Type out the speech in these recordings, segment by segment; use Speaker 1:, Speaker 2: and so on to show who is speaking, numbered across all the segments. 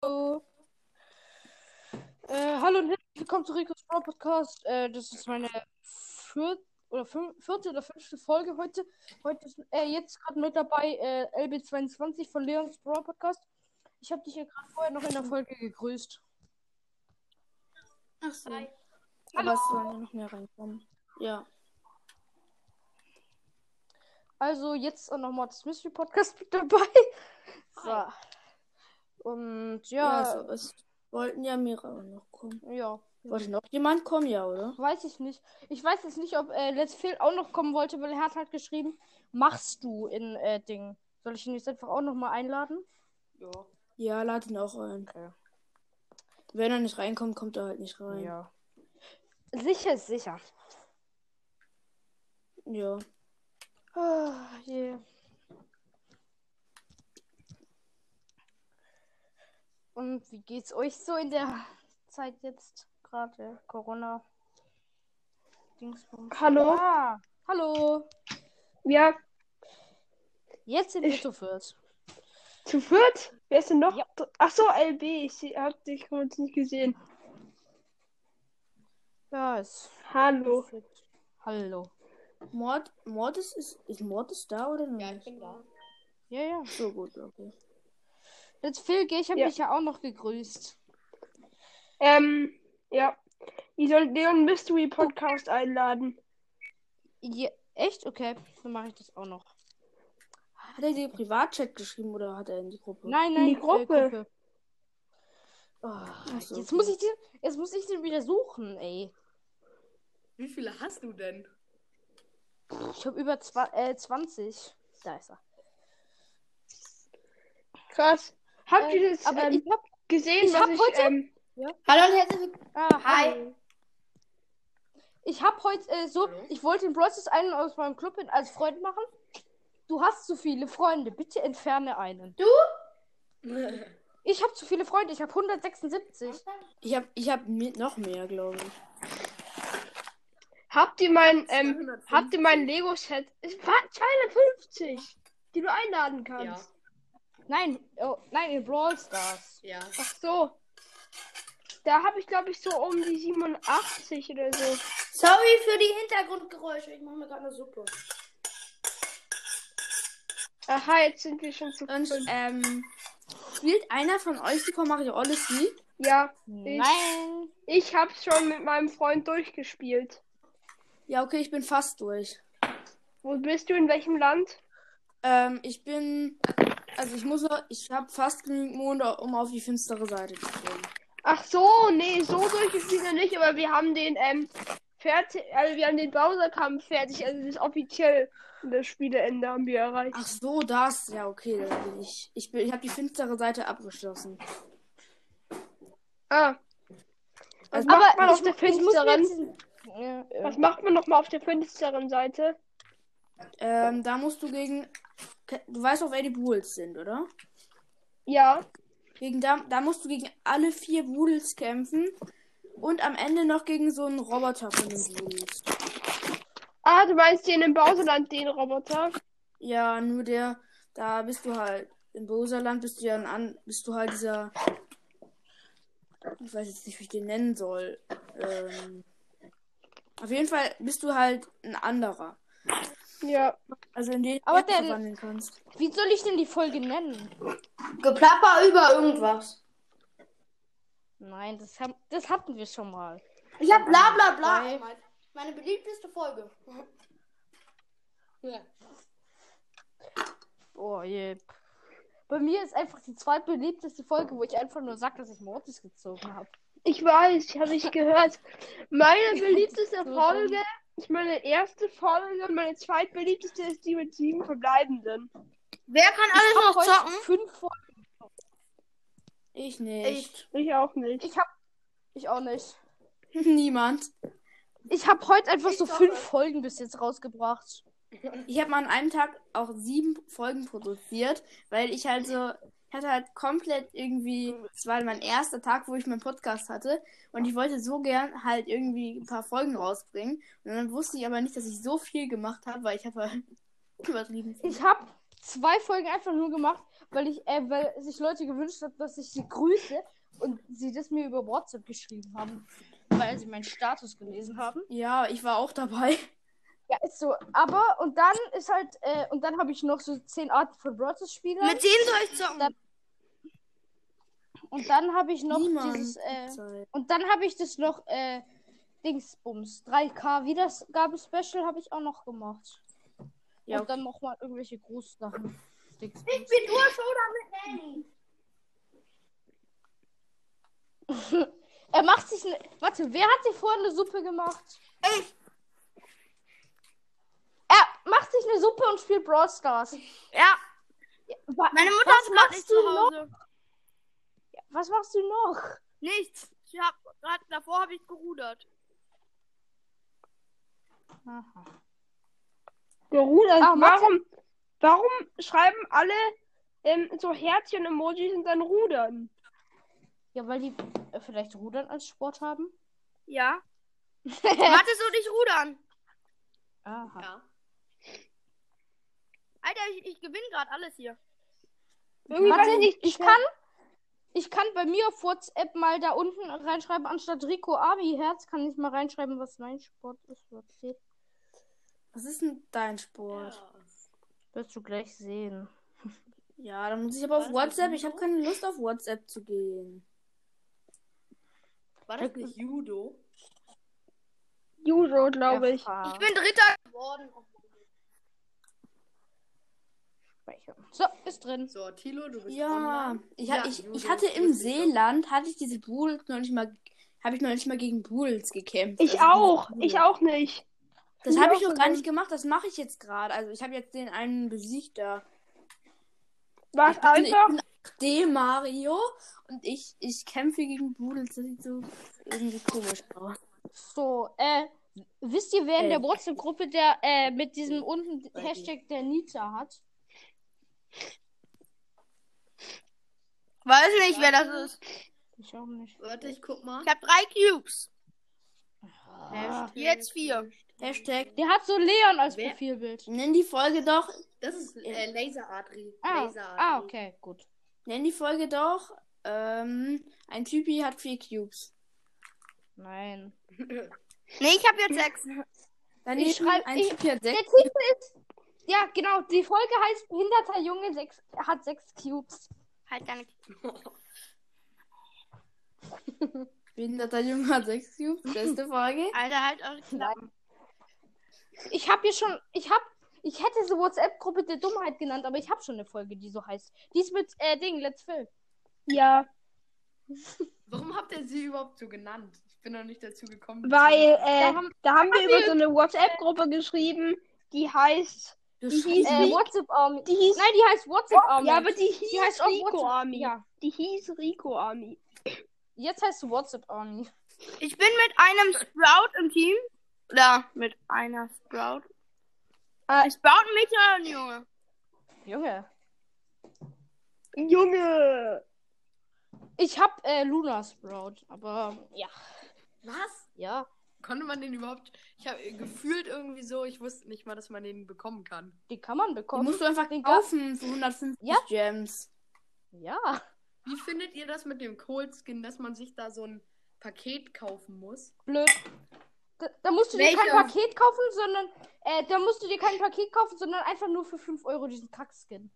Speaker 1: Äh, Hallo und herzlich willkommen zu Rico's Brawl Podcast. Äh, das ist meine vierte oder, fün vierte oder fünfte Folge heute. Heute ist äh, jetzt gerade mit dabei äh, LB22 von Leons Brawl Podcast. Ich habe dich ja gerade vorher noch in der Folge gegrüßt.
Speaker 2: Ach so.
Speaker 3: Aber es sollen ja noch mehr reinkommen. Ja.
Speaker 1: Also jetzt auch nochmal das Mystery Podcast mit dabei. So. Und
Speaker 3: ja
Speaker 1: ja,
Speaker 3: also, es wollten ja mehrere noch kommen.
Speaker 1: ja.
Speaker 4: Mhm.
Speaker 3: Wollte noch jemand kommen, ja, oder?
Speaker 1: Weiß ich nicht. Ich weiß jetzt nicht, ob äh, Let's Phil auch noch kommen wollte, weil er hat halt geschrieben, machst du in äh, Ding. Soll ich ihn jetzt einfach auch nochmal einladen?
Speaker 2: Ja.
Speaker 3: Ja, lad ihn auch ein.
Speaker 1: Okay.
Speaker 3: Wenn er nicht reinkommt, kommt er halt nicht rein. Ja.
Speaker 1: Sicher ist sicher.
Speaker 3: ja.
Speaker 1: Ah, je. Und wie geht's euch so in der Zeit jetzt gerade? Corona. Dingsbums.
Speaker 2: Hallo?
Speaker 1: Ah, hallo.
Speaker 2: Ja,
Speaker 1: Jetzt sind wir
Speaker 2: Ich-
Speaker 1: zu viert.
Speaker 2: zu viert? Wer ist denn noch?
Speaker 1: Ja.
Speaker 2: Ach so, LB. Ich seh- hab dich kurz nicht gesehen.
Speaker 1: Ja, ist.
Speaker 2: Hallo.
Speaker 1: Hallo.
Speaker 3: Mord, Mord ist, ist, ist Mord ist da oder nicht? Ja, ich bin da.
Speaker 1: Ja, ja.
Speaker 3: So gut, okay.
Speaker 1: Jetzt Phil, geh, ich habe
Speaker 2: Ja.
Speaker 1: dich ja auch noch gegrüßt.
Speaker 2: Ähm, ja. Ich soll Leon Mystery Podcast einladen.
Speaker 1: Ja, echt? Okay, dann mache ich das auch noch.
Speaker 3: Hat er dir Privatchat geschrieben oder hat er in die Gruppe?
Speaker 1: Nein,
Speaker 2: In
Speaker 1: nein, äh,
Speaker 2: die Gruppe.
Speaker 1: Oh,
Speaker 3: Ach Ah, so,
Speaker 1: jetzt
Speaker 3: okay.
Speaker 1: muss ich den, jetzt muss ich den wieder suchen, ey.
Speaker 5: Wie viele hast du denn?
Speaker 1: Ich habe über zwei, äh, 20. Da ist er.
Speaker 2: Krass. Habt
Speaker 1: Äh,
Speaker 2: ihr das
Speaker 1: aber
Speaker 2: ähm,
Speaker 1: ich hab.
Speaker 2: gesehen,
Speaker 1: ich
Speaker 2: was
Speaker 1: hab
Speaker 2: ich
Speaker 1: heute-
Speaker 2: ähm,
Speaker 4: Hallo und herzlich willkommen.
Speaker 1: Ah, hi.
Speaker 4: Hi.
Speaker 1: Ich hab heute äh, so.
Speaker 5: Hallo?
Speaker 1: Ich wollte den Brothers einen aus meinem Club in, als Freund machen. Du hast zu viele Freunde. Bitte entferne einen. Ich habe zu viele Freunde. Ich habe 176.
Speaker 3: Ich hab, ich hab mi- noch mehr, glaube ich.
Speaker 2: habt ihr mein ähm,
Speaker 5: 250?
Speaker 2: habt ihr mein Lego Set? Es war 250, die du einladen
Speaker 5: Ja,
Speaker 2: kannst.
Speaker 1: Nein, oh, nein, in Brawl Stars.
Speaker 5: ja.
Speaker 2: Ach so. Da habe ich glaube ich so um die 87 oder so.
Speaker 4: Sorry für die Hintergrundgeräusche. Ich mache mir gerade eine Suppe.
Speaker 2: Aha, jetzt sind wir schon zu
Speaker 3: Und,
Speaker 2: fünf.
Speaker 3: ähm, spielt einer von euch Super Mario Odyssey?
Speaker 2: Ja,
Speaker 1: Nein.
Speaker 2: ich hab's schon mit meinem Freund durchgespielt.
Speaker 3: Ja, okay, ich bin fast durch.
Speaker 2: Wo bist du? In welchem Land?
Speaker 3: Ähm, ich bin. Also ich muss noch, ich habe fast genügend Monde, um auf die finstere Seite zu gehen.
Speaker 2: Ach so, nee, so durchgespielt noch nicht, aber wir haben den ähm, fertig, also wir haben den Bowser-Kampf fertig, also das offizielle das Spieleende haben wir erreicht.
Speaker 3: Ach so, das. Ja, okay, da bin ich. Ich, bin- ich habe die finstere Seite abgeschlossen.
Speaker 2: Ah, was
Speaker 3: Also,
Speaker 2: macht man
Speaker 1: ich-
Speaker 2: auf der
Speaker 1: ich muss mir
Speaker 2: finsteren?
Speaker 1: jetzt- Ja, äh,
Speaker 2: Was macht man nochmal auf der finsteren Seite?
Speaker 3: ähm, da musst du gegen. ke- Du weißt auch, wer die Bulls sind, oder?
Speaker 2: Ja,
Speaker 3: Gegen da, da musst du gegen alle vier Bulls kämpfen. Und am Ende noch gegen so einen Roboter von den Bulls.
Speaker 2: ah, du meinst den im Bowserland, den Roboter?
Speaker 3: Ja, nur der. Da bist du halt. Im Bowserland bist du ja ein an. Bist du halt dieser. Ich weiß jetzt nicht, wie ich den nennen soll. Ähm, auf jeden Fall bist du halt ein anderer.
Speaker 2: Ja,
Speaker 3: Also in den
Speaker 1: Aber
Speaker 3: du dich
Speaker 1: der-
Speaker 3: verwandeln kannst.
Speaker 1: Wie soll ich denn die Folge nennen?
Speaker 4: Geplapper über irgendwas.
Speaker 1: Nein, das, haben, das hatten wir schon mal.
Speaker 4: Ich hab bla bla bla. gemeint. Meine beliebteste Folge.
Speaker 1: Oh je. Bei mir ist einfach die zweitbeliebteste Folge, wo ich einfach nur sage, dass ich Mortis gezogen habe.
Speaker 2: ich weiß, habe ich gehört. Meine
Speaker 1: So
Speaker 2: beliebteste Folge, ich meine erste Folge und meine zweitbeliebteste ist die mit sieben verbleibenden.
Speaker 4: Wer kann alles
Speaker 1: Ich hab
Speaker 4: noch
Speaker 1: heute
Speaker 4: zocken?
Speaker 1: Fünf Folgen.
Speaker 3: Ich nicht.
Speaker 2: Ich auch nicht.
Speaker 1: Ich habe. Ich auch nicht.
Speaker 3: Niemand.
Speaker 1: Ich habe heute einfach so
Speaker 4: zocke.
Speaker 1: fünf Folgen bis jetzt rausgebracht.
Speaker 3: Ich habe mal an einem Tag auch sieben Folgen produziert, weil ich halt so. Ich hatte halt komplett irgendwie. Es war mein erster Tag, wo ich meinen Podcast hatte. Und ich wollte so gern halt irgendwie ein paar Folgen rausbringen. Und dann wusste ich aber nicht, dass ich so viel gemacht habe, weil ich habe halt übertrieben. viel.
Speaker 1: Ich habe zwei Folgen einfach nur gemacht, weil ich, äh, weil sich Leute gewünscht haben, dass ich sie grüße. und sie das mir über WhatsApp geschrieben haben, weil sie meinen Status gelesen haben.
Speaker 3: Ja, ich war auch dabei.
Speaker 1: Ja, ist so. Aber, und dann ist halt, äh, und dann habe ich noch so zehn Arten von Brothers-Spielern.
Speaker 4: Mit denen soll ich zocken.
Speaker 1: Und dann habe ich noch
Speaker 3: Niemand.
Speaker 1: dieses, äh,
Speaker 3: Sorry.
Speaker 1: und dann habe ich das noch, äh, Dingsbums, 3K Wiedergaben-Special habe ich auch noch gemacht.
Speaker 3: Ja,
Speaker 1: Und dann nochmal irgendwelche Großsachen.
Speaker 6: Ich bin Urschauder mit Nanny.
Speaker 1: Er macht sich ne, warte, wer hat sich vorhin eine Suppe gemacht?
Speaker 4: Ich.
Speaker 1: Er macht sich eine Suppe und spielt Brawl Stars.
Speaker 4: Ja,
Speaker 1: Wa
Speaker 4: meine Mutter
Speaker 1: Was
Speaker 4: ist gerade
Speaker 1: machst
Speaker 4: nicht
Speaker 1: du
Speaker 4: zu Hause.
Speaker 1: was machst du noch?
Speaker 4: Nichts. Ich hab grad, davor habe ich gerudert.
Speaker 2: Gerudert.
Speaker 1: Ah, Mathe-
Speaker 2: Also warum, warum schreiben alle ähm, so Herzchen-Emojis und dann rudern?
Speaker 1: Ja, weil die äh, vielleicht Rudern als Sport haben.
Speaker 4: Ja. Mathe soll ich rudern.
Speaker 1: Aha.
Speaker 7: Ja.
Speaker 4: Alter, ich, ich gewinne gerade alles hier.
Speaker 2: Irgendwie weiß ich nicht.
Speaker 1: ich kann, ich kann bei mir auf WhatsApp mal da unten reinschreiben, anstatt Rico Abi Herz kann ich mal reinschreiben, was mein Sport ist. Warte,
Speaker 3: was ist denn dein Sport?
Speaker 7: Ja.
Speaker 1: wirst du gleich sehen.
Speaker 3: Ja, dann muss ich aber auf
Speaker 7: Was?
Speaker 3: WhatsApp. Ich habe keine Lust auf WhatsApp zu gehen.
Speaker 7: War das nicht Judo?
Speaker 2: Judo, glaube ich.
Speaker 1: Erfahr-
Speaker 4: Ich bin Dritter.
Speaker 6: Geworden.
Speaker 1: Speicher. So, ist drin.
Speaker 7: So, Tilo, du bist
Speaker 3: Ja,
Speaker 7: online.
Speaker 3: ich, ha-
Speaker 7: Ja,
Speaker 3: ich, ich
Speaker 7: Judo,
Speaker 3: hatte im
Speaker 7: wusste ich doch.
Speaker 3: Seeland, hatte ich diese Bulls noch nicht mal, habe ich noch nicht mal gegen Bulls gekämpft.
Speaker 2: Ich
Speaker 3: Also
Speaker 2: auch.
Speaker 3: gegen
Speaker 2: Ich
Speaker 3: Bulls.
Speaker 2: auch nicht.
Speaker 3: Das
Speaker 2: Ich
Speaker 3: habe
Speaker 2: auch
Speaker 3: ich noch gar
Speaker 2: gewonnen.
Speaker 3: nicht gemacht, das mache ich jetzt gerade. Also ich habe jetzt den einen besiegt da.
Speaker 2: Was
Speaker 3: Ich bin- ich
Speaker 2: einfach.
Speaker 3: bin 8D Mario und ich, ich kämpfe gegen Bulls. Das sieht so irgendwie komisch aus.
Speaker 1: So, äh, wisst ihr, wer in
Speaker 3: Äh.
Speaker 1: der WhatsApp-Gruppe der äh, mit diesem unten Hashtag der Nita hat?
Speaker 4: Weiß nicht, wer das ist.
Speaker 1: Ich auch nicht.
Speaker 7: Warte, ich guck mal.
Speaker 4: Ich habe drei Cubes.
Speaker 1: Ah.
Speaker 4: Jetzt vier.
Speaker 3: Hashtag.
Speaker 1: Der hat so Leon als
Speaker 7: Wer?
Speaker 1: Profilbild.
Speaker 3: Nenn die Folge doch,
Speaker 7: Das ist äh, Laser Adri.
Speaker 1: Ah,
Speaker 7: Laser Adri.
Speaker 1: ah, okay, gut.
Speaker 3: nenn die Folge doch, ähm, ein Typi hat vier Cubes.
Speaker 1: Nein.
Speaker 4: Nee, ich habe jetzt sechs.
Speaker 3: Dann
Speaker 1: Ich schreib-
Speaker 3: ein
Speaker 1: ich-
Speaker 3: Typi hat
Speaker 1: Der
Speaker 3: sechs.
Speaker 1: Titel ist. Ja, genau. Die Folge heißt Behinderter Junge sechs, hat sechs Cubes.
Speaker 4: Halt deine
Speaker 3: Behinderter Junge hat sechs Cubes. Beste Folge.
Speaker 4: Alter, halt eure Klappe.
Speaker 1: Ich habe hier schon. Ich habe. Ich hätte so WhatsApp-Gruppe der Dummheit genannt, aber ich habe schon eine Folge, die so heißt. Die ist mit äh, Ding, Let's Film.
Speaker 2: Ja,
Speaker 7: Warum habt ihr sie überhaupt so genannt? Ich bin noch nicht dazu gekommen.
Speaker 2: weil
Speaker 1: Da
Speaker 2: äh,
Speaker 1: haben-
Speaker 2: da haben wir über so eine WhatsApp-Gruppe geschrieben, die heißt.
Speaker 3: Du
Speaker 2: Die
Speaker 3: scheiß-
Speaker 2: hieß,
Speaker 1: Äh,
Speaker 2: Ri-
Speaker 1: WhatsApp Army.
Speaker 2: die hieß
Speaker 1: Nein, die heißt WhatsApp Army.
Speaker 2: Ja, aber die hieß
Speaker 1: Die heißt auch
Speaker 2: Rico
Speaker 1: WhatsApp.
Speaker 2: Army.
Speaker 1: Ja.
Speaker 2: Die hieß Rico Army.
Speaker 1: Jetzt heißt sie WhatsApp Army.
Speaker 4: Ich bin mit einem Sprout im Team. Oder mit einer Sprout.
Speaker 2: Äh,
Speaker 4: Ein Sprout, ein Mädchen oder ein Junge?
Speaker 1: Junge.
Speaker 2: Junge!
Speaker 1: Ich hab äh, Luna Sprout, aber ja.
Speaker 7: Was?
Speaker 1: Ja.
Speaker 7: Konnte man den überhaupt? Ich habe gefühlt irgendwie so, ich wusste nicht mal, dass man den bekommen kann.
Speaker 1: Die kann man
Speaker 3: Die
Speaker 1: bekommen.
Speaker 3: musst du einfach
Speaker 1: Den
Speaker 3: kaufen für 150
Speaker 1: Ja.
Speaker 3: Gems.
Speaker 1: Ja.
Speaker 7: Wie findet ihr das mit dem Cold Skin, dass man sich da so ein Paket kaufen muss?
Speaker 1: Blöd. Da, da musst du dir
Speaker 4: Welche?
Speaker 1: kein Paket kaufen, sondern äh, da musst du dir kein Paket kaufen, sondern einfach nur für 5 Euro diesen Kackskin.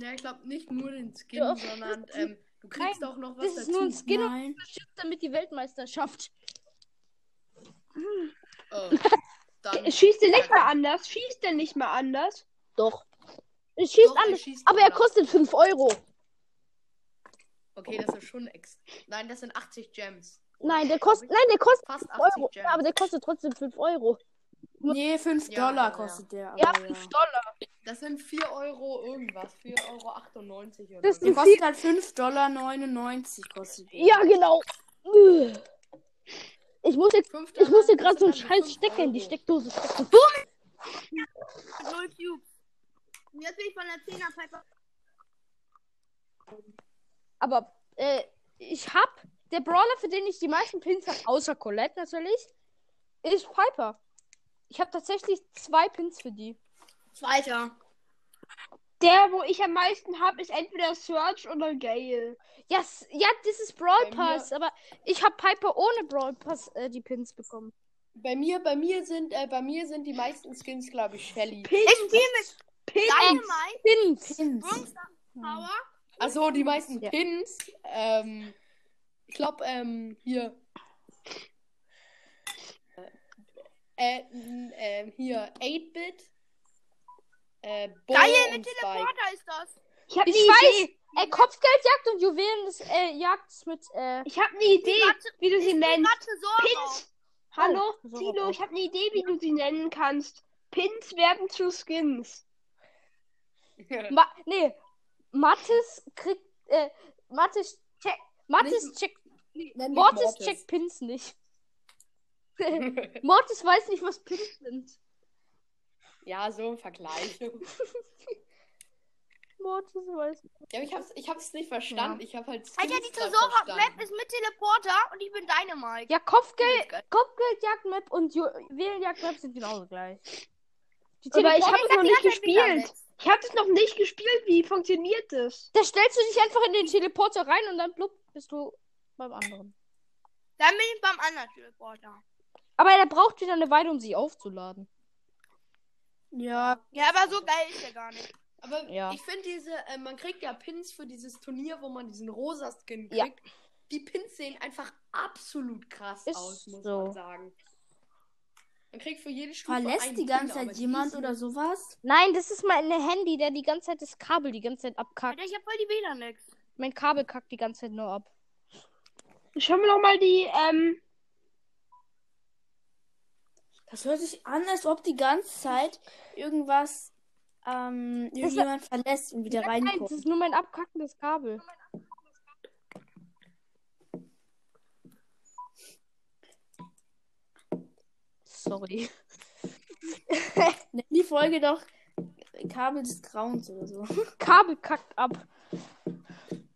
Speaker 7: Ja, ich glaube nicht nur den Skin,
Speaker 1: Ja,
Speaker 7: sondern ähm, du kriegst auch noch was
Speaker 1: Das ist
Speaker 7: dazu.
Speaker 1: nur ein Skin und
Speaker 3: Nein.
Speaker 1: bestimmt damit die Weltmeisterschaft.
Speaker 7: Oh, dann
Speaker 2: Schießt denn nicht mal anders? Schießt denn nicht mal anders?
Speaker 1: Doch. Er schießt
Speaker 7: Doch, er
Speaker 1: alles,
Speaker 7: schießt
Speaker 1: aber er
Speaker 7: anders.
Speaker 1: kostet 5 Euro.
Speaker 7: Okay, das ist schon extra. Nein, das sind 80 Gems.
Speaker 1: Nein, der kostet nein, der kostet
Speaker 7: fast
Speaker 1: 5
Speaker 7: 80
Speaker 1: Euro,
Speaker 7: Gems.
Speaker 1: aber der kostet trotzdem 5 Euro.
Speaker 3: Nee, 5
Speaker 7: Ja,
Speaker 3: Dollar
Speaker 7: ja.
Speaker 3: kostet der. Aber
Speaker 1: Ja,
Speaker 3: ja,
Speaker 1: 5 Dollar.
Speaker 7: Das sind 4 Euro irgendwas. 4,98 Euro 98 oder
Speaker 1: Das
Speaker 7: so.
Speaker 3: Der
Speaker 1: sind-
Speaker 3: kostet halt 5,99 Dollar. Kostet der.
Speaker 1: Ja, genau. Ugh. Ich muss jetzt
Speaker 7: Fünf
Speaker 1: ich
Speaker 7: Dollar
Speaker 1: musste gerade so einen
Speaker 7: kostet
Speaker 1: scheiß
Speaker 7: fünf
Speaker 1: Stecker in die
Speaker 7: Euro.
Speaker 1: Steckdose stecken.
Speaker 4: Mit null Cubes. Und jetzt bin ich von der 10er Piper.
Speaker 1: Aber äh, ich hab. Der Brawler, für den ich die meisten Pins habe, außer Colette natürlich, ist Piper. Ich habe tatsächlich zwei Pins für die.
Speaker 4: Zweiter.
Speaker 2: Der, wo ich am meisten habe, ist entweder Surge oder Gale.
Speaker 1: Yes, ja, das ist Brawl
Speaker 7: Bei mir-
Speaker 1: Pass, aber ich habe Piper ohne Brawl Pass äh, die Pins bekommen.
Speaker 7: Bei mir, bei mir sind, äh, bei mir sind die meisten Skins, glaube ich, Shelly.
Speaker 4: Ich spiele mit Dynamite,
Speaker 1: Pins!
Speaker 3: Pins.
Speaker 4: Power.
Speaker 7: Also die meisten
Speaker 1: Ja.
Speaker 7: Pins. Ähm, ich glaube, ähm, hier. Äh, äh, äh, hier 8-Bit. Äh, Bo
Speaker 4: Geil,
Speaker 7: und
Speaker 4: mit
Speaker 7: Spike.
Speaker 4: Teleporter ist das.
Speaker 2: Ich habe
Speaker 1: Ich
Speaker 2: eine Idee.
Speaker 1: weiß! Äh, Kopfgeldjagd und Juwelenjagd äh, Jagd mit. Äh,
Speaker 2: Ich habe eine Idee, wie du sie nennst.
Speaker 4: Warte, so.
Speaker 2: Pins. Hallo,
Speaker 1: so
Speaker 2: Tilo,
Speaker 1: raus.
Speaker 2: ich habe eine Idee, wie du sie nennen kannst. Pins werden zu Skins.
Speaker 1: Ma nee, Mattes kriegt. Äh, Mattes check. Mattes check.
Speaker 7: Nenn mich
Speaker 1: Mortis, checkt Pins nicht. Mortis weiß nicht, was Pins sind.
Speaker 7: ja, so im Vergleich. Ja,
Speaker 1: Mortis weiß nicht.
Speaker 7: aber ich hab's, ich hab's nicht verstanden. Ich hab halt.
Speaker 4: Alter,
Speaker 7: Skins
Speaker 4: die
Speaker 7: grad
Speaker 4: Tresor-Map
Speaker 7: verstanden.
Speaker 4: ist mit Teleporter und ich bin Dynamite.
Speaker 1: Ja, Kopfgeld,
Speaker 4: Ist geil.
Speaker 1: Kopfgeldjagd-Map und Juwelenjagd-Map sind genauso gleich. Die
Speaker 2: Aber ich
Speaker 1: Teleport-
Speaker 2: habe es noch nicht gespielt.
Speaker 4: Dynamite.
Speaker 2: Ich habe es noch nicht gespielt. Wie funktioniert das?
Speaker 1: Da stellst du dich einfach in den Teleporter rein und dann blub, bist du beim anderen.
Speaker 4: Dann bin ich beim anderen Teleporter.
Speaker 1: Aber er braucht wieder eine Weile, um sich aufzuladen.
Speaker 3: Ja,
Speaker 4: Ja, aber so geil ist der gar nicht.
Speaker 7: Aber
Speaker 1: Ja.
Speaker 7: ich finde diese, äh, man kriegt ja Pins für dieses Turnier, wo man diesen rosa Skin kriegt.
Speaker 1: Ja.
Speaker 7: Die Pins sehen einfach absolut krass
Speaker 1: Ist
Speaker 7: aus, muss
Speaker 1: so.
Speaker 7: man sagen. Man kriegt für jede Stufe einen
Speaker 3: verlässt die
Speaker 7: Pin,
Speaker 3: ganze
Speaker 7: aber
Speaker 3: Zeit jemand
Speaker 7: diesen-
Speaker 3: oder sowas?
Speaker 1: Nein, das ist mein Handy, der die ganze Zeit das Kabel die ganze Zeit abkackt.
Speaker 4: Alter, ich hab voll die WLAN-Lex.
Speaker 1: Mein Kabel kackt die ganze Zeit nur ab.
Speaker 2: Ich schau mir noch mal die, ähm,
Speaker 3: Das hört sich an, als ob die ganze Zeit irgendwas, ähm, irgendjemand verlässt und wieder
Speaker 1: Nein, das
Speaker 3: reinkommt.
Speaker 1: ist nur mein abkackendes Kabel. Sorry.
Speaker 3: Nenn die Folge doch Kabel des Grauens oder so.
Speaker 1: Kabel kackt ab.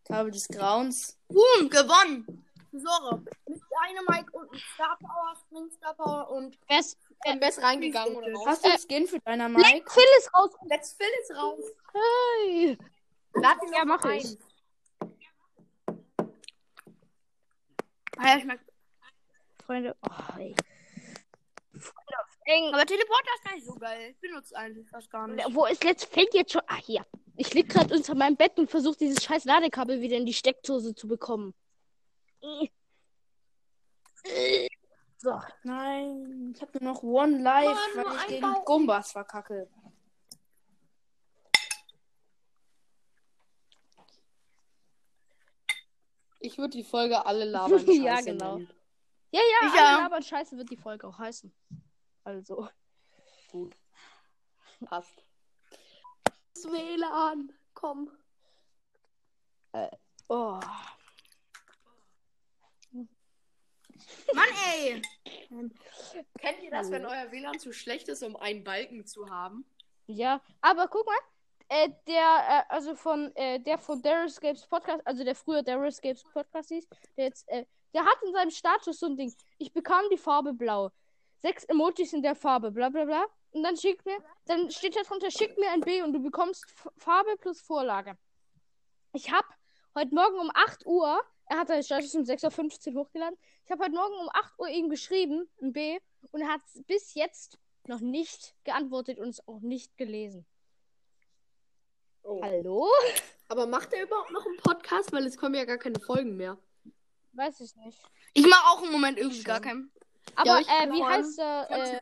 Speaker 3: Kabel des Grauens.
Speaker 4: Boom, gewonnen. Tresor. Mit Dynamite und einem Star Power, Spring Star Power und
Speaker 1: Wer ist,
Speaker 7: Am besten reingegangen oder raus.
Speaker 3: Hast du einen Skin für Dynamite?
Speaker 1: Phil ist raus.
Speaker 7: Let's fill es raus.
Speaker 1: Hey.
Speaker 7: Lad ihn
Speaker 1: Ja,
Speaker 7: ja,
Speaker 1: mach
Speaker 7: mach
Speaker 1: ich.
Speaker 7: ein.
Speaker 4: Alter, schmeckt.
Speaker 1: Freunde. Oh, ey. Freunde auf eng.
Speaker 4: Aber Teleporter ist gar nicht so geil. Ich benutze eigentlich das gar nicht.
Speaker 1: Wo ist Let's Fake jetzt schon? Ah, hier. Ich lieg gerade unter meinem Bett und versuche dieses scheiß Ladekabel wieder in die Steckdose zu bekommen. So.
Speaker 3: Nein, ich habe nur noch One Life,
Speaker 7: Mann, nur
Speaker 3: weil ich gegen
Speaker 7: einbauen.
Speaker 3: Gumbas verkacke.
Speaker 7: Ich würde die Folge alle labern.
Speaker 1: Ja,
Speaker 7: Scheiße
Speaker 1: genau.
Speaker 7: nennen.
Speaker 1: Ja, ja,
Speaker 4: Sicher.
Speaker 1: alle labern scheiße wird die Folge auch heißen. Also.
Speaker 7: Passt.
Speaker 8: Das WLAN. Komm.
Speaker 1: Oh.
Speaker 4: Mann, ey.
Speaker 7: Kennt ihr das, wenn euer WLAN zu schlecht ist, um einen Balken zu haben?
Speaker 1: Ja, aber guck mal. Äh, der, äh, also von, äh, der von Darius Games Podcast, also der früher Darius Games Podcast hieß, der jetzt, äh, der hat in seinem Status so ein Ding. Ich bekam die Farbe blau. Sechs Emojis in der Farbe, bla bla bla. Und dann schickt mir, dann steht da drunter, schick mir ein B und du bekommst F Farbe plus Vorlage. Ich hab heute Morgen um 8 Uhr, er hat seinen Status um 6.15 Uhr hochgeladen, ich hab heute Morgen um 8 Uhr ihm geschrieben, ein B, und er hat bis jetzt noch nicht geantwortet und es auch nicht gelesen.
Speaker 7: Oh.
Speaker 1: Hallo?
Speaker 7: Aber macht er überhaupt noch einen Podcast? Weil es kommen ja gar keine Folgen mehr.
Speaker 1: Weiß ich nicht.
Speaker 4: Ich mach auch im Moment irgendwie gar keinen.
Speaker 1: Aber
Speaker 7: ich
Speaker 1: äh, wie
Speaker 7: glaube,
Speaker 1: heißt er? Äh,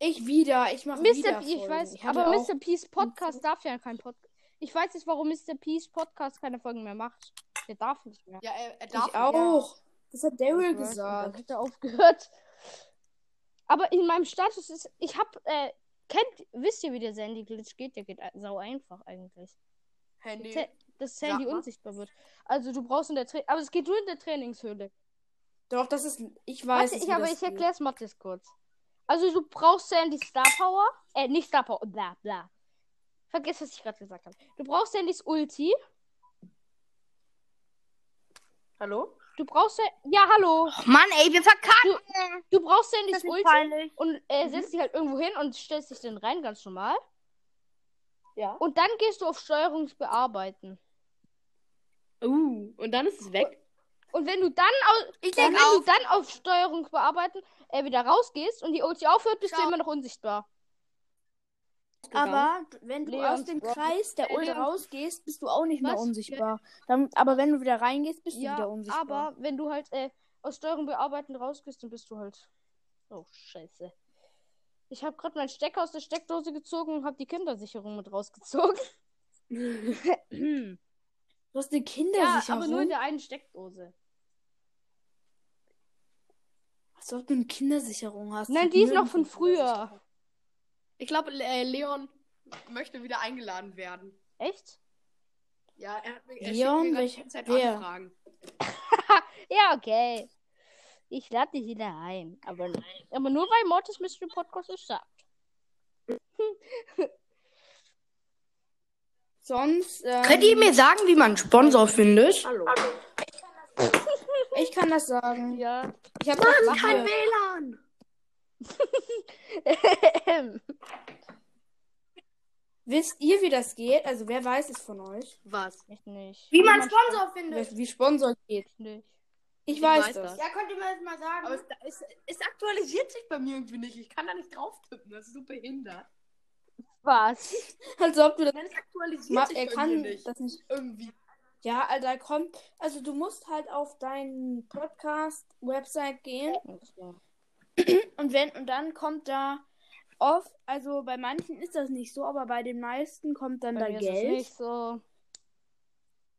Speaker 3: Ich wieder, ich mache
Speaker 1: Mr.
Speaker 3: wieder
Speaker 1: P, ich
Speaker 3: Folgen.
Speaker 1: weiß,
Speaker 3: hatte
Speaker 1: aber
Speaker 3: auch-
Speaker 1: Mr. P's Podcast darf ja kein Podcast. Ich weiß jetzt, warum Mr. P's Podcast keine Folgen mehr macht. Der darf nicht mehr.
Speaker 7: Ja, er, er
Speaker 3: Ich auch. Das hat Daryl gesagt.
Speaker 1: Hat er aufgehört. Aber in meinem Status ist, ich hab, äh, kennt, wisst ihr, wie der Sandy Glitch geht? Der geht ein- sau einfach eigentlich.
Speaker 7: Handy.
Speaker 1: Sa- Dass Sandy
Speaker 7: Sag mal.
Speaker 1: unsichtbar wird. Also du brauchst in der Tra aber es geht nur in der Trainingshöhle.
Speaker 3: Doch, das ist. Ich weiß.
Speaker 1: Warte,
Speaker 3: es,
Speaker 1: ich,
Speaker 3: wie
Speaker 1: aber
Speaker 3: das
Speaker 1: ich
Speaker 3: geht.
Speaker 1: erkläre es Mathis kurz. Also du brauchst Sandys Star Power. Äh, nicht Star Power. Bla bla. Vergiss, was ich gerade gesagt habe. Du brauchst Sandys Ulti.
Speaker 7: Hallo?
Speaker 1: Du brauchst. Sa- Ja, hallo.
Speaker 4: Oh Mann, ey, wir verkacken.
Speaker 1: Du brauchst Sandys
Speaker 4: Das ist
Speaker 1: Ulti
Speaker 4: peinlich.
Speaker 1: und äh, setzt dich halt irgendwo hin und stellst dich dann rein, ganz normal.
Speaker 9: Ja.
Speaker 1: Und dann gehst du auf Steuerungsbearbeiten.
Speaker 7: Uh, und dann ist es weg.
Speaker 1: Und wenn du dann, au
Speaker 4: Ich
Speaker 1: dann,
Speaker 4: denke
Speaker 1: wenn du
Speaker 4: auch.
Speaker 1: dann auf Steuerungsbearbeiten äh, wieder rausgehst und die OT aufhört, bist
Speaker 4: Ciao.
Speaker 1: du immer noch unsichtbar.
Speaker 3: Aber wenn du
Speaker 1: Leons
Speaker 3: aus dem
Speaker 1: Rocket-
Speaker 3: Kreis der Ult
Speaker 1: Leons-
Speaker 3: rausgehst, bist du auch nicht mehr
Speaker 1: Was?
Speaker 3: unsichtbar. Dann, aber wenn du wieder reingehst, bist du wieder unsichtbar.
Speaker 1: aber wenn du halt äh, aus Steuerung bearbeiten rausgehst, dann bist du halt. Oh, scheiße. Ich habe gerade meinen Stecker aus der Steckdose gezogen und habe die Kindersicherung mit rausgezogen.
Speaker 3: du hast eine
Speaker 1: ja,
Speaker 3: Kindersicherung.
Speaker 1: aber nur in der einen Steckdose.
Speaker 3: Als ob du eine Kindersicherung hast.
Speaker 1: Nein,
Speaker 3: Und
Speaker 1: die ist noch
Speaker 3: nirgendwo
Speaker 1: von früher.
Speaker 7: Ich glaube, äh, Leon möchte wieder eingeladen werden.
Speaker 1: Echt?
Speaker 7: Ja, er hat mir er
Speaker 3: Leon,
Speaker 7: schickt mir grad die
Speaker 3: welch-
Speaker 7: ganze Zeit
Speaker 3: wer?
Speaker 7: Anfragen.
Speaker 1: Ja, okay. Ich lade dich wieder ein. Aber, aber nur weil Mortis Mystery Podcast es sagt.
Speaker 3: Sonst, ähm,
Speaker 10: Könnt ihr mir sagen, wie man einen Sponsor findet?
Speaker 7: Hallo.
Speaker 3: ich kann das sagen.
Speaker 1: Ja.
Speaker 3: Ich habe das
Speaker 11: Kein
Speaker 3: gemacht.
Speaker 11: WLAN.
Speaker 1: Ähm.
Speaker 3: Wisst ihr, wie das geht? Also, wer weiß es von euch?
Speaker 7: Was?
Speaker 1: ich nicht.
Speaker 4: Wie man Sponsor findet.
Speaker 3: Wer- Wie Sponsor geht?
Speaker 1: Ich nicht.
Speaker 3: Ich
Speaker 7: Ich
Speaker 3: weiß
Speaker 7: weiß
Speaker 3: das.
Speaker 4: Ja, könnt ihr mir das mal
Speaker 7: Aber
Speaker 4: sagen?
Speaker 7: es, es, es aktualisiert sich bei mir irgendwie nicht. Ich kann da nicht drauf tippen. Das ist so behindert.
Speaker 1: Was?
Speaker 3: Als ob du das.
Speaker 7: Nein, es aktualisiert
Speaker 3: Ma
Speaker 7: sich
Speaker 3: er
Speaker 7: bei
Speaker 3: kann
Speaker 7: mir nicht.
Speaker 3: das nicht.
Speaker 7: Irgendwie.
Speaker 3: Ja, Alter, komm. Also, du musst halt auf deinen Podcast-Website gehen. Und wenn, und dann kommt da oft, also bei manchen ist das nicht so, aber bei den meisten kommt dann
Speaker 1: Bei
Speaker 3: da
Speaker 1: mir ist es
Speaker 3: Geld.
Speaker 1: nicht so.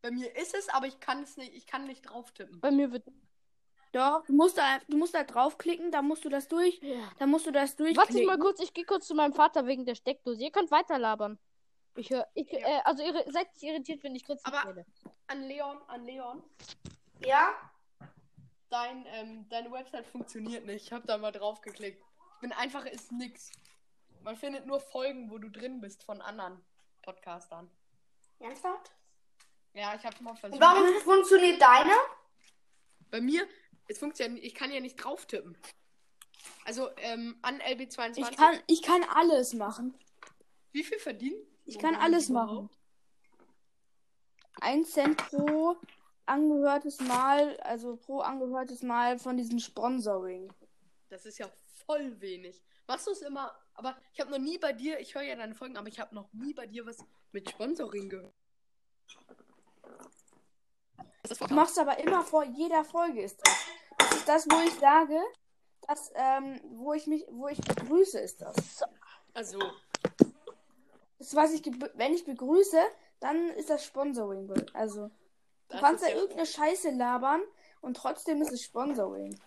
Speaker 7: Bei mir ist es, aber ich kann es nicht. Ich kann nicht drauf tippen.
Speaker 1: Bei mir wird.
Speaker 3: Doch, du musst da, du musst da draufklicken, da musst du das durch, da musst du das durchklicken.
Speaker 1: Warte ich mal kurz, ich gehe kurz zu meinem Vater wegen der Steckdose. Ihr könnt weiterlabern. Ich höre. Ich, äh, also irri- seid nicht irritiert, wenn ich kurz nicht
Speaker 7: Aber-
Speaker 1: rede.
Speaker 7: An Leon, an Leon.
Speaker 4: Ja?
Speaker 7: Dein, ähm, deine Website funktioniert nicht. Ich habe da mal drauf geklickt. Ich bin einfach ist nix. Man findet nur Folgen, wo du drin bist von anderen Podcastern.
Speaker 4: Ernsthaft?
Speaker 7: Ja, ich habe mal
Speaker 4: Und
Speaker 7: versucht.
Speaker 4: warum
Speaker 3: Hm?
Speaker 4: funktioniert deine?
Speaker 7: Bei mir, es funktioniert, ich kann ja nicht drauf tippen. Also ähm, an LB22.
Speaker 3: Ich kann, ich kann alles machen.
Speaker 7: Wie viel verdienen?
Speaker 3: Ich kann alles machen. Ein Cent pro angehörtes Mal, also pro angehörtes Mal von diesem Sponsoring.
Speaker 7: Das ist ja voll wenig. Machst du es immer? Aber ich habe noch nie bei dir, ich höre ja deine Folgen, aber ich habe noch nie bei dir was mit Sponsoring gehört. Ist das
Speaker 3: Du machst aber immer vor jeder Folge ist das. Das ist das, wo ich sage, das, ähm, wo ich mich, wo ich begrüße, ist das.
Speaker 7: Also,
Speaker 3: Das, was ich, geb- wenn ich begrüße, dann ist das Sponsoring. Also, du
Speaker 7: Das
Speaker 3: kannst
Speaker 7: ist
Speaker 3: da
Speaker 7: ja-
Speaker 3: irgendeine Scheiße labern und trotzdem ist es Sponsoring.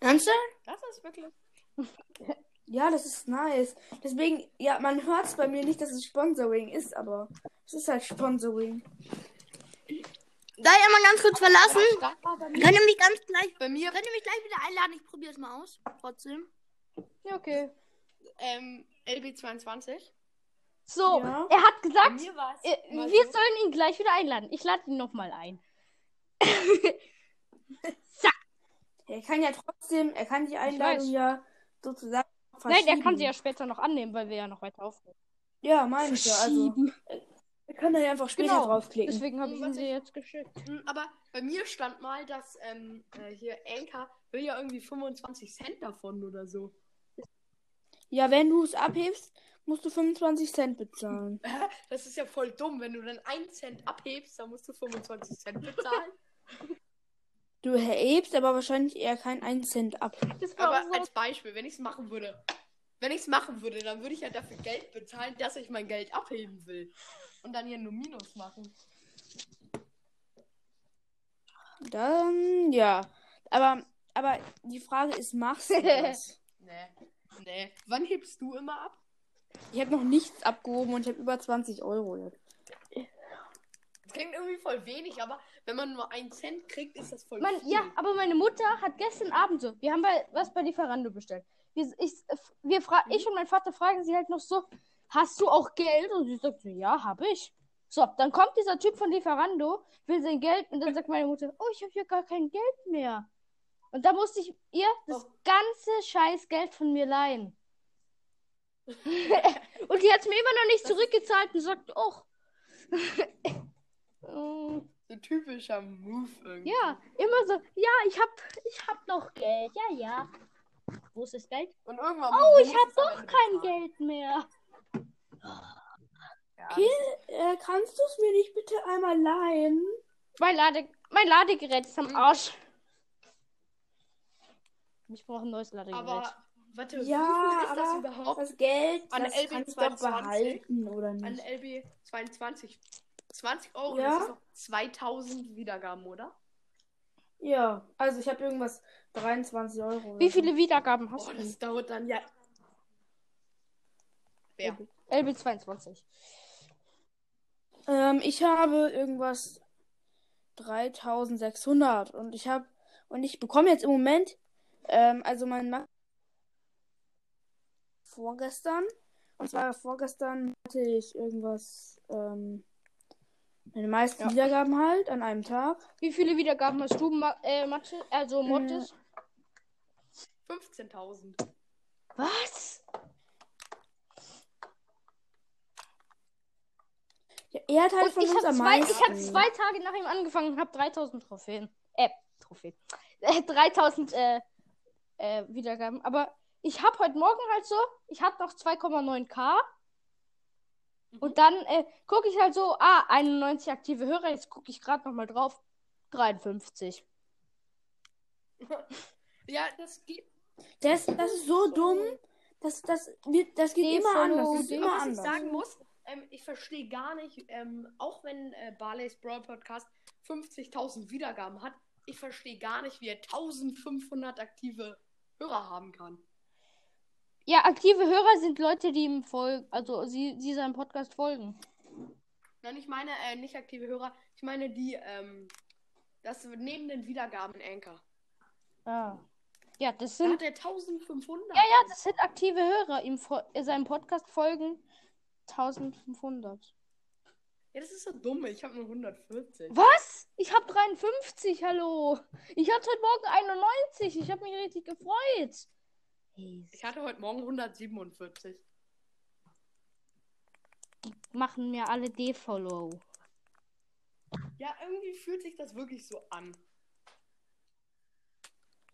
Speaker 10: Ernsthaft?
Speaker 7: das ist wirklich.
Speaker 3: Ja, das ist nice. Deswegen, ja, man hört es bei mir nicht, dass es Sponsoring ist, aber es ist halt Sponsoring.
Speaker 10: Darf ich mal ganz kurz verlassen? Könnt ihr mich ganz gleich,
Speaker 7: Bei mir,
Speaker 11: Könnt ihr mich gleich wieder einladen? Ich probiere es mal aus. Trotzdem.
Speaker 1: Ja, okay.
Speaker 7: ähm, LB22.
Speaker 1: So,
Speaker 3: Ja.
Speaker 1: er hat
Speaker 7: Bei
Speaker 1: gesagt,
Speaker 7: mir war es.
Speaker 1: äh,
Speaker 7: immer
Speaker 1: wir
Speaker 7: so.
Speaker 1: sollen ihn gleich wieder einladen. Ich lade ihn nochmal ein.
Speaker 3: Er kann ja trotzdem, er kann die
Speaker 1: weiß.
Speaker 3: Einladung ja sozusagen
Speaker 1: Nein, er kann
Speaker 3: verschieben.
Speaker 1: sie ja später noch annehmen, weil wir ja noch weiter aufnehmen.
Speaker 3: Ja, meine ich ja. Also, er kann da ja einfach später
Speaker 1: Genau.
Speaker 3: draufklicken.
Speaker 1: Deswegen habe ich ihn
Speaker 7: Was
Speaker 1: dir jetzt geschickt.
Speaker 7: Mm, Aber bei mir stand mal, dass ähm, äh, hier Anker will ja irgendwie 25 Cent davon oder so.
Speaker 3: Ja, wenn du es abhebst, musst du 25 Cent bezahlen.
Speaker 7: Das ist ja voll dumm, wenn du dann 1 Cent abhebst, dann musst du 25 Cent bezahlen.
Speaker 3: Du hebst aber wahrscheinlich eher keinen 1 Cent ab.
Speaker 1: Das war
Speaker 7: Aber
Speaker 1: auch so.
Speaker 7: als Beispiel, wenn ich es machen würde. Wenn ich es machen würde, dann würde ich ja dafür Geld bezahlen, dass ich mein Geld abheben will. Und dann hier nur Minus machen.
Speaker 3: Dann, ja. Aber, aber die Frage ist, machst du das?
Speaker 7: Nee. Nee. Wann hebst du immer ab?
Speaker 3: Ich habe noch nichts abgehoben und ich habe über 20 Euro jetzt.
Speaker 7: Das klingt irgendwie voll wenig, aber wenn man nur einen Cent kriegt, ist das voll
Speaker 1: Mann,
Speaker 7: viel.
Speaker 1: ja, aber meine Mutter hat gestern Abend so, wir haben bei, was bei Lieferando bestellt. Wir, ich, wir fra ich und mein Vater fragen sie halt noch so, hast du auch Geld? Und sie sagt so, ja, habe ich. So, dann kommt dieser Typ von Lieferando, will sein Geld und dann sagt meine Mutter, oh, ich habe hier gar kein Geld mehr. Und da musste ich ihr das ganze scheiß Geld von mir leihen. Und die hat es mir immer noch nicht zurückgezahlt und sagt, och. Oh.
Speaker 7: So typischer Move irgendwie.
Speaker 1: ja, immer so, ja, ich hab, ich hab noch Geld, ja, ja. Wo ist das Geld?
Speaker 7: Und irgendwann. Oh,
Speaker 1: Ich hab doch kein Geld mehr.
Speaker 7: Ja,
Speaker 3: Äh, kannst du es mir nicht bitte einmal leihen?
Speaker 1: Mein, Lade, mein Ladegerät ist am Arsch. Ich brauche ein neues Ladegerät.
Speaker 7: aber. Warte,
Speaker 3: Ja,
Speaker 7: wie viel ist das
Speaker 3: aber
Speaker 7: überhaupt?
Speaker 3: Das Geld,
Speaker 7: An
Speaker 3: das
Speaker 7: LB
Speaker 3: kannst du doch
Speaker 7: 22.
Speaker 3: behalten, oder
Speaker 7: An
Speaker 3: nicht?
Speaker 7: LB 22. 20 Euro,
Speaker 3: Ja.
Speaker 7: das ist doch 2000 Wiedergaben, oder?
Speaker 3: Ja, also ich habe irgendwas 23 Euro. oder
Speaker 1: Wie
Speaker 3: so.
Speaker 1: viele Wiedergaben hast
Speaker 7: Oh,
Speaker 1: du?
Speaker 7: das dauert dann ja. Wer?
Speaker 1: LB22.
Speaker 3: Ähm, ich habe irgendwas 3600 und ich habe und ich bekomme jetzt im Moment ähm, also mein Max vorgestern und zwar vorgestern hatte ich irgendwas ähm, meine meisten Wiedergaben halt an einem Tag.
Speaker 1: Wie viele Wiedergaben hast du, Ma äh, Mathe, also Mortis?
Speaker 7: 15.000.
Speaker 1: Was?
Speaker 3: Ja, er hat halt
Speaker 1: Und
Speaker 3: von
Speaker 1: ich
Speaker 3: uns
Speaker 1: habe
Speaker 3: am
Speaker 1: zwei, ich hab
Speaker 3: meisten.
Speaker 1: zwei Tage nach ihm angefangen und habe 3000 Trophäen. Äh, Trophäen. Äh, 3000 äh, äh, Wiedergaben. Aber ich habe heute Morgen halt so, ich hatte noch 2,9k. Und dann äh, gucke ich halt so, ah, 91 aktive Hörer. Jetzt gucke ich gerade nochmal drauf. 53.
Speaker 7: Ja, das geht.
Speaker 3: Das, das ist so dumm. Das, das, wird- das geht immer anders. Das ist
Speaker 7: Aber
Speaker 3: immer
Speaker 7: was ich
Speaker 3: anders.
Speaker 7: sagen muss, ähm, ich verstehe gar nicht, ähm, auch wenn äh, Barley's Brawl Podcast 50.000 Wiedergaben hat, ich verstehe gar nicht, wie er 1500 aktive Hörer haben kann.
Speaker 1: Ja, aktive Hörer sind Leute, die ihm folgen, also sie, sie seinem Podcast folgen.
Speaker 7: Nein, ich meine äh, nicht aktive Hörer, ich meine die, ähm, das neben den Wiedergaben Anchor.
Speaker 1: Ah. Ja, das
Speaker 7: Da
Speaker 1: sind
Speaker 7: hat er 1500.
Speaker 1: Ja, ja, das sind aktive Hörer. Ihm fol- äh, seinem Podcast folgen 1500.
Speaker 7: Ja, das ist so dumm. Ich habe nur 140.
Speaker 1: Was? Ich habe 53, hallo. Ich hatte heute Morgen 91. Ich habe mich richtig gefreut.
Speaker 7: Ich hatte heute Morgen 147.
Speaker 1: Machen mir alle D-Follow.
Speaker 7: Ja, irgendwie fühlt sich das wirklich so an.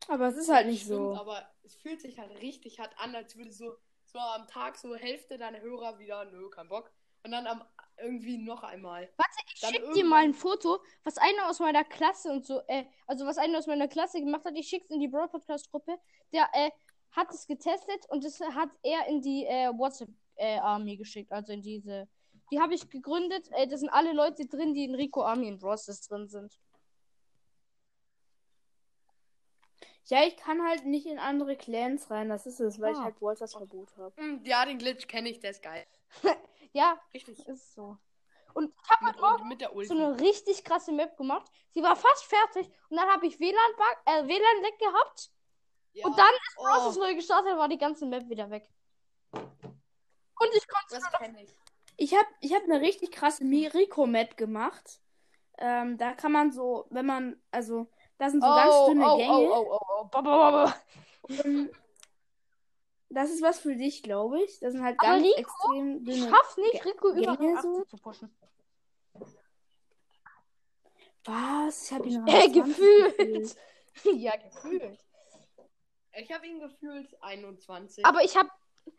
Speaker 3: Aber es ist halt nicht
Speaker 7: Stimmt,
Speaker 3: so.
Speaker 7: aber es fühlt sich halt richtig hart an, als würde so, so am Tag so Hälfte deiner Hörer wieder, nö, kein Bock. Und dann am, irgendwie noch einmal.
Speaker 1: Ich
Speaker 7: Dann
Speaker 1: schick dir
Speaker 7: irgendwann-
Speaker 1: mal ein Foto, was einer aus meiner Klasse und so, äh, also was einer aus meiner Klasse gemacht hat. Ich schick's in die Broad Podcast Gruppe. Der äh, hat es getestet und das hat er in die äh, WhatsApp äh, Army geschickt, also in diese. Die habe ich gegründet. Äh, das sind alle Leute drin, die in Rico Army und Rosses drin sind.
Speaker 3: Ja, ich kann halt nicht in andere Clans rein, das ist es, weil ich
Speaker 1: Ah.
Speaker 3: halt Wolters Verbot habe.
Speaker 7: Hm, ja, den Glitch kenne ich, der ist geil.
Speaker 1: Ja,
Speaker 7: Richtig.
Speaker 1: ist so. Und ich habe
Speaker 7: Mit,
Speaker 1: heute Morgen
Speaker 7: mit der Ulti.
Speaker 1: so eine richtig krasse Map gemacht. Sie war fast fertig und dann habe ich WLAN-Lag äh, WLAN gehabt.
Speaker 7: ja.
Speaker 1: Und dann
Speaker 7: oh,
Speaker 1: Als ich neu gestartet war die ganze Map wieder weg. Und ich konnte
Speaker 7: das kenne ich.
Speaker 3: Ich habe ich hab eine richtig krasse Mirico-Map gemacht. Ähm, da kann man so, wenn man, also, da sind so ganz dünne Gänge.
Speaker 1: oh, oh, oh, ba, ba, ba, ba.
Speaker 3: Ähm, Das ist was für dich, glaube ich. Das sind halt
Speaker 1: Aber
Speaker 3: ganz
Speaker 1: Rico,
Speaker 3: extrem
Speaker 1: Ich
Speaker 3: dünne.
Speaker 1: schaff's nicht, Rico über
Speaker 3: Gänge
Speaker 1: 80
Speaker 3: Genau. so?
Speaker 1: zu pushen.
Speaker 3: Was? Ich habe ihn
Speaker 1: Äh,
Speaker 3: 23
Speaker 1: gefühlt. ja, gefühlt.
Speaker 7: Ich habe ihn gefühlt 21.
Speaker 1: Aber ich hab,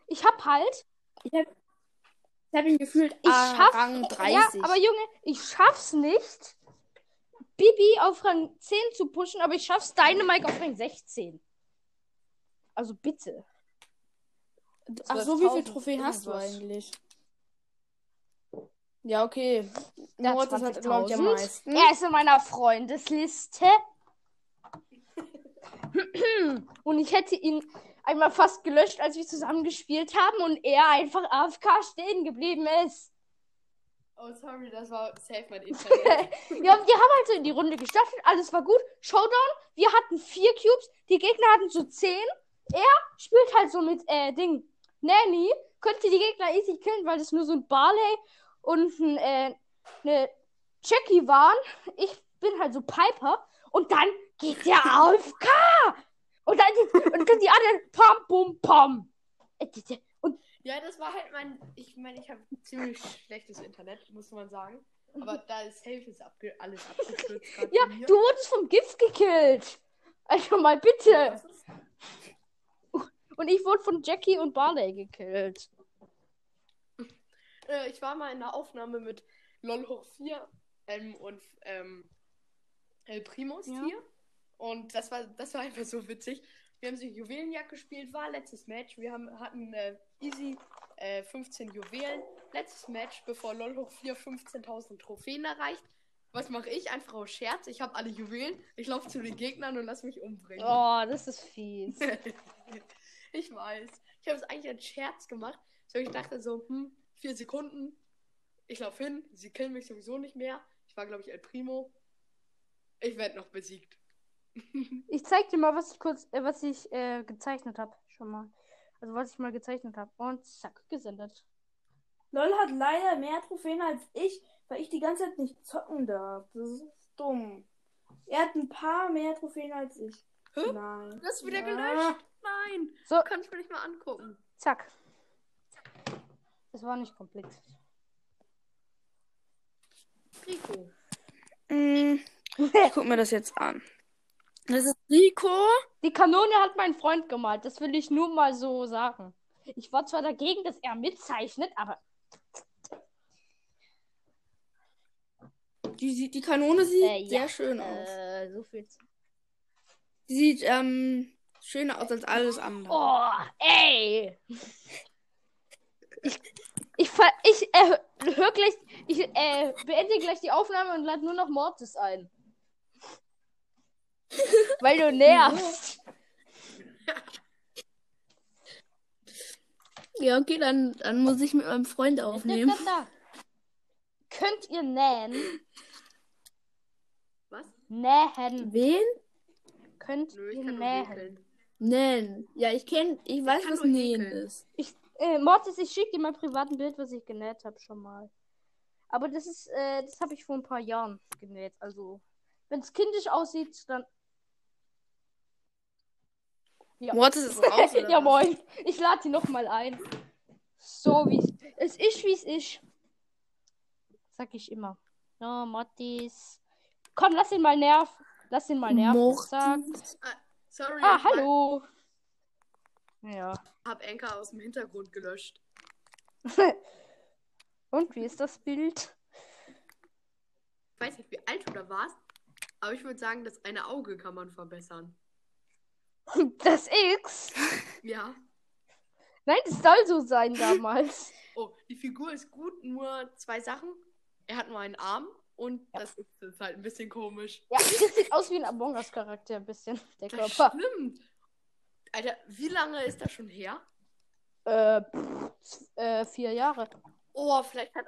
Speaker 1: ich hab halt,
Speaker 3: Ich habe ihn gefühlt
Speaker 1: ich
Speaker 3: ah,
Speaker 1: schaff,
Speaker 3: Rang 30.
Speaker 1: ja, aber Junge, ich schaff's nicht, Bibi auf Rang 10 zu pushen, aber ich schaff's Dynamite auf Rang 16. Also bitte.
Speaker 3: Ach so, wie viele
Speaker 1: 12.000
Speaker 3: Trophäen hast du
Speaker 1: irgendwas.
Speaker 3: eigentlich? Ja, okay.
Speaker 1: Ja,
Speaker 3: Mortis hat, glaube ich, am
Speaker 1: 20.000.
Speaker 3: meisten.
Speaker 1: Er ist in meiner Freundesliste. Und ich hätte ihn einmal fast gelöscht, als wir zusammen gespielt haben und er einfach AFK stehen geblieben ist.
Speaker 7: oh, sorry, das war safe mein Internet.
Speaker 1: Ja, wir haben halt so in die Runde gestartet, alles war gut. Showdown, wir hatten vier Cubes, die Gegner hatten so zehn. Er spielt halt so mit, äh, Ding, Nanny, könnte die Gegner easy killen, weil es nur so ein Barley und ein, äh, eine Jackie waren. Ich bin halt so Piper und dann geht der auf K. Und dann, Äh, die, und dann die anderen, pam, bum, pam. Und
Speaker 7: Ja, das war halt mein. Ich meine, ich habe ziemlich schlechtes Internet, muss man sagen. Aber da ist safe ist abge alles abgestürzt. grad
Speaker 1: Ja,
Speaker 7: bei mir.
Speaker 1: du wurdest vom Gift gekillt. Also mal bitte. Und ich wurde von Jackie und Barley gekillt.
Speaker 7: Äh, ich war mal in einer Aufnahme mit LOL hoch 4 ähm, und ähm, El Primus
Speaker 1: Ja.
Speaker 7: hier. Und das war, das war einfach so witzig. Wir haben so Juwelenjagd gespielt, war letztes Match. Wir haben, hatten äh, easy äh, 15 Juwelen. Letztes Match, bevor LOL hoch 4 15.000 Trophäen erreicht. Was mache ich? Einfach aus Scherz. Ich habe alle Juwelen. Ich laufe zu den Gegnern und lass mich umbringen.
Speaker 1: Oh, das ist fies.
Speaker 7: ich weiß. Ich habe es eigentlich als Scherz gemacht. So, ich dachte so, hm, vier Sekunden. Ich laufe hin. Sie killen mich sowieso nicht mehr. Ich war, glaube ich, El Primo. Ich werde noch besiegt.
Speaker 1: Ich zeig dir mal, was ich kurz, äh, was ich äh, gezeichnet habe. Schon mal. Also was ich mal gezeichnet habe. Und zack, gesendet.
Speaker 12: LOL hat leider mehr Trophäen als ich, weil ich die ganze Zeit nicht zocken darf. Das ist dumm. Er hat ein paar mehr Trophäen als ich.
Speaker 7: Hä?
Speaker 12: Nein.
Speaker 7: Das ist wieder
Speaker 1: Ja.
Speaker 7: gelöscht. Nein.
Speaker 1: So.
Speaker 7: Kann ich mir nicht mal angucken.
Speaker 1: Zack. Es war nicht komplett.
Speaker 7: Rico.
Speaker 3: Mm, Ich guck mir das jetzt an. Das ist Rico.
Speaker 1: Die Kanone hat mein Freund gemalt. Das will ich nur mal so sagen. Ich war zwar dagegen, dass er mitzeichnet, aber
Speaker 3: Die, sieht, die Kanone sieht
Speaker 1: Äh, ja.
Speaker 3: sehr schön aus.
Speaker 1: äh, so viel zu.
Speaker 3: Die sieht ähm, schöner aus als alles andere.
Speaker 1: Oh, ey! Ich, ich, ver- ich äh, hör gleich, ich äh, beende gleich die Aufnahme und lade nur noch Mortis ein. Weil du nervst.
Speaker 13: Ja, okay, dann, dann muss ich mit meinem Freund aufnehmen.
Speaker 1: Da. Könnt ihr nähen?
Speaker 7: Was?
Speaker 1: Nähen.
Speaker 13: Wen?
Speaker 1: Könnt
Speaker 7: Nö, ich
Speaker 1: ihr
Speaker 7: kann nur
Speaker 1: nähen?
Speaker 7: häkeln.
Speaker 13: Nähen. Ja, ich kenne, ich weiß,
Speaker 7: kann
Speaker 13: was
Speaker 7: nur
Speaker 13: Nähen
Speaker 7: häkeln.
Speaker 13: ist.
Speaker 1: Äh, Mortis, ich schicke dir mein privaten Bild, was ich genäht habe schon mal. Aber das ist, äh, das habe ich vor ein paar Jahren genäht. Also, wenn es kindisch aussieht, dann. Ja.
Speaker 3: Mortis ist raus. Oder
Speaker 1: ja,
Speaker 3: was?
Speaker 1: moin. Ich lade die nochmal ein. So wie es ist, wie es ist. Sag ich immer. No, Mortis. Komm, lass ihn mal nerven. Lass ihn mal nerven.
Speaker 13: Mortis.
Speaker 1: Zack.
Speaker 7: Sorry,
Speaker 1: Ah,
Speaker 7: ich
Speaker 1: hallo. Ja.
Speaker 7: hab Enka aus dem Hintergrund gelöscht.
Speaker 1: Und wie ist das Bild?
Speaker 7: Ich weiß nicht, wie alt du da warst, aber ich würde sagen, das eine Auge kann man verbessern.
Speaker 1: Das X.
Speaker 7: Ja.
Speaker 1: Nein, das soll so sein damals.
Speaker 7: Oh, die Figur ist gut, nur zwei Sachen. Er hat nur einen Arm und das ist, das ist halt ein bisschen komisch.
Speaker 1: ja, das sieht aus wie ein Among Us-Charakter ein bisschen, der
Speaker 7: Das
Speaker 1: Körper.
Speaker 7: stimmt. Alter, wie lange ist das schon her?
Speaker 1: Äh, pff, äh, vier Jahre.
Speaker 7: Oh, vielleicht hat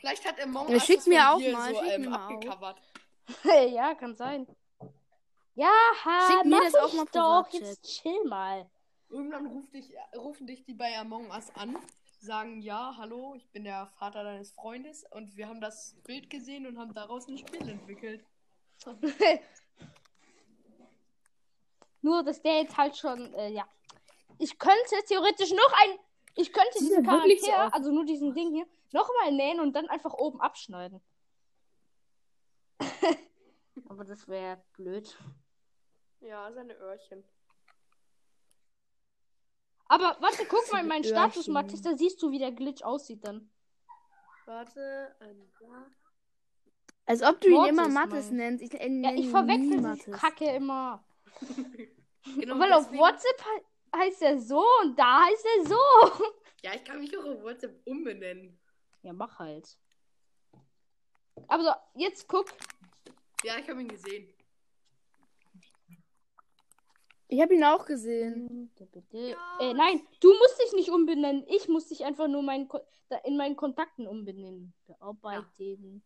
Speaker 7: vielleicht hat Among
Speaker 3: Ja,
Speaker 7: Us
Speaker 3: schick's
Speaker 7: das
Speaker 3: mir
Speaker 7: von
Speaker 3: auch
Speaker 7: dir
Speaker 3: mal,
Speaker 7: so
Speaker 3: schick
Speaker 7: ähm,
Speaker 3: mir mal auch.
Speaker 7: abgecovert.
Speaker 1: ja, kann sein. Ja, ha,
Speaker 3: Schick mir
Speaker 1: mach
Speaker 3: das
Speaker 1: ich
Speaker 3: auch mal
Speaker 1: doch.
Speaker 3: privat,
Speaker 1: Jetzt chill mal.
Speaker 7: Irgendwann ruft dich, rufen dich die bei Among Us an, sagen ja, hallo, ich bin der Vater deines Freundes und wir haben das Bild gesehen und haben daraus ein Spiel entwickelt.
Speaker 1: Nur, dass der jetzt halt schon, äh, ja. Ich könnte theoretisch noch ein, ich könnte
Speaker 3: Sieht
Speaker 1: diesen
Speaker 3: ja wirklich
Speaker 1: Charakter,
Speaker 3: so aus.
Speaker 1: also nur diesen Ding hier, nochmal nähen und dann einfach oben abschneiden. Aber das wäre blöd.
Speaker 7: Ja, seine Öhrchen.
Speaker 1: Aber warte, guck mal in meinen
Speaker 3: Öhrchen.
Speaker 1: Status, Mathis, da siehst du, wie der Glitch aussieht dann.
Speaker 7: Warte, ähm, ja.
Speaker 3: Als ob du ihn
Speaker 1: Mortis
Speaker 3: immer Mattes
Speaker 1: mein-
Speaker 3: nennst. Ich, äh,
Speaker 1: Ja,
Speaker 3: nenn
Speaker 1: ich
Speaker 3: ihn
Speaker 1: verwechsel
Speaker 3: nie
Speaker 1: die
Speaker 3: Mattes.
Speaker 1: Kacke immer.
Speaker 7: Genau
Speaker 1: Weil auf
Speaker 7: deswegen-
Speaker 1: WhatsApp he- heißt er so und da heißt er so.
Speaker 7: Ja, ich kann mich auch auf WhatsApp umbenennen.
Speaker 1: Ja, mach halt. Aber so, jetzt guck.
Speaker 7: Ja, ich habe ihn gesehen.
Speaker 3: Ich habe ihn auch gesehen.
Speaker 1: Äh, nein, du musst dich nicht umbenennen. Ich muss dich einfach nur meinen Ko da in meinen Kontakten umbenennen. Bearbeiten.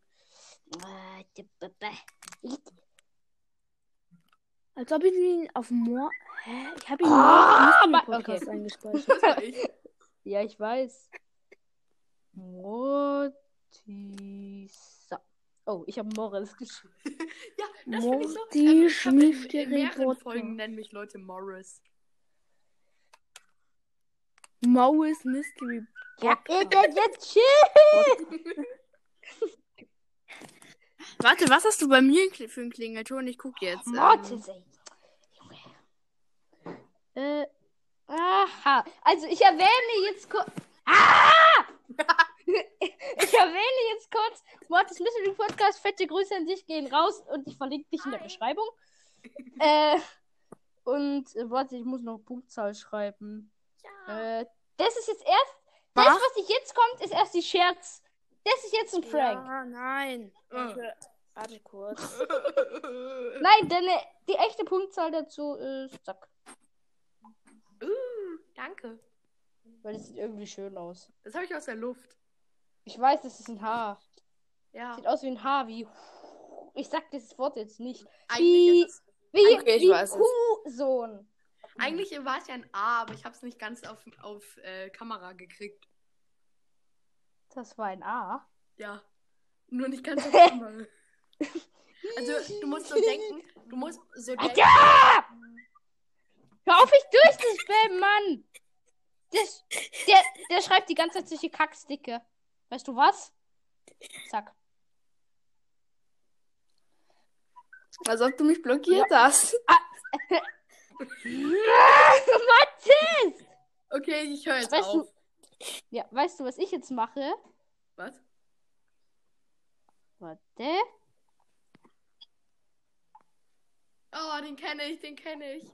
Speaker 1: Ah, dip, dip, dip.
Speaker 3: Als ob ich ihn auf Mor. Hä? Ich habe ihn
Speaker 1: Ah,
Speaker 3: nicht in den
Speaker 1: ma-
Speaker 3: Podcast
Speaker 1: okay.
Speaker 3: eingespeichert.
Speaker 7: Das war ich.
Speaker 1: Ja, ich weiß. Mortisa. Oh, ich habe Morris geschrieben.
Speaker 7: Ja, das finde ich so.
Speaker 3: Morty
Speaker 7: ich hab in-
Speaker 3: schmieft
Speaker 7: in
Speaker 3: den
Speaker 7: mehreren
Speaker 3: Roten.
Speaker 7: Folgen nennen mich Leute Morris.
Speaker 14: Maues Mystery
Speaker 1: Jetzt chill!
Speaker 3: Warte, was hast du bei mir kli- für einen Klingelton? Ich guck jetzt. ähm,
Speaker 1: Mortis, ey. Junge. Äh, aha. Also ich erwähne jetzt kurz. Ah! ich erwähne jetzt kurz Mortis Mystery Podcast. Fette Grüße an dich gehen raus und ich verlinke dich in der Beschreibung. äh, und äh, warte, ich muss noch Punktzahl schreiben. Äh, das ist jetzt erst. Das,
Speaker 3: Was?
Speaker 1: was ich jetzt kommt, ist erst die Scherz. Das ist jetzt ein Prank.
Speaker 3: Ja, nein. Oh. Warte, warte kurz.
Speaker 1: Nein, denn äh, die echte Punktzahl dazu ist. Zack.
Speaker 7: Danke.
Speaker 1: Weil das sieht irgendwie schön aus.
Speaker 7: Das habe ich aus der Luft.
Speaker 1: Ich weiß, das ist ein Haar.
Speaker 7: Ja.
Speaker 1: Sieht aus wie ein Haar, wie. Ich sag dieses Wort jetzt nicht.
Speaker 7: Eigentlich, ist
Speaker 1: Wie,
Speaker 3: Okay, ich
Speaker 1: wie
Speaker 3: weiß es.
Speaker 1: Kuhsohn.
Speaker 7: es, eigentlich war es ja ein A, aber ich habe es nicht ganz auf, auf äh, Kamera gekriegt.
Speaker 1: Das war ein A.
Speaker 7: Ja. Nur nicht ganz auf Kamera. also, du musst so denken, du musst so denken.
Speaker 1: Hör auf, ich durchzuspammen, Mann! Der, sch- der, der schreibt die ganze Zeit solche Kacksticke. Weißt du was? Zack.
Speaker 3: Als ob du mich blockiert hast.
Speaker 1: Mathis!
Speaker 7: Okay, ich höre jetzt
Speaker 1: Weißt
Speaker 7: auf.
Speaker 1: du, ja, weißt du, was ich jetzt mache?
Speaker 7: Was?
Speaker 1: Warte.
Speaker 7: Oh, den kenne ich, den kenne ich.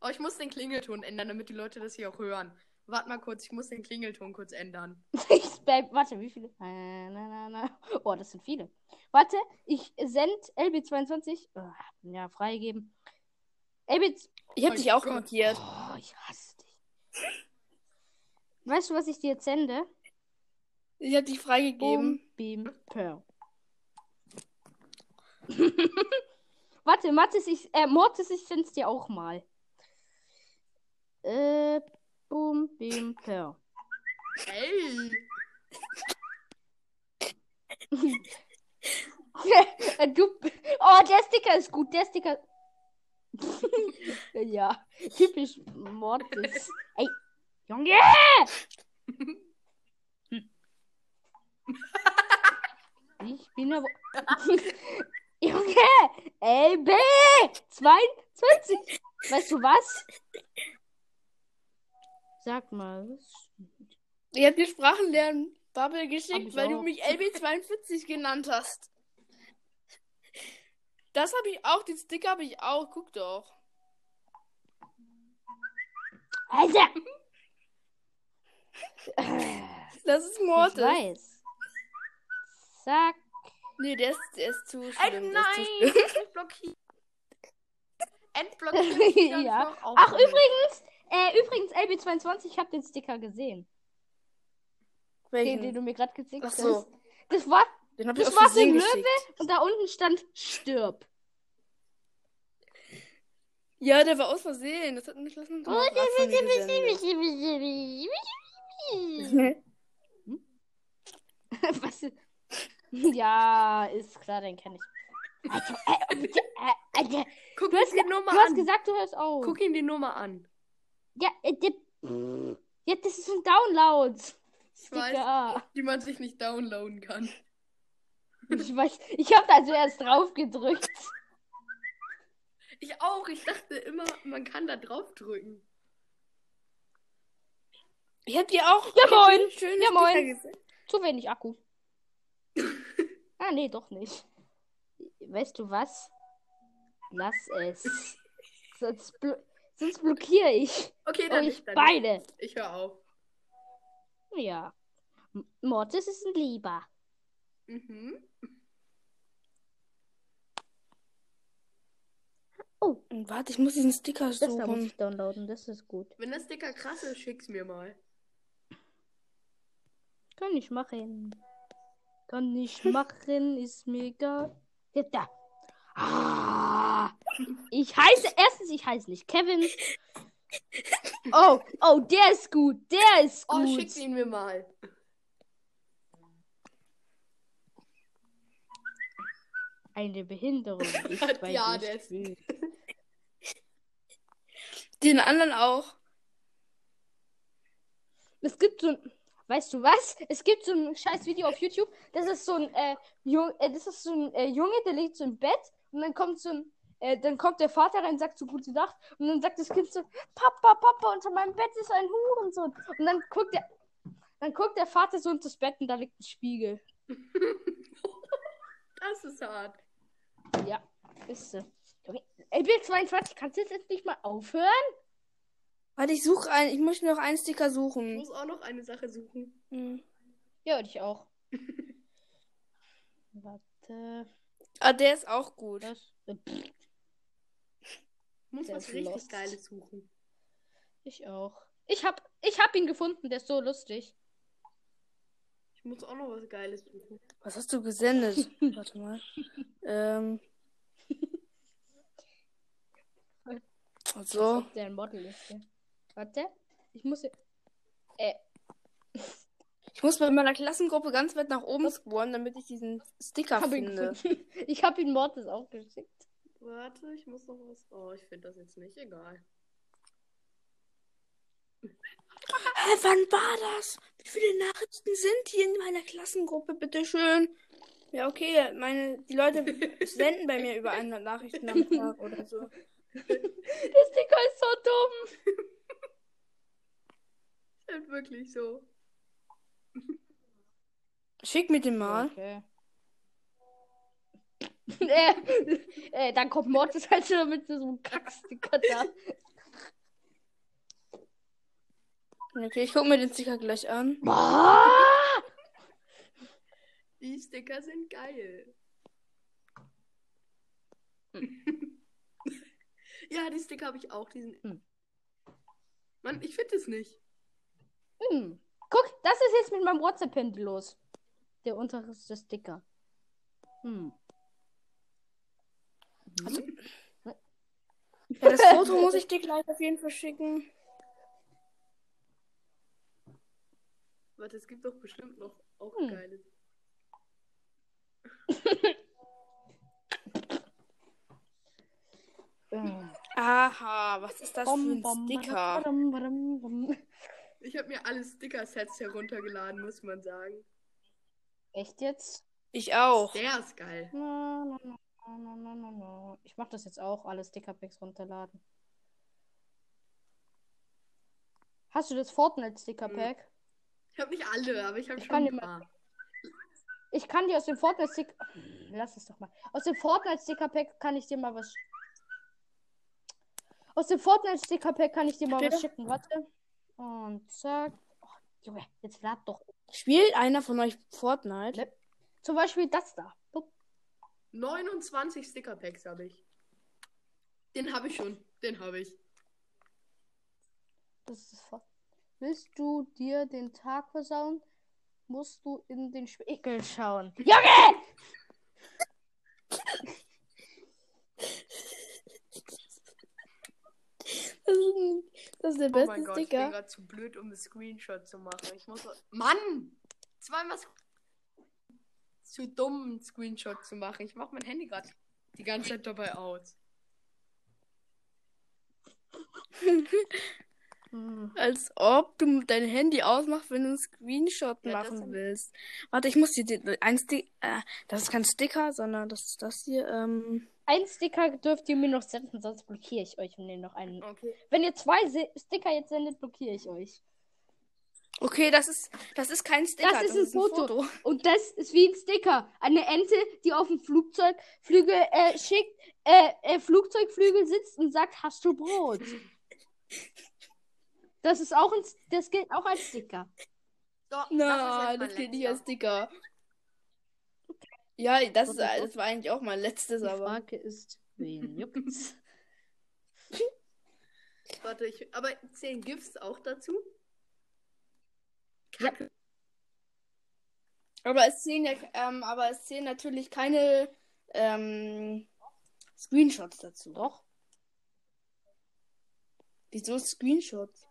Speaker 7: Oh, ich muss den Klingelton ändern, damit die Leute das hier auch hören. Warte mal kurz, ich muss den Klingelton kurz ändern.
Speaker 1: Ich spam. Warte, wie viele? Na, na, na, na. Oh, das sind viele. Warte, ich send LB22. Ah, ja, freigeben. LB.
Speaker 3: Ich habe
Speaker 7: Oh
Speaker 3: dich auch
Speaker 7: Gott.
Speaker 3: blockiert.
Speaker 1: Oh, ich hasse dich. Weißt du, was ich dir jetzt sende?
Speaker 3: Ich habe dich freigegeben.
Speaker 1: Boom, beam, pearl. Warte, Mathis, ich, äh, Mortis, ich send's dir auch mal. Äh, boom, beam, pearl.
Speaker 7: Ey!
Speaker 1: du, oh, der Sticker ist gut, der Sticker. ja, typisch Mortis. Ey, Junge! ich bin aber. Junge! LB! 22! Weißt du was? Sag mal, was
Speaker 3: Ich habe dir Sprachenlernen-Bubble
Speaker 1: Hab
Speaker 3: Um geschickt,
Speaker 1: ich
Speaker 3: weil du
Speaker 1: auch.
Speaker 3: mich LB42 genannt hast. Das habe ich auch, den Sticker habe ich auch. Guck doch.
Speaker 1: Also,
Speaker 3: Das ist
Speaker 1: ich
Speaker 3: Mortis.
Speaker 1: weiß. Sag.
Speaker 3: Nee, der ist, der ist zu schlimm.
Speaker 7: Ey,
Speaker 3: der ist zu
Speaker 7: nein!
Speaker 3: schlimm.
Speaker 7: Entblockieren! Entblockieren!
Speaker 1: Ja. Ach,
Speaker 7: Ach,
Speaker 1: übrigens, äh, übrigens, LB22, ich habe den Sticker gesehen. Den, den
Speaker 3: Welchen?
Speaker 1: du mir gerade gezeigt
Speaker 3: Ach
Speaker 1: hast.
Speaker 3: so.
Speaker 1: Das war,
Speaker 3: Den habe ich
Speaker 1: das
Speaker 3: auf
Speaker 1: war
Speaker 3: Versehen
Speaker 1: ein Löwe.
Speaker 3: geschickt.
Speaker 1: und da unten stand, stirb.
Speaker 3: Ja, der war aus Versehen. Das hat mich lassen. Oh, der ist
Speaker 1: Was? Ja, ist klar, den kenne ich. Alter, äh, bitte, äh, Alter,
Speaker 7: guck
Speaker 1: du hast
Speaker 7: ihm die Nummer
Speaker 1: Du hast
Speaker 7: an!
Speaker 1: gesagt, du hörst auf.
Speaker 7: Guck ihm die Nummer an!
Speaker 1: Ja, äh, der- ja, das ist ein Download.
Speaker 7: Ich weiß,
Speaker 1: Sticker.
Speaker 7: die man sich nicht downloaden kann.
Speaker 1: Ich weiß, ich habe da zuerst drauf gedrückt.
Speaker 7: Ich auch, ich dachte immer, man kann da drauf drücken.
Speaker 3: Ich hab dir auch.
Speaker 1: Ja, moin.
Speaker 3: Schön.
Speaker 1: Ja, moin. Zu wenig Akku. ah, nee, doch nicht. Weißt du was? Lass es. Sonst, blo sonst blockiere ich
Speaker 7: Okay, dann
Speaker 1: euch
Speaker 7: dann
Speaker 1: beide.
Speaker 7: Ich höre auf.
Speaker 1: Ja. M- Mortis ist ein Lieber.
Speaker 7: Mhm.
Speaker 3: Warte, ich muss diesen Sticker
Speaker 1: Das da muss
Speaker 3: suchen.
Speaker 1: ich downloaden, das ist gut.
Speaker 7: Wenn das Sticker krass ist, schick's mir mal.
Speaker 1: Kann ich machen. Kann ich machen, ist mega. Ja, da. Ah, ich heiße, erstens, ich heiße nicht Kevin. Oh, oh, der ist gut, der ist
Speaker 7: Oh,
Speaker 1: gut.
Speaker 7: schick's ihn mir mal.
Speaker 1: Eine Behinderung ist bei
Speaker 7: Ja,
Speaker 1: ja,
Speaker 7: der
Speaker 1: dir
Speaker 7: ist-
Speaker 1: schwül.
Speaker 3: Den anderen auch.
Speaker 1: es gibt so ein, weißt du was? Es gibt so ein scheiß Video auf YouTube. Das ist so ein, äh, Jung, äh, das ist so ein äh, Junge, der liegt so im Bett und dann kommt so ein, äh, dann kommt der Vater rein, sagt so gute Nacht und dann sagt das Kind so, Papa, Papa, unter meinem Bett ist ein Hurensohn. Und dann guckt der, dann guckt der Vater so unter das Bett und da liegt ein Spiegel.
Speaker 7: Das ist hart.
Speaker 1: Ja, ist so. Junge, Ey, Bill 22, kannst du jetzt endlich mal aufhören?
Speaker 3: Warte, ich suche einen. Ich muss mir noch einen Sticker
Speaker 7: Ich
Speaker 3: suchen.
Speaker 7: muss auch noch eine Sache suchen.
Speaker 1: Hm. Ja, und ich auch. Warte,
Speaker 3: Ah, der ist auch gut.
Speaker 1: das. Pff,
Speaker 7: Ich muss
Speaker 1: Der
Speaker 7: was
Speaker 1: ist
Speaker 7: richtig
Speaker 1: lost.
Speaker 7: Geiles suchen.
Speaker 1: Ich auch. Ich hab, ich hab ihn gefunden, der ist so lustig.
Speaker 7: Ich muss auch noch was Geiles suchen.
Speaker 3: Was hast du gesendet? Warte mal. Ähm. Und so.
Speaker 1: Der ein Model ist. Ja. Warte, ich muss. hier-
Speaker 3: Ich muss bei meiner Klassengruppe ganz weit nach oben scrollen, damit ich diesen Sticker
Speaker 1: Ich hab ihn
Speaker 3: finde.
Speaker 1: gefunden. Ich hab ihn Mortis auch geschickt.
Speaker 7: Warte, ich muss noch was. Oh, ich finde das jetzt nicht. Egal.
Speaker 3: Hä, Äh, wann war das? Wie viele Nachrichten sind hier in meiner Klassengruppe? Bitte schön. Ja, okay. Meine, die Leute senden bei mir über 100 Nachrichten am Tag oder so.
Speaker 1: Der Sticker ist so dumm.
Speaker 7: Stimmt wirklich so.
Speaker 3: Schick mir den mal.
Speaker 1: Okay. äh, äh, dann kommt Mortis halt schon mit so einem Kacksticker da.
Speaker 3: Okay, ich guck mir den Sticker gleich an.
Speaker 7: Die Sticker sind geil. ja, die Sticker habe ich auch. Diesen.
Speaker 1: Hm.
Speaker 7: Mann, ich finde es nicht.
Speaker 1: Hm. Guck, das ist jetzt mit meinem WhatsApp-Handy los. Der unterste Sticker. Hm.
Speaker 3: Ja, das Foto muss ich dir gleich auf jeden Fall schicken.
Speaker 7: Warte, es gibt doch bestimmt noch auch
Speaker 1: Hm.
Speaker 7: geile.
Speaker 3: Aha, was ist das
Speaker 1: Äh, Bom,
Speaker 3: für ein
Speaker 1: bom,
Speaker 3: Sticker?
Speaker 1: badum, badum, badum.
Speaker 7: Ich habe mir alle Sticker-Sets heruntergeladen, muss man sagen.
Speaker 1: Echt jetzt?
Speaker 3: Ich auch.
Speaker 7: Der ist geil.
Speaker 1: Na, na, na, na, na, na, na. Ich mach das jetzt auch, alle Stickerpacks runterladen. Hast du das Fortnite-Stickerpack?
Speaker 7: Ich habe nicht alle, aber ich habe
Speaker 1: Ich
Speaker 7: schon
Speaker 1: kann
Speaker 7: ein
Speaker 1: dir
Speaker 7: paar.
Speaker 1: Ich kann dir aus dem Fortnite-Sticker. Lass es doch mal. Aus dem Fortnite-Sticker-Pack kann ich dir mal was. Aus dem Fortnite-Sticker-Pack kann ich dir mal was schicken. Warte. Und zack. Oh, Junge, jetzt lad doch.
Speaker 3: Spielt einer von euch Fortnite?
Speaker 1: Zum Beispiel das da. Bup.
Speaker 7: 29 Sticker-Packs habe ich. Den habe ich schon. Den habe ich.
Speaker 1: Das ist das Fort- Willst du dir den Tag versauen? Musst du in den Spiegel schauen. Junge!
Speaker 3: Das ist, ein- das ist der
Speaker 7: Oh
Speaker 3: beste
Speaker 7: mein Gott, ich bin
Speaker 3: Sticker.
Speaker 7: gerade zu blöd, um ein Screenshot zu machen. Ich muss. Mann! Zweimal Sc- zu dumm, einen Screenshot zu machen. Ich mache mein Handy gerade die ganze Zeit dabei aus.
Speaker 3: Als ob du dein Handy ausmachst, wenn du einen Screenshot
Speaker 7: Ja, das
Speaker 3: machen
Speaker 7: hab-
Speaker 3: willst. Warte, ich muss dir die- ein Sticker. Äh, das ist kein Sticker, sondern das ist das hier. Ähm,
Speaker 1: Ein Sticker dürft ihr mir noch senden, sonst blockiere ich euch und nehme noch einen.
Speaker 7: Okay.
Speaker 1: Wenn ihr zwei Se- Sticker jetzt sendet, blockiere ich euch.
Speaker 3: okay, das ist, das ist kein Sticker.
Speaker 1: Das ist ein Foto. Und das ist wie ein Sticker. Eine Ente, die auf dem Flugzeugflügel äh, schickt, äh, äh, Flugzeugflügel sitzt und sagt, hast du Brot? Das ist auch ein, S- das gilt auch als Sticker.
Speaker 7: So,
Speaker 3: Na, das
Speaker 7: das ist jetzt
Speaker 3: geht
Speaker 7: mein
Speaker 3: nicht als
Speaker 7: letzter.
Speaker 3: Sticker. Ja, das, ist,
Speaker 1: Warte, warte.
Speaker 3: das war eigentlich auch mein letztes, aber.
Speaker 1: ist, wen juckt's?
Speaker 7: Warte, ich, aber zählen GIFs auch dazu?
Speaker 3: Aber es zählen, ja, ähm, aber es zählen natürlich keine ähm, Screenshots dazu.
Speaker 1: Doch.
Speaker 3: Wieso Screenshots?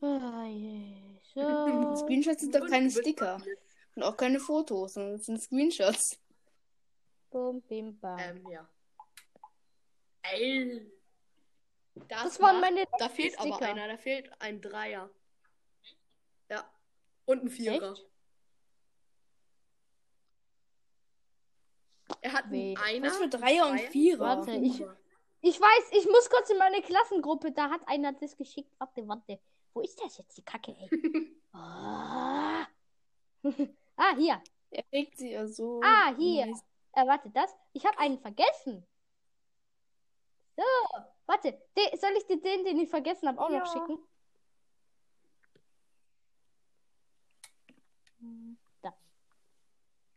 Speaker 1: Ah, je, so.
Speaker 3: Screenshots sind doch keine Sticker.
Speaker 7: Wird-
Speaker 3: Und auch keine Fotos, sondern das sind Screenshots.
Speaker 1: Bum, bim, bam.
Speaker 7: Ähm, ja. Ey.
Speaker 1: Das waren
Speaker 7: macht-
Speaker 1: meine
Speaker 7: Da fehlt aber
Speaker 1: Sticker.
Speaker 7: einer, da fehlt ein Dreier. Und ein Vierer. Er hat einen Einer.
Speaker 3: Was für Dreier und
Speaker 7: Zwei?
Speaker 3: Vierer?
Speaker 1: Warte, ich, ich weiß, ich muss kurz in meine Klassengruppe. Da hat einer das geschickt. Warte, warte. Wo ist das jetzt, die Kacke, ey? ah, Ah, hier.
Speaker 3: Er kriegt sie ja so.
Speaker 1: Ah, hier. Äh, warte, das? Ich habe einen vergessen. So, warte. De soll ich dir den, den ich vergessen habe, auch noch schicken?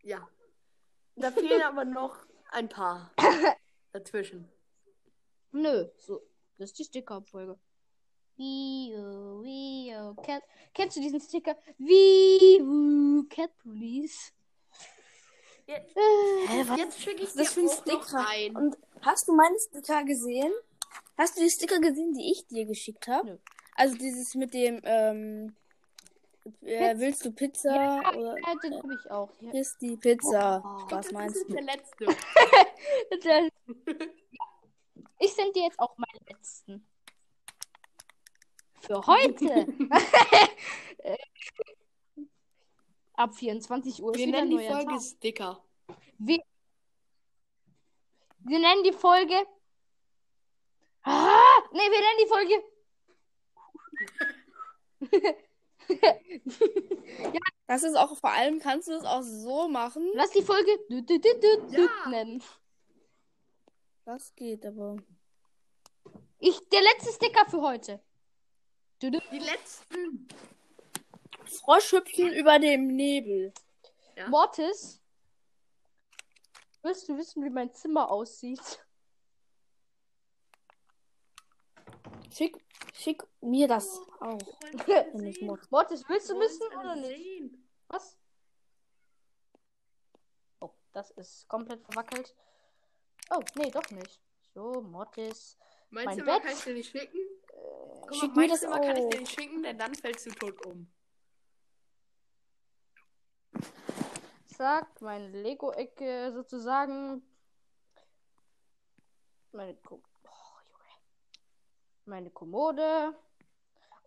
Speaker 7: Ja,
Speaker 2: Da fehlen aber noch.
Speaker 7: ein paar. Dazwischen.
Speaker 1: Nö, so. Das ist die Sticker-Abfolge. Vio, Vio, Cat. Kennst du diesen Sticker? Vio, Cat Police.
Speaker 3: Hä, was
Speaker 15: Jetzt schicke ich
Speaker 3: ist das für
Speaker 15: dir
Speaker 3: ein
Speaker 15: auch noch
Speaker 3: Sticker?
Speaker 15: ein.
Speaker 3: Und hast du meine Sticker gesehen? Hast du die Sticker gesehen, die ich dir geschickt habe? Also dieses mit dem, ähm, äh, willst du Pizza? Oder
Speaker 1: Ja, den habe ich auch. Ja.
Speaker 3: hier ist die Pizza? Oh, Was meinst du?
Speaker 7: Der letzte.
Speaker 1: Ich sende dir jetzt auch meinen letzten. Für heute. Äh, Ab 24 Uhr ist
Speaker 7: Wir
Speaker 1: wieder
Speaker 7: nennen die
Speaker 1: neuer Tag.
Speaker 7: Folge Sticker.
Speaker 1: Wir nennen die Folge. Ah, nee, wir nennen die Folge.
Speaker 3: Das ist auch, vor allem kannst du es auch so machen.
Speaker 1: Lass die Folge dü- dü- dü- dü- dü- nennen.
Speaker 3: Das geht aber.
Speaker 1: Ich, der letzte Sticker für heute. Dü- dü-
Speaker 7: Die letzten.
Speaker 3: Froschhüpfen über dem Nebel.
Speaker 7: Ja.
Speaker 1: Mortis. Willst du wissen, wie mein Zimmer aussieht?
Speaker 3: Schick, schick mir das auch. Wenn ich muss.
Speaker 1: Mortis, willst du wissen oder nicht? Was? Oh, das ist komplett verwackelt. Oh, nee, doch nicht. So, Mortis.
Speaker 7: Mein,
Speaker 1: Mein
Speaker 7: Zimmer
Speaker 1: Bett.
Speaker 7: kann ich dir nicht schicken. Guck
Speaker 3: Schick
Speaker 7: mal,
Speaker 3: mir
Speaker 7: mein
Speaker 3: das
Speaker 7: Zimmer kann ich
Speaker 3: auch.
Speaker 7: dir nicht schicken, denn dann fällst du tot um.
Speaker 1: Zack, meine Lego-Ecke sozusagen. Meine, Ko oh, Junge. meine Kommode.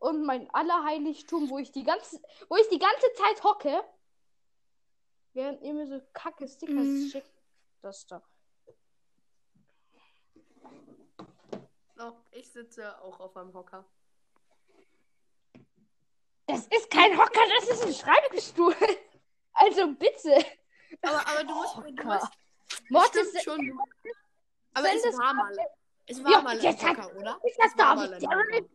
Speaker 1: Und mein Allerheiligtum, wo ich die ganze, wo ich die ganze Zeit hocke. Während ihr mir so kacke Stickers
Speaker 3: Mhm.
Speaker 1: schickt. Das da.
Speaker 7: Oh, ich sitze auch auf einem Hocker.
Speaker 1: Das ist kein Hocker, das ist ein Schreibstuhl. Also bitte.
Speaker 7: Aber, aber du musst. Du musst
Speaker 1: Mortis,
Speaker 7: stimmt schon. du- Aber es
Speaker 1: Sendes-
Speaker 7: war mal. Es war
Speaker 1: Ja,
Speaker 7: mal ein
Speaker 1: jetzt hat-
Speaker 7: Hocker, oder?
Speaker 1: das
Speaker 7: Es war
Speaker 1: darf
Speaker 7: mal
Speaker 1: ich.
Speaker 7: ein Hocker.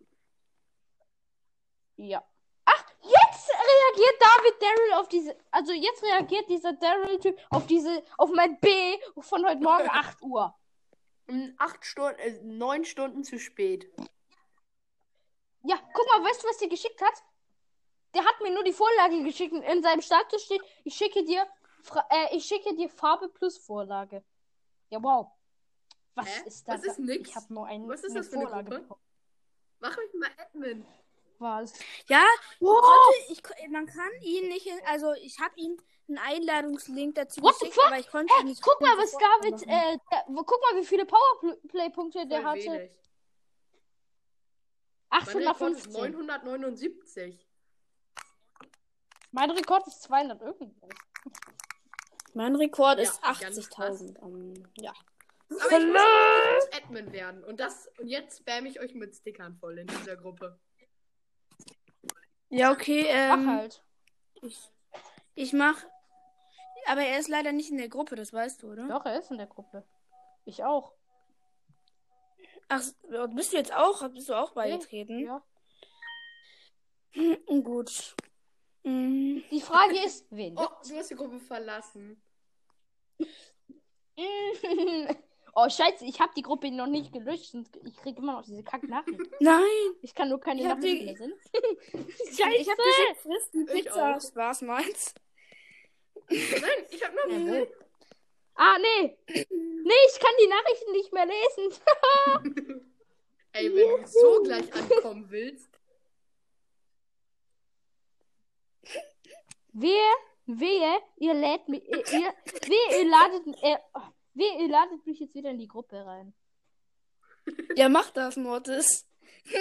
Speaker 1: Ja. Ach, jetzt reagiert David Daryl auf diese. Also jetzt reagiert dieser Daryl-Typ auf diese, auf mein B von heute Morgen 8 Uhr.
Speaker 7: Mm, Acht Stunden, äh, neun Stunden zu spät.
Speaker 1: Ja, guck mal, weißt du, was der geschickt hat? Der hat mir nur die Vorlage geschickt. und In seinem Status steht, ich schicke dir, Fra äh, ich schicke dir Farbe plus Vorlage. Ja, wow. Was
Speaker 7: Hä?
Speaker 1: ist das?
Speaker 7: Das ist nix.
Speaker 1: Ich habe nur einen.
Speaker 7: Was ist
Speaker 1: eine
Speaker 7: das für eine
Speaker 1: Vorlage
Speaker 7: Gruppe?
Speaker 1: bekommen.
Speaker 7: Mach mich mal Admin.
Speaker 1: Was?
Speaker 3: Ja,
Speaker 1: Wow.
Speaker 3: konnte, ich, ko- man kann ihn nicht, in- also ich habe ihm einen Einladungslink dazu
Speaker 1: What the
Speaker 3: geschickt,
Speaker 1: fuck?
Speaker 3: aber ich konnte ihn nicht.
Speaker 1: Guck mal, was
Speaker 3: sofort
Speaker 1: David,
Speaker 3: machen.
Speaker 1: äh, da, wo- guck mal, wie viele Powerplay-Punkte der
Speaker 7: Voll
Speaker 1: hatte.
Speaker 7: wenig. Mein Rekord ist
Speaker 1: 815.
Speaker 7: 979.
Speaker 1: Mein Rekord ist 200 irgendwas.
Speaker 3: Mein Rekord
Speaker 7: Ja,
Speaker 3: ist
Speaker 7: ganz
Speaker 3: 80.000. Ähm, ja.
Speaker 7: Aber ich muss jetzt Admin werden. Und, das, und jetzt spam ich euch mit Stickern voll in dieser Gruppe.
Speaker 3: Ja, okay,
Speaker 1: Mach
Speaker 3: ähm,
Speaker 1: halt.
Speaker 3: ich mach. Aber er ist leider nicht in der Gruppe, das weißt du, oder?
Speaker 1: Doch, er ist in der Gruppe. Ich auch.
Speaker 3: Ach, bist du jetzt auch? Bist du auch beigetreten?
Speaker 1: Ja.
Speaker 3: Hm, Gut. Hm,
Speaker 1: Die Frage ist, wen?
Speaker 7: Oh, du hast die Gruppe verlassen.
Speaker 1: oh, scheiße, ich habe die Gruppe noch nicht gelöscht. Und ich krieg immer noch diese Kacknachrichten.
Speaker 3: Nein!
Speaker 1: Ich kann nur keine
Speaker 3: Ich hab
Speaker 1: Nachrichten
Speaker 3: die-
Speaker 1: mehr senden.
Speaker 3: Scheiße! Ich hab geschickt, frisst die
Speaker 7: Ich
Speaker 3: Pizza.
Speaker 7: auch.
Speaker 3: Spaß meins.
Speaker 7: Nein, ich hab nur gesehen.
Speaker 1: Ah, nee. Nee, ich kann die Nachrichten nicht mehr lesen.
Speaker 7: Ey, wenn du so gleich ankommen willst.
Speaker 1: Wehe, wehe, ihr lädt mich. Ihr, ihr, wehe, ihr ladet. Äh, oh, wehe, ihr ladet mich jetzt wieder in die Gruppe rein.
Speaker 3: Ja, mach das, Mortis.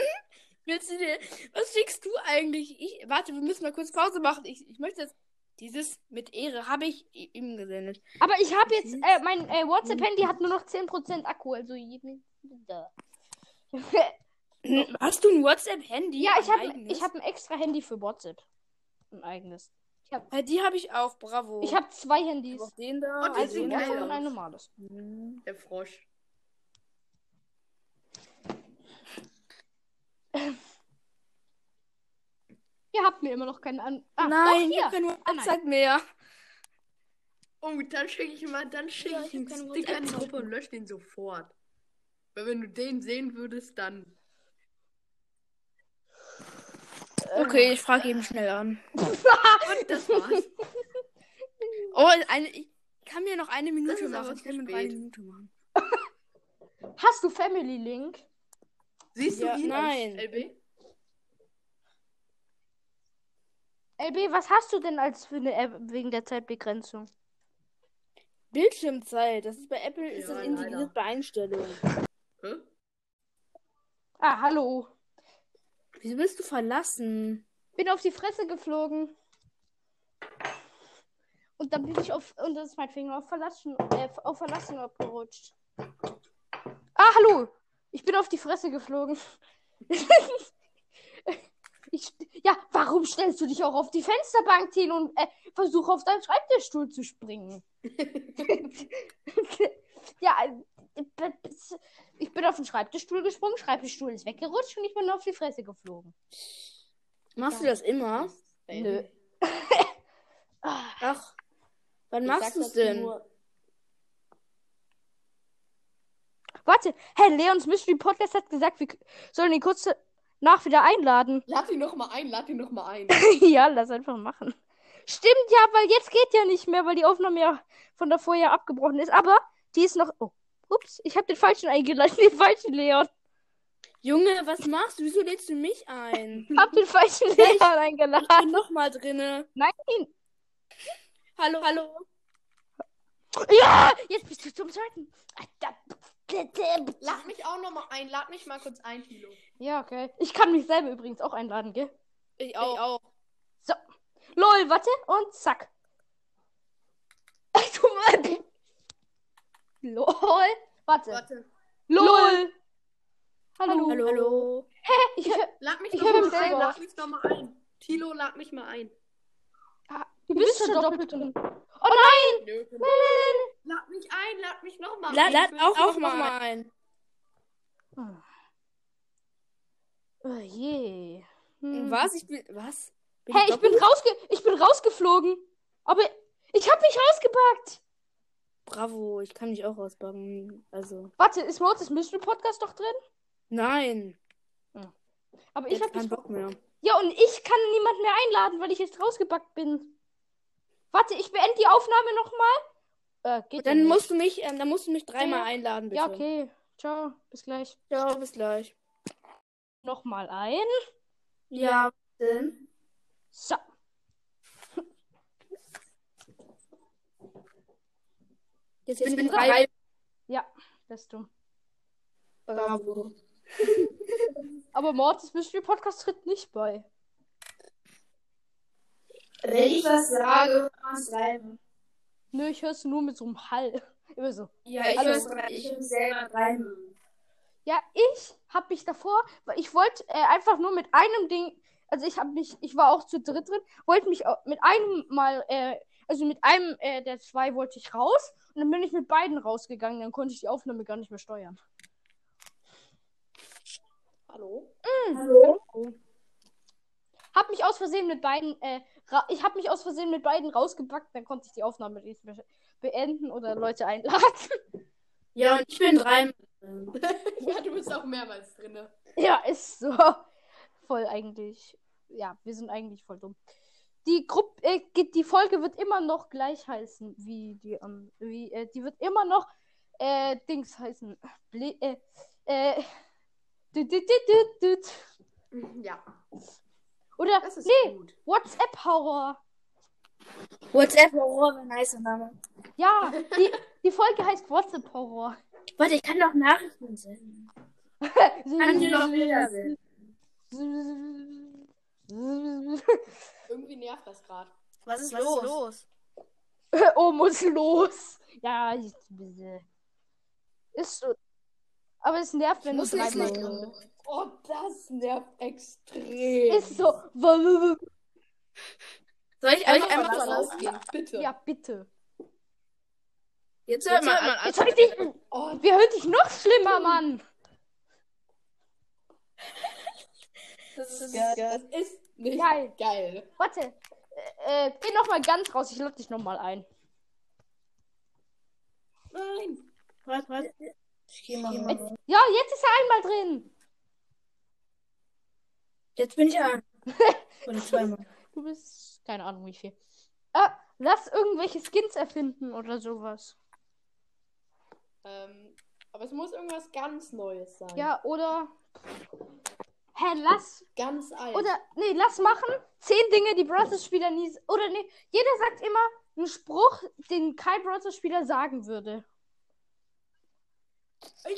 Speaker 3: Willst du dir, was schickst du eigentlich? Ich, warte, wir müssen mal kurz Pause machen. Ich, ich möchte jetzt, dieses mit Ehre habe ich i- ihm gesendet.
Speaker 1: Aber ich habe jetzt, äh, mein äh, WhatsApp-Handy hat nur noch 10% Akku, also jeden. Da.
Speaker 3: Hast du ein WhatsApp-Handy?
Speaker 1: Hm. Ja, ich
Speaker 3: Ein
Speaker 1: habe
Speaker 3: eigenes?
Speaker 1: ich hab ein extra Handy für WhatsApp. Ein eigenes.
Speaker 3: Äh, Die habe ich auch, bravo.
Speaker 1: Ich habe zwei Handys.
Speaker 3: auch den da.
Speaker 7: Und die
Speaker 3: also
Speaker 7: sind
Speaker 1: Ein
Speaker 3: den
Speaker 7: geil
Speaker 1: iPhone
Speaker 3: da.
Speaker 1: und ein normales.
Speaker 7: Der Frosch.
Speaker 1: Ihr habt mir immer noch keinen an. Ah,
Speaker 3: Nein,
Speaker 1: doch,
Speaker 3: ich
Speaker 1: hier.
Speaker 3: habe keine Anzeige mehr.
Speaker 7: Oh, dann schicke ich immer, dann schicke ich einen Sticker in die Gruppe und lösche den sofort. Weil wenn du den sehen würdest, dann.
Speaker 3: Okay, ich frage eben schnell an.
Speaker 7: Und das war's.
Speaker 3: Oh, eine, ich kann mir noch eine Minute
Speaker 7: ist aber
Speaker 3: machen. Ich
Speaker 7: zu
Speaker 3: kann mir noch
Speaker 7: spät.
Speaker 3: eine Minute machen.
Speaker 1: Hast du Family Link?
Speaker 7: Siehst du
Speaker 3: Ja,
Speaker 7: ihn?
Speaker 3: nein.
Speaker 7: LB?
Speaker 1: LB, was hast du denn als für eine App wegen der Zeitbegrenzung?
Speaker 3: Bildschirmzeit, das ist bei Apple ist
Speaker 7: Ja,
Speaker 3: das
Speaker 7: leider.
Speaker 3: integriert bei Einstellungen.
Speaker 7: Hä?
Speaker 1: Ah, hallo.
Speaker 3: Wieso bist du verlassen?
Speaker 1: Bin auf die Fresse geflogen. Und dann bin ich auf. Und dann ist mein Finger auf Verlassen, äh, auf Verlassen abgerutscht. Ah, hallo! Ich bin auf die Fresse geflogen. ich, ja, warum stellst du dich auch auf die Fensterbank hin und äh, versuch auf deinen Schreibtischstuhl zu springen? ja, äh, ich bin auf den Schreibtischstuhl gesprungen, Schreibtischstuhl ist weggerutscht und ich bin auf die Fresse geflogen.
Speaker 3: Machst du das immer?
Speaker 1: Nö.
Speaker 3: Ach, wann
Speaker 7: Ich
Speaker 3: machst
Speaker 7: sag
Speaker 3: du es
Speaker 7: dazu
Speaker 3: denn?
Speaker 7: nur-
Speaker 1: Warte, hey, Leons Mystery Podcast hat gesagt, wir k- sollen ihn kurz nach wieder einladen.
Speaker 7: Lad ihn nochmal ein, lad ihn nochmal ein.
Speaker 1: ja, lass einfach machen. Stimmt ja, weil jetzt geht ja nicht mehr, weil die Aufnahme ja von davor ja abgebrochen ist. Aber die ist noch. Oh, ups, ich habe den falschen eingeladen, den falschen Leon.
Speaker 3: Junge, was machst du? Wieso lädst du mich ein?
Speaker 1: Hab den falschen Leon
Speaker 3: Ich
Speaker 1: eingeladen.
Speaker 3: bin nochmal drinne.
Speaker 1: Nein,
Speaker 3: Hallo, hallo.
Speaker 1: ja, jetzt bist du zum zweiten.
Speaker 7: Lad mich auch nochmal ein, lad mich mal kurz ein, Kilo.
Speaker 1: Ja, okay. Ich kann mich selber übrigens auch einladen, gell?
Speaker 3: Ich auch. Ich auch.
Speaker 1: Lol, warte und zack. Du Mann. Lol. Warte.
Speaker 7: Warte.
Speaker 1: Lol. Hallo.
Speaker 3: Hallo, hallo.
Speaker 1: Ich, hör-
Speaker 7: Lad mich
Speaker 1: Ich
Speaker 7: nochmal
Speaker 1: hab
Speaker 7: ein,
Speaker 1: ihn selber.
Speaker 7: lad mich nochmal ein. Tilo, lad mich mal ein.
Speaker 1: du bist schon doppelt drin. Oh
Speaker 7: Nö. Lad mich ein, lad mich nochmal
Speaker 3: Lad,
Speaker 7: ein.
Speaker 3: lad
Speaker 7: Ich will
Speaker 3: auch,
Speaker 7: noch
Speaker 3: auch mal ein.
Speaker 1: nein. Oh je.
Speaker 7: Mhm.
Speaker 1: Hm.
Speaker 3: Was? Ich bin. Was? Bin
Speaker 1: Hey, ich bin,
Speaker 3: doppelt?
Speaker 1: rausge ich bin rausgeflogen. Aber ich hab mich rausgepackt.
Speaker 3: Bravo, ich kann mich auch rausbacken. Also.
Speaker 1: Warte, ist Moses Mystery Podcast noch drin?
Speaker 3: Nein.
Speaker 1: Aber
Speaker 3: Ich
Speaker 1: ich
Speaker 3: habe
Speaker 1: hab
Speaker 3: keinen
Speaker 1: mich...
Speaker 3: Bock mehr.
Speaker 1: Ja, und ich kann niemand mehr einladen, weil ich jetzt rausgepackt bin. Warte, ich beende die Aufnahme nochmal. Äh, geht ja
Speaker 3: Dann
Speaker 1: nicht.
Speaker 3: musst du mich, ähm, dann musst du mich dreimal
Speaker 1: Ja.
Speaker 3: einladen, bitte.
Speaker 1: Ja, okay. Ciao. Bis gleich.
Speaker 3: Ja, bis gleich.
Speaker 1: Nochmal ein.
Speaker 3: Ja, denn?
Speaker 1: So.
Speaker 3: Jetzt bin ich
Speaker 7: bin
Speaker 3: drei.
Speaker 1: Bist du.
Speaker 3: Bravo.
Speaker 1: Aber Mortis Mystery Podcast tritt nicht bei.
Speaker 16: Wenn ich was sage, kann man schreiben.
Speaker 1: Nö, ich höre es nur mit so einem Hall. Immer so.
Speaker 16: Ja, ich
Speaker 1: Also-
Speaker 16: muss ich muss selber schreiben.
Speaker 1: Ja, ich hab mich davor, weil ich wollte äh, einfach nur mit einem Ding, also ich hab mich, ich war auch zu dritt drin, wollte mich au- mit einem mal, äh, also mit einem äh, der zwei wollte ich raus und dann bin ich mit beiden rausgegangen, dann konnte ich die Aufnahme gar nicht mehr steuern.
Speaker 7: Hallo?
Speaker 16: Hallo?
Speaker 1: Mhm. Hab mich aus Versehen mit beiden, äh, ra- ich hab mich aus Versehen mit beiden rausgepackt, dann konnte ich die Aufnahme nicht mehr beenden oder Leute einladen.
Speaker 3: Ja, und ich bin dreimal.
Speaker 7: Ja, du bist auch mehrmals drinne.
Speaker 1: Ja, ist so. Voll eigentlich. Ja, wir sind eigentlich voll dumm. Die Gruppe, äh, geht- die Folge wird immer noch gleich heißen, wie die, ähm, wie, äh, die wird immer noch, äh, Dings heißen. Ble äh, äh, düt, düt, düt, düt, düt.
Speaker 7: Ja,
Speaker 1: Oder,
Speaker 7: das ist
Speaker 1: nee,
Speaker 7: gut.
Speaker 1: WhatsApp Horror.
Speaker 3: WhatsApp Horror wäre nicer Name.
Speaker 1: Ja, die, die Folge heißt WhatsApp Horror.
Speaker 3: Warte, ich kann doch Nachrichten senden.
Speaker 1: So,
Speaker 3: Kann ich noch Bilder senden?
Speaker 7: Irgendwie nervt das gerade.
Speaker 16: Was ist los?
Speaker 1: oh, muss los. Ja, ich, ist so. Aber es nervt, wenn du
Speaker 16: Muss nicht
Speaker 1: dreimal
Speaker 16: mit-
Speaker 1: drin bist.
Speaker 7: Oh, das nervt extrem.
Speaker 1: Ist so.
Speaker 16: Soll ich euch einmal
Speaker 7: Lass
Speaker 16: verlassen?
Speaker 7: ausgehen, bitte.
Speaker 1: Ja, bitte.
Speaker 16: Jetzt hört mal an.
Speaker 1: Jetzt hab ich dich.
Speaker 16: Oh.
Speaker 1: Wir hören dich noch schlimmer, Mann.
Speaker 16: Das ist geil.
Speaker 7: Nicht
Speaker 1: Geil.
Speaker 7: geil.
Speaker 1: Warte. Äh, äh, geh nochmal ganz raus. Ich lade dich nochmal ein.
Speaker 7: Nein.
Speaker 16: Warte, warte. Ich geh mal rein.
Speaker 1: Ja, jetzt ist er einmal drin.
Speaker 16: Jetzt bin ich an. Und zweimal.
Speaker 1: Du bist. Keine Ahnung, wie viel. Ah, lass irgendwelche Skins erfinden oder sowas.
Speaker 7: Ähm, aber es muss irgendwas ganz Neues sein.
Speaker 1: Ja, oder. Hä, lass.
Speaker 7: Ganz alt.
Speaker 1: Oder, nee, lass machen. Zehn Dinge, die Brothers-Spieler nie. Oder, nee, jeder sagt immer einen Spruch, den kein Brothers-Spieler sagen würde.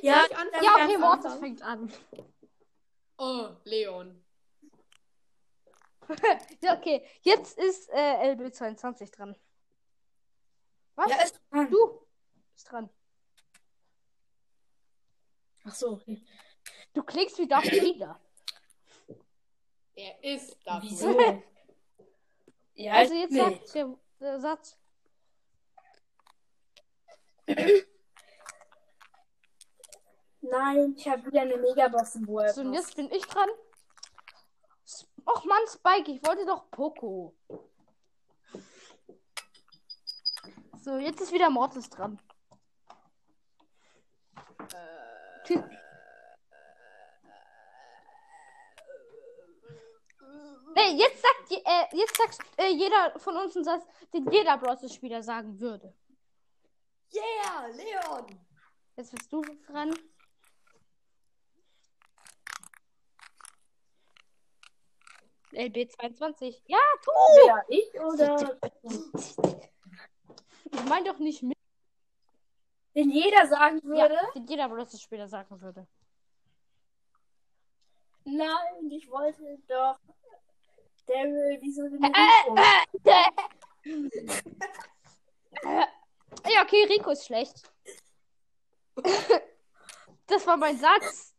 Speaker 16: Ja,
Speaker 1: Ja, okay, Mortis fängt an.
Speaker 7: oh, Leon.
Speaker 1: Ja, okay. Jetzt ist äh, LB22 dran. Was?
Speaker 16: ja, ist dran.
Speaker 1: du bist dran.
Speaker 16: Ach so, okay.
Speaker 1: Du klingst wie Darth Vader.
Speaker 7: Er ist da.
Speaker 16: Wieso? ja,
Speaker 1: Also jetzt
Speaker 16: nee.
Speaker 1: sagt der, der Satz.
Speaker 17: Nein, ich habe wieder eine Megabox im World.
Speaker 3: ne?
Speaker 1: So, und jetzt bin ich dran. S- Och Mann, Spike, ich wollte doch Poco. So, jetzt ist wieder Mortis dran. Tschüss. Nee, jetzt sagt je- äh, jetzt sagt äh, jeder von uns einen Satz, den jeder Bros-Spieler sagen würde.
Speaker 7: Yeah, Leon.
Speaker 1: Jetzt bist du dran. LB22. Ja, tu!
Speaker 17: Oh. Ja, ich oder?
Speaker 1: Ich meine doch nicht mit,
Speaker 17: Den jeder sagen würde.
Speaker 1: den jeder Bros-Spieler sagen würde.
Speaker 17: Nein, ich wollte doch. Daryl, wieso denn
Speaker 1: Ah Ja, okay, Rico ist schlecht. das war mein Satz.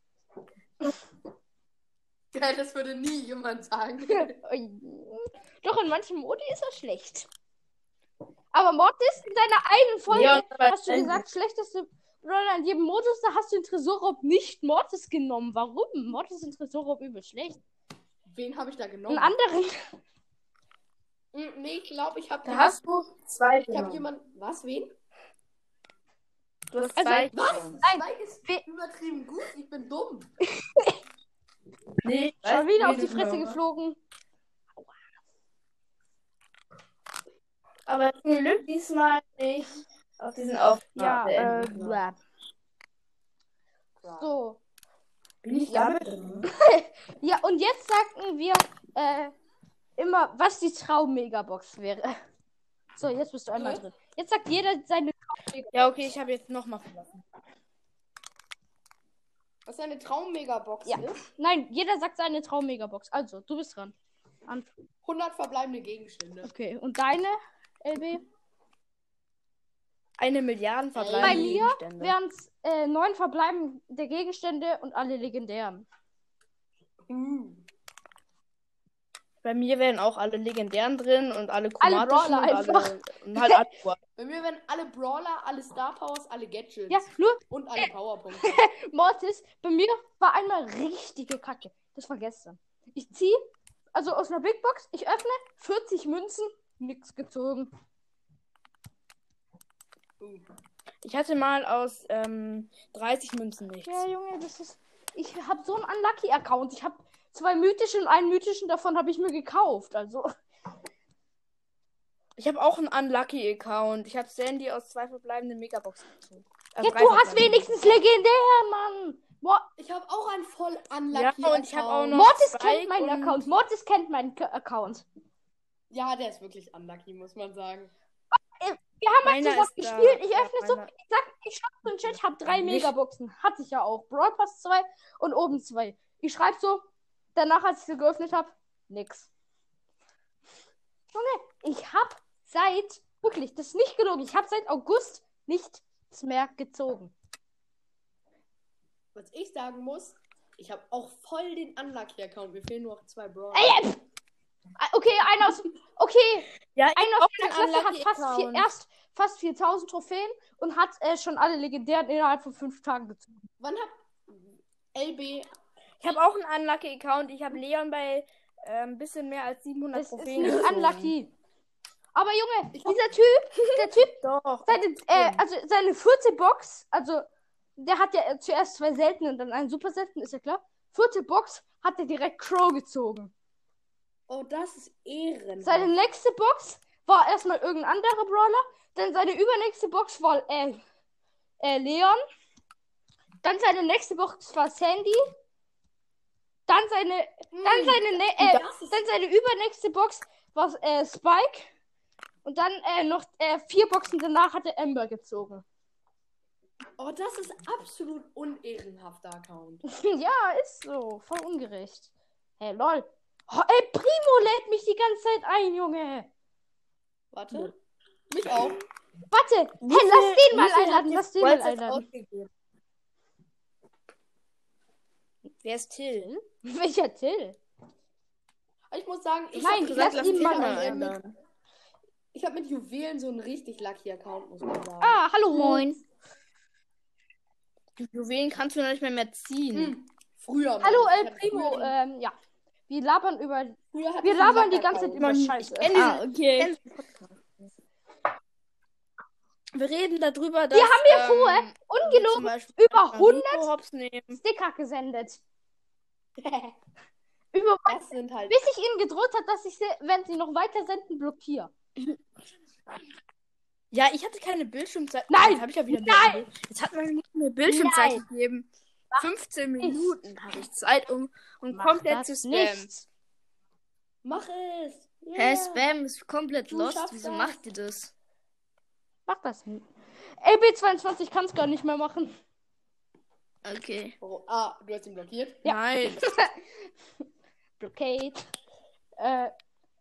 Speaker 7: Geil, das würde nie jemand sagen.
Speaker 1: Doch in manchem Modi ist er schlecht. Aber Mortis, in deiner einen Folge
Speaker 16: Ja, aber-
Speaker 1: hast du gesagt, schlechteste Brawler in jedem Modus, da hast du den Tresorraub nicht Mortis genommen. Warum? Mortis ist in Tresorraub übel schlecht.
Speaker 7: Wen habe ich da genommen?
Speaker 1: Einen anderen.
Speaker 7: Mm, Nee, ich glaube, ich habe
Speaker 16: Da hast du zwei
Speaker 7: Ich habe
Speaker 16: genommen.
Speaker 7: jemanden. Was? Wen?
Speaker 16: Du hast
Speaker 1: Also,
Speaker 16: zwei
Speaker 7: was?
Speaker 16: genommen.
Speaker 1: Nein,
Speaker 7: Mike ist
Speaker 1: we-
Speaker 7: übertrieben gut. Ich bin dumm.
Speaker 16: Nee,
Speaker 1: schon
Speaker 16: weißt du,
Speaker 1: wieder auf
Speaker 16: wen
Speaker 1: die
Speaker 16: ich
Speaker 1: Fresse
Speaker 16: genommen habe?
Speaker 1: geflogen.
Speaker 16: Aber zum Glück diesmal nicht auf diesen
Speaker 1: Ja,
Speaker 16: Aufnahme.
Speaker 1: äh, blah. So.
Speaker 16: Bin ich damit drin?
Speaker 1: Ja, und jetzt sagten wir äh, immer, was die Traum-Megabox wäre. So, jetzt bist du einmal drin. Jetzt sagt jeder seine.
Speaker 16: Ja, okay, ich habe jetzt nochmal verlassen.
Speaker 7: Was eine Traum-Megabox
Speaker 1: Ja.
Speaker 7: ist.
Speaker 1: Nein, jeder sagt seine Traum-Megabox. Also, du bist dran. An
Speaker 7: 100 verbleibende Gegenstände.
Speaker 1: okay, und deine, LB?
Speaker 16: Eine Milliarde
Speaker 1: Bei
Speaker 16: verbleibende
Speaker 1: mir
Speaker 16: Gegenstände.
Speaker 1: wären es äh, neun verbleibende Gegenstände und alle legendären.
Speaker 7: Hm.
Speaker 16: Bei mir wären auch alle legendären drin und alle
Speaker 1: Alle
Speaker 16: chromatischen
Speaker 1: Brawler
Speaker 16: und alle und halt Aqua.
Speaker 7: Bei mir werden alle Brawler, alle Star Powers, alle Gadgets
Speaker 1: Ja, Äh. nur
Speaker 7: und alle Powerpunkte.
Speaker 1: Mortis, bei mir war einmal richtige Kacke. Das war gestern. Ich ziehe, also aus einer Big Box, ich öffne 40 Münzen, nix gezogen.
Speaker 16: Ich hatte mal aus ähm, 30 Münzen nichts.
Speaker 1: Ja, Junge, das ist. Ich habe so einen Unlucky-Account. Ich habe zwei mythische und einen mythischen davon habe ich mir gekauft. Also.
Speaker 16: Ich habe auch einen Unlucky-Account. Ich habe Sandy aus zwei verbleibenden Megaboxen gezogen. Äh,
Speaker 1: Ja,
Speaker 16: drei
Speaker 1: du hast
Speaker 16: verbleibenden.
Speaker 1: wenigstens legendär, Mann! Mo
Speaker 7: Ich habe auch einen voll
Speaker 16: Ja,
Speaker 7: unlucky
Speaker 16: und ich habe auch
Speaker 7: Account.
Speaker 16: noch.
Speaker 1: Mortis
Speaker 16: Spike
Speaker 1: kennt meinen
Speaker 16: und-
Speaker 1: Account. Mortis kennt meinen K Account.
Speaker 7: Ja, der ist wirklich unlucky, muss man sagen.
Speaker 1: Wir haben mal
Speaker 16: Meiner
Speaker 1: zusammen
Speaker 16: ist da.
Speaker 1: gespielt. Ich
Speaker 16: Ja,
Speaker 1: öffne so.
Speaker 16: meiner-
Speaker 1: Ich sag, ich schreibe so einen Chat. Ich habe drei
Speaker 16: Nicht.
Speaker 1: Megaboxen. Hatte ich ja auch. Brawl Pass 2 und oben 2. Ich schreibe so. Danach, als ich sie geöffnet habe, nix. Junge, ich habe seit, wirklich, das ist nicht gelogen, ich habe seit August nichts mehr gezogen.
Speaker 7: Was ich sagen muss, ich habe auch voll den Unlucky-Account. Mir fehlen nur noch zwei Brawler.
Speaker 1: Ey, äh, pff. Ah, Okay, einer aus, okay,
Speaker 16: Ja,
Speaker 1: einer aus meiner Klasse hat
Speaker 16: Unlucky
Speaker 1: fast vier,
Speaker 16: Account.
Speaker 1: erst fast 4000 Trophäen und hat äh, schon alle legendären innerhalb von fünf Tagen gezogen.
Speaker 7: Wann hat LB.
Speaker 16: Ich habe auch einen Unlucky-Account. Ich habe Leon bei äh, ein bisschen mehr als 700
Speaker 1: Das ist
Speaker 16: Trophäen.
Speaker 1: nicht
Speaker 16: gezogen.
Speaker 1: unlucky. Aber Junge, dieser Typ, der Typ,
Speaker 16: Doch.
Speaker 1: seine, äh, also seine vierte Box, also der hat ja äh, zuerst zwei seltene und dann einen super seltenen, ist ja klar. Vierte Box hat er direkt Crow gezogen.
Speaker 7: Oh, das ist Ehren.
Speaker 1: Seine nächste Box war erstmal irgendein anderer Brawler, dann seine übernächste Box war äh, äh, Leon, dann seine nächste Box war Sandy, dann seine, dann seine, nä- äh, dann seine übernächste Box war äh, Spike und dann äh, noch äh, vier Boxen danach hat er Amber gezogen.
Speaker 7: Oh, das ist absolut unehrenhafter Account.
Speaker 1: Ja, ist so. Voll ungerecht. Hey, lol. Oh, ey, Primo lädt mich die ganze Zeit ein, Junge.
Speaker 7: Warte. Mich auch.
Speaker 1: Warte,
Speaker 16: Wie
Speaker 1: hey, lass
Speaker 16: viel-
Speaker 1: den
Speaker 16: wie
Speaker 1: mal
Speaker 16: viel hat
Speaker 1: einladen.
Speaker 16: jetzt
Speaker 1: Lass den mal
Speaker 16: WhatsApp
Speaker 1: einladen.
Speaker 16: ausgegeben? Wer ist Till?
Speaker 1: Welcher Till?
Speaker 7: Ich muss sagen, ich
Speaker 1: Nein,
Speaker 7: hab
Speaker 1: lass ihn
Speaker 7: Till
Speaker 1: mal
Speaker 7: mal
Speaker 1: einladen.
Speaker 7: einladen. Ich habe mit Juwelen so einen richtig lucky Account, muss man sagen.
Speaker 1: Ah,
Speaker 16: Hm.
Speaker 1: hallo.
Speaker 16: Moin. Die Juwelen kannst du noch nicht mehr, mehr ziehen.
Speaker 7: Hm. Früher. Mann.
Speaker 1: Hallo,
Speaker 7: Ich
Speaker 1: El
Speaker 7: hatte
Speaker 1: Primo.
Speaker 7: Früher, den,
Speaker 1: Ähm, ja. Wir labern über.
Speaker 7: früher hatte
Speaker 1: Wir
Speaker 7: ich
Speaker 1: labern
Speaker 7: einen
Speaker 1: die ganze Zeit
Speaker 7: Lack-Account.
Speaker 1: über Scheiße.
Speaker 16: Kenn diesen- kenn diesen Podcast nicht. Wir reden darüber, dass.
Speaker 1: Wir haben ja
Speaker 16: ähm,
Speaker 1: vorher ungelogen
Speaker 16: zum Beispiel
Speaker 1: über 100
Speaker 16: Naruto Hops nehmen.
Speaker 1: Sticker gesendet. über,
Speaker 7: Das sind halt.
Speaker 1: bis ich ihnen gedroht hat, dass ich sie, wenn sie noch weiter senden, blockiere.
Speaker 16: Ja, ich hatte keine Bildschirmzeit.
Speaker 1: Nein!
Speaker 16: Jetzt hab ich ja wieder
Speaker 1: Nein!
Speaker 16: Jetzt hat meine Mutter mir Bildschirmzeit gegeben. 15 Minuten habe ich Zeit, um, um
Speaker 1: Mach
Speaker 16: komplett
Speaker 1: das
Speaker 16: zu spammen.
Speaker 1: nicht.
Speaker 7: Mach es!
Speaker 16: Hä, Spam ist komplett lost. Wieso macht ihr das?
Speaker 1: Mach das nicht. LB22 kann es gar nicht mehr machen.
Speaker 16: Okay.
Speaker 7: Oh, ah, du hast ihn blockiert.
Speaker 16: Nein.
Speaker 1: Blockade. Äh,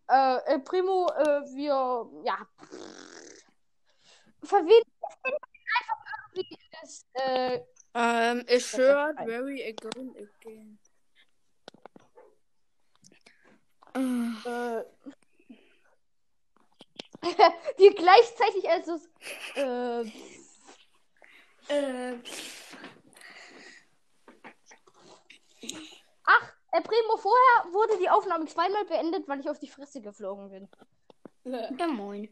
Speaker 1: äh, äh, Primo, äh, wir, ja. Verwenden einfach irgendwie das, äh,
Speaker 16: Ähm, a shirt very again again.
Speaker 1: äh, wir gleichzeitig also, äh,
Speaker 16: Äh,
Speaker 1: ach, äh, Primo, vorher wurde die Aufnahme zweimal beendet, weil ich auf die Fresse geflogen bin.
Speaker 16: ja, moin.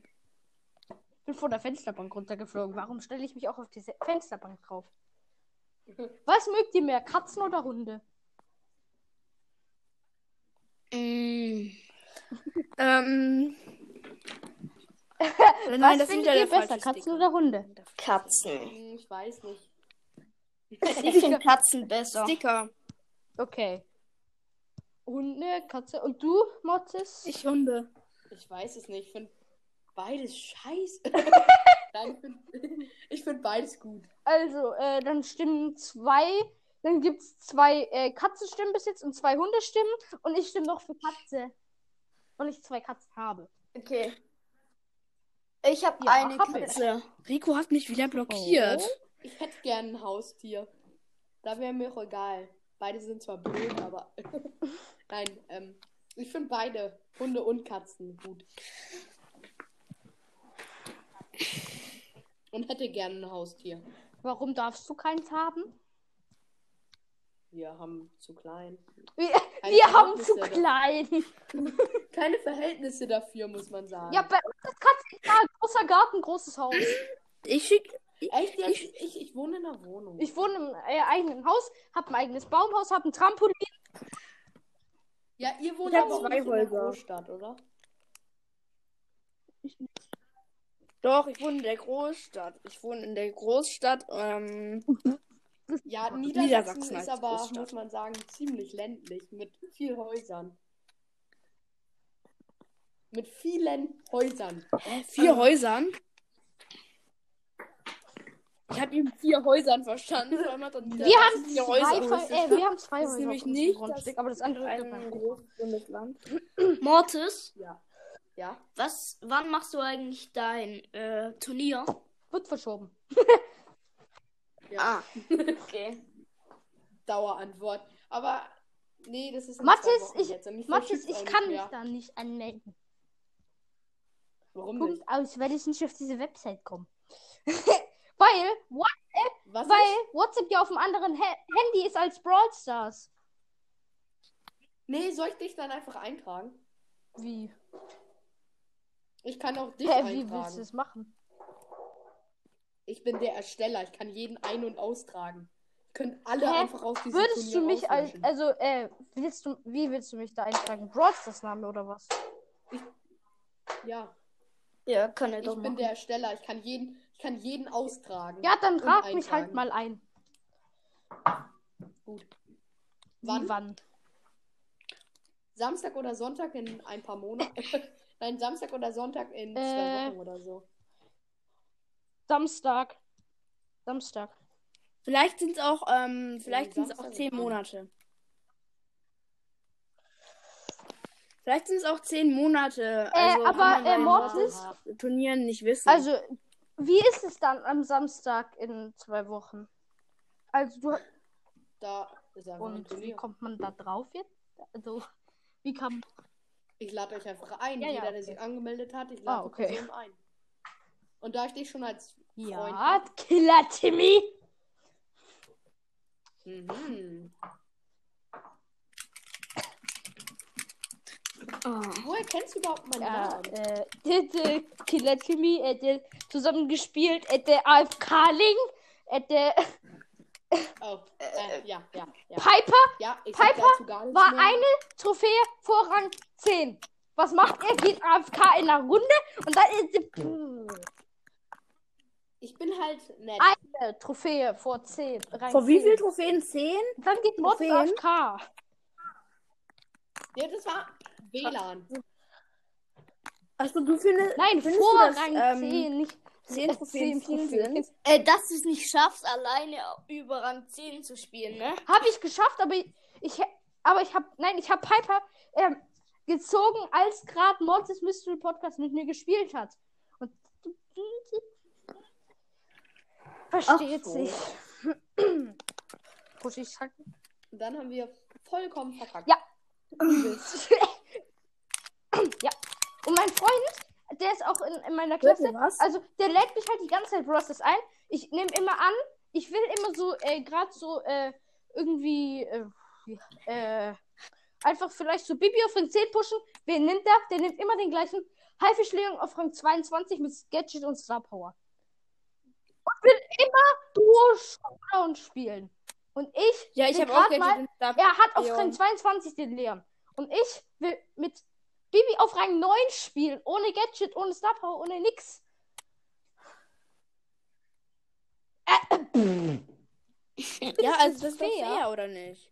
Speaker 1: bin von der Fensterbank runtergeflogen. Warum stelle ich mich auch auf die Se- Fensterbank drauf? Was mögt ihr mehr, Katzen oder Hunde?
Speaker 16: ähm.
Speaker 1: Was
Speaker 16: Nein, das sind
Speaker 1: findet
Speaker 16: ja der
Speaker 1: ihr besser,
Speaker 16: falsche
Speaker 1: Katzen
Speaker 16: Sticker.
Speaker 1: oder Hunde?
Speaker 7: Hm,
Speaker 15: Katzen.
Speaker 7: Ich weiß nicht.
Speaker 15: Ich finde Katzen besser.
Speaker 16: Sticker.
Speaker 1: Okay. Hunde, Katze. Und du, Mottes?
Speaker 16: Ich Hunde.
Speaker 7: Ich weiß es nicht. Ich finde beides scheiße. Nein, ich finde ich find beides gut.
Speaker 1: Also, äh, dann stimmen zwei. Dann gibt es zwei äh, Katzenstimmen bis jetzt und zwei Hundestimmen. Und ich stimme noch für Katze. Weil ich zwei Katzen habe.
Speaker 15: Okay. Ich habe
Speaker 1: Ja,
Speaker 15: eine
Speaker 1: hab ich.
Speaker 15: Katze.
Speaker 16: Rico hat mich wieder blockiert.
Speaker 7: Ich hätte gern ein Haustier. Da wäre mir auch egal. Beide sind zwar blöd, aber. Nein, ähm, ich finde beide, Hunde und Katzen, gut. Und hätte gern ein Haustier.
Speaker 1: Warum darfst du keins haben?
Speaker 7: Wir haben zu klein.
Speaker 1: Wir,
Speaker 7: Keine
Speaker 1: wir haben zu
Speaker 7: Verhältnisse
Speaker 1: klein.
Speaker 7: da- Keine Verhältnisse dafür, muss man sagen.
Speaker 1: Ja, bei uns ist Katze egal. Großer Garten, großes Haus.
Speaker 16: Ich schick.
Speaker 7: Echt jetzt? Ich, ich, wohne in einer Wohnung.
Speaker 1: Ich wohne im äh, eigenen Haus, habe ein eigenes Baumhaus, habe ein Trampolin.
Speaker 7: ja, ihr wohnt
Speaker 16: Ich hab
Speaker 7: aber auch
Speaker 16: zwei
Speaker 7: nicht in der
Speaker 16: Häuser.
Speaker 7: Großstadt, oder?
Speaker 16: Doch, ich wohne in der Großstadt. Ich wohne in der Großstadt. Ähm,
Speaker 1: also
Speaker 7: Ja, Niedersachsen,
Speaker 16: Niedersachsen als
Speaker 7: ist aber,
Speaker 16: Großstadt.
Speaker 7: muss man sagen, ziemlich ländlich mit vielen Häusern. Mit vielen Häusern.
Speaker 16: vier Häusern.
Speaker 3: Ich habe eben vier Häusern verstanden. Vor allem hat er
Speaker 1: Wir
Speaker 3: niederlassen,
Speaker 1: haben
Speaker 3: vier
Speaker 1: zwei,
Speaker 3: Häuser.
Speaker 1: Ver- äh, wir haben zwei
Speaker 3: Das also, ist
Speaker 1: Häuser
Speaker 3: nämlich
Speaker 1: auf unserem
Speaker 3: nicht
Speaker 1: Grundstück,
Speaker 3: das
Speaker 1: aber das andere gehört
Speaker 3: Ein
Speaker 1: meinem
Speaker 3: großes Bundesland.
Speaker 16: Mortis,
Speaker 7: Ja.
Speaker 16: was, wann machst du eigentlich dein äh, Turnier?
Speaker 1: Wird verschoben.
Speaker 7: ja.
Speaker 16: Okay.
Speaker 7: Dauerantwort. Aber nee, das ist in
Speaker 1: Mathis,
Speaker 7: zwei Wochen
Speaker 1: ich-
Speaker 7: jetzt. und mich
Speaker 1: Mathis,
Speaker 7: verschiebt auch
Speaker 1: ich
Speaker 7: nicht
Speaker 1: kann mich
Speaker 7: mehr.
Speaker 1: da nicht anmelden.
Speaker 7: Warum
Speaker 1: Punkt
Speaker 7: nicht?
Speaker 1: aus, weil ich nicht auf diese Website komme. weil, what,
Speaker 7: Was ist?
Speaker 1: weil WhatsApp ja auf dem anderen Ha- Handy ist als Brawl Stars.
Speaker 7: Nee, soll ich dich dann einfach eintragen?
Speaker 1: Wie?
Speaker 7: Ich kann auch dich
Speaker 1: Hä, wie willst du
Speaker 7: eintragen.
Speaker 1: das machen?
Speaker 7: Ich bin der Ersteller. Ich kann jeden ein- und austragen. Ich können alle
Speaker 1: Hä?
Speaker 7: einfach aus diesem
Speaker 1: Würdest
Speaker 7: Turnier
Speaker 1: du mich als,
Speaker 7: rauslöschen.
Speaker 1: also, äh, willst du, wie willst du mich da eintragen? Brawl Stars Name oder was?
Speaker 7: Ja,
Speaker 16: Ja, kann er
Speaker 7: ich
Speaker 16: doch
Speaker 7: bin
Speaker 16: machen.
Speaker 7: der Ersteller. Ich kann jeden, ich kann jeden austragen.
Speaker 1: Ja, dann
Speaker 7: Und
Speaker 1: trag mich halt
Speaker 7: eintragen.
Speaker 1: mal ein. Wie,
Speaker 7: Wann?
Speaker 1: wann?
Speaker 7: Samstag oder Sonntag in ein paar Monaten. Nein, Samstag oder Sonntag in zwei
Speaker 1: Äh.
Speaker 7: Wochen oder so.
Speaker 1: Samstag. Samstag.
Speaker 3: Vielleicht sind es auch,
Speaker 1: Äh,
Speaker 3: ähm, vielleicht
Speaker 7: Ja,
Speaker 3: sind es auch
Speaker 7: Samstag
Speaker 3: zehn
Speaker 7: ist gut.
Speaker 3: Monate. Vielleicht sind es auch zehn Monate. Also
Speaker 1: äh,
Speaker 3: kann
Speaker 1: aber
Speaker 3: man
Speaker 1: äh,
Speaker 3: beim
Speaker 1: Mortis,
Speaker 3: Turnieren nicht wissen.
Speaker 1: also wie ist es dann am Samstag in zwei Wochen? Also du
Speaker 7: Da ist einfach ein
Speaker 1: und wie
Speaker 7: Turnier.
Speaker 1: kommt man da drauf jetzt? Also wie kann
Speaker 7: Ich lade euch einfach ein.
Speaker 1: Ja, ja,
Speaker 7: Jeder, der
Speaker 1: okay.
Speaker 7: sich angemeldet hat, ich
Speaker 1: Ah,
Speaker 7: lade die
Speaker 1: okay.
Speaker 7: Person ein. Und da ich dich schon als Freund
Speaker 1: ja
Speaker 7: hab-
Speaker 1: Killer Timmy?
Speaker 7: Mhm. Woher kennst du überhaupt meinen
Speaker 1: Ah. Ja,
Speaker 7: Namen?
Speaker 1: äh, der, der Killer Timmy, äh, der zusammengespielt, äh, der AFK Link, äh, der
Speaker 7: Oh, äh, ja, ja, ja.
Speaker 1: Piper
Speaker 7: Ja, ich
Speaker 1: Piper
Speaker 7: sag dazu gar nichts
Speaker 1: war
Speaker 7: mehr.
Speaker 1: eine Trophäe vor Rang 10. Was macht er? Geht AFK in einer Runde und dann ist die
Speaker 7: Ich bin halt nett.
Speaker 1: Ein- äh, Trophäe vor 10. Rang
Speaker 16: Vor wie
Speaker 1: 10.
Speaker 16: viel Trophäen? Zehn?
Speaker 1: Dann geht Mods
Speaker 16: Trophäen?
Speaker 1: AFK.
Speaker 7: Ja, das war WLAN.
Speaker 16: Achso,
Speaker 3: Also
Speaker 16: du findest.
Speaker 1: Nein,
Speaker 16: findest
Speaker 1: vor
Speaker 16: du, dass,
Speaker 1: Rang
Speaker 16: ähm,
Speaker 1: 10, nicht
Speaker 16: zehn
Speaker 1: äh,
Speaker 16: Trophäen viel
Speaker 1: zehn
Speaker 16: sind?
Speaker 15: Äh, dass du es nicht schaffst, alleine über Rang 10 zu spielen, ne?
Speaker 1: Habe ich geschafft, aber ich, ich aber ich habe nein, ich habe Piper ähm, gezogen, als gerade Mortis Mystery Podcast mit mir gespielt hat. Und versteht sich. Push ich halt.
Speaker 7: Und dann haben wir vollkommen verkackt.
Speaker 1: Ja. ja. Und mein Freund, der ist auch in, in meiner
Speaker 16: Hört
Speaker 1: Klasse.
Speaker 16: ihr was?
Speaker 1: Also, der lädt mich halt die ganze Zeit Rosses ein. Ich nehme immer an, ich will immer so, äh, gerade so, äh, irgendwie, äh, äh, einfach vielleicht so Bibi auf Rang 10 pushen. Wen nimmt er? Der nimmt immer den gleichen Haifischlehrling auf Rang 22 mit Gadget und Star Power. Und will immer Duo Showdown spielen. Und ich,
Speaker 3: ja, ich
Speaker 1: will
Speaker 3: habe auch
Speaker 1: also grad mal-
Speaker 3: Gadget und Stab-
Speaker 1: er hat auf
Speaker 3: Ja.
Speaker 1: Rang 22 den Leon. Und ich will mit Bibi auf Rang 9 spielen. Ohne Gadget, ohne Star Power, ohne nix.
Speaker 3: Ja, also das ist doch
Speaker 1: fair.
Speaker 3: fair, oder nicht?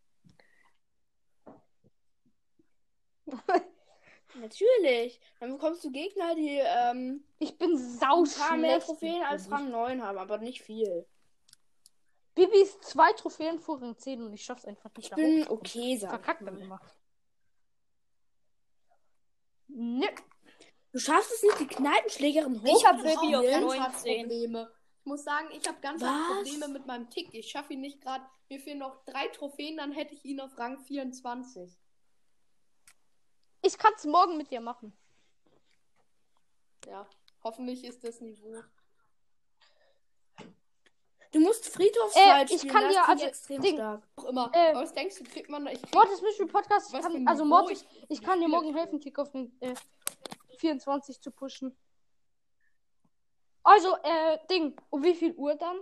Speaker 3: Natürlich. Dann bekommst du Gegner, die ähm,
Speaker 1: Ich bin
Speaker 3: ein paar mehr
Speaker 1: sauschlecht.
Speaker 3: Trophäen als Rang 9 haben, aber nicht viel.
Speaker 1: Bibi ist zwei Trophäen vor Rang 10 und ich schaff's einfach nicht.
Speaker 3: Ich
Speaker 1: da
Speaker 3: bin
Speaker 1: hochzukommen.
Speaker 3: okay,
Speaker 1: Ich
Speaker 3: sag
Speaker 1: verkack dann immer. Nö.
Speaker 3: Du schaffst es nicht, die Kneipenschlägerin hoch.
Speaker 16: Ich hab
Speaker 7: Ich
Speaker 16: Baby
Speaker 7: hab
Speaker 16: auf
Speaker 7: ganz
Speaker 16: 9,
Speaker 7: hart
Speaker 16: 10.
Speaker 7: Probleme. Ich muss sagen, ich habe ganz
Speaker 3: Was?
Speaker 7: hart Probleme mit meinem Tick. Ich schaffe ihn nicht gerade. Mir fehlen noch drei Trophäen, dann hätte ich ihn auf Rang 24.
Speaker 1: Ich kann's morgen mit dir machen.
Speaker 7: Ja, hoffentlich ist das Niveau.
Speaker 3: Du musst
Speaker 1: Äh,
Speaker 3: Friedhofszeit
Speaker 1: ich
Speaker 3: spielen.
Speaker 1: kann
Speaker 3: das
Speaker 1: dir
Speaker 3: klingt
Speaker 1: also-
Speaker 3: extrem
Speaker 1: Ding-
Speaker 3: stark.
Speaker 7: Auch immer.
Speaker 1: Äh,
Speaker 7: Aber was denkst du, kriegt man. Ich krieg,
Speaker 1: Mortis Mystery Podcast
Speaker 7: was für
Speaker 1: kann,
Speaker 7: ein
Speaker 1: also
Speaker 7: Niveau
Speaker 1: Mortis, ich kann dir morgen helfen, Tick auf den äh, 24 zu pushen. Also, äh, Ding, um wie viel Uhr dann?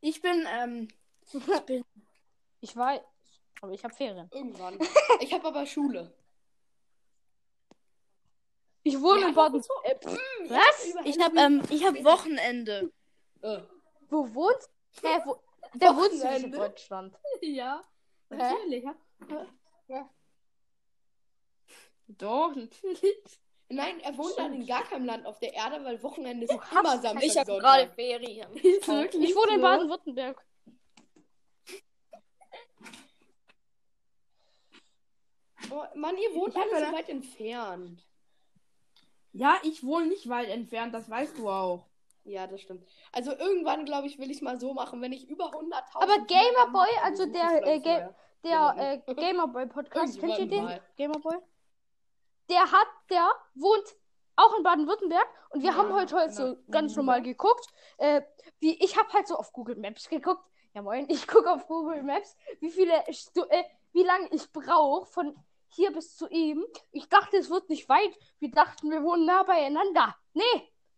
Speaker 3: Ich bin, ähm,
Speaker 1: Ich weiß, aber ich habe Ferien.
Speaker 7: Irgendwann. ich habe aber Schule.
Speaker 1: Ich wohne in Baden. Äh, pff, was?
Speaker 3: ich hab, ähm, ich hab Wochenende.
Speaker 7: Äh,
Speaker 1: Wo wohnst du? Äh, wo, der wohnt nicht in
Speaker 7: Wochenende.
Speaker 1: Deutschland.
Speaker 7: ja.
Speaker 1: Hä?
Speaker 7: Doch, natürlich. Nein, er wohnt dann in gar keinem Land auf der Erde, weil Wochenende ist immer Samstag. Sonntag.
Speaker 4: Also Ferien.
Speaker 7: Ist wirklich
Speaker 1: Ich wohne in
Speaker 7: so.
Speaker 1: Baden-Württemberg.
Speaker 7: Oh, Mann, ihr wohnt
Speaker 18: Ich hab
Speaker 7: alle so
Speaker 18: gedacht-
Speaker 7: weit entfernt.
Speaker 18: Ja, ich wohne nicht weit entfernt, das weißt du auch.
Speaker 7: Ja, das stimmt. Also irgendwann, glaube ich, will ich es mal so machen, wenn ich über 100.000...
Speaker 1: Aber
Speaker 7: Folgen
Speaker 1: Gamerboy,
Speaker 7: habe,
Speaker 1: also
Speaker 7: rufe ich,
Speaker 1: der,
Speaker 7: glaub ich,
Speaker 1: äh, Ga-
Speaker 7: mal.
Speaker 1: Der äh, Gamerboy Podcast, kennt ihr
Speaker 7: Irgendwann
Speaker 1: den?
Speaker 7: mal.
Speaker 1: Gamerboy? Der hat, der wohnt auch in Baden-Württemberg und wir haben heute halt
Speaker 7: genau.
Speaker 1: so ganz normal
Speaker 7: Mhm.
Speaker 1: geguckt. Äh, wie, ich habe halt so auf Google Maps geguckt. Ja moin, ich gucke auf Google Maps, wie viele Stu äh, wie lange ich brauche von hier bis zu ihm. Ich dachte, es wird nicht weit. Wir dachten, wir wohnen nah beieinander. Nee,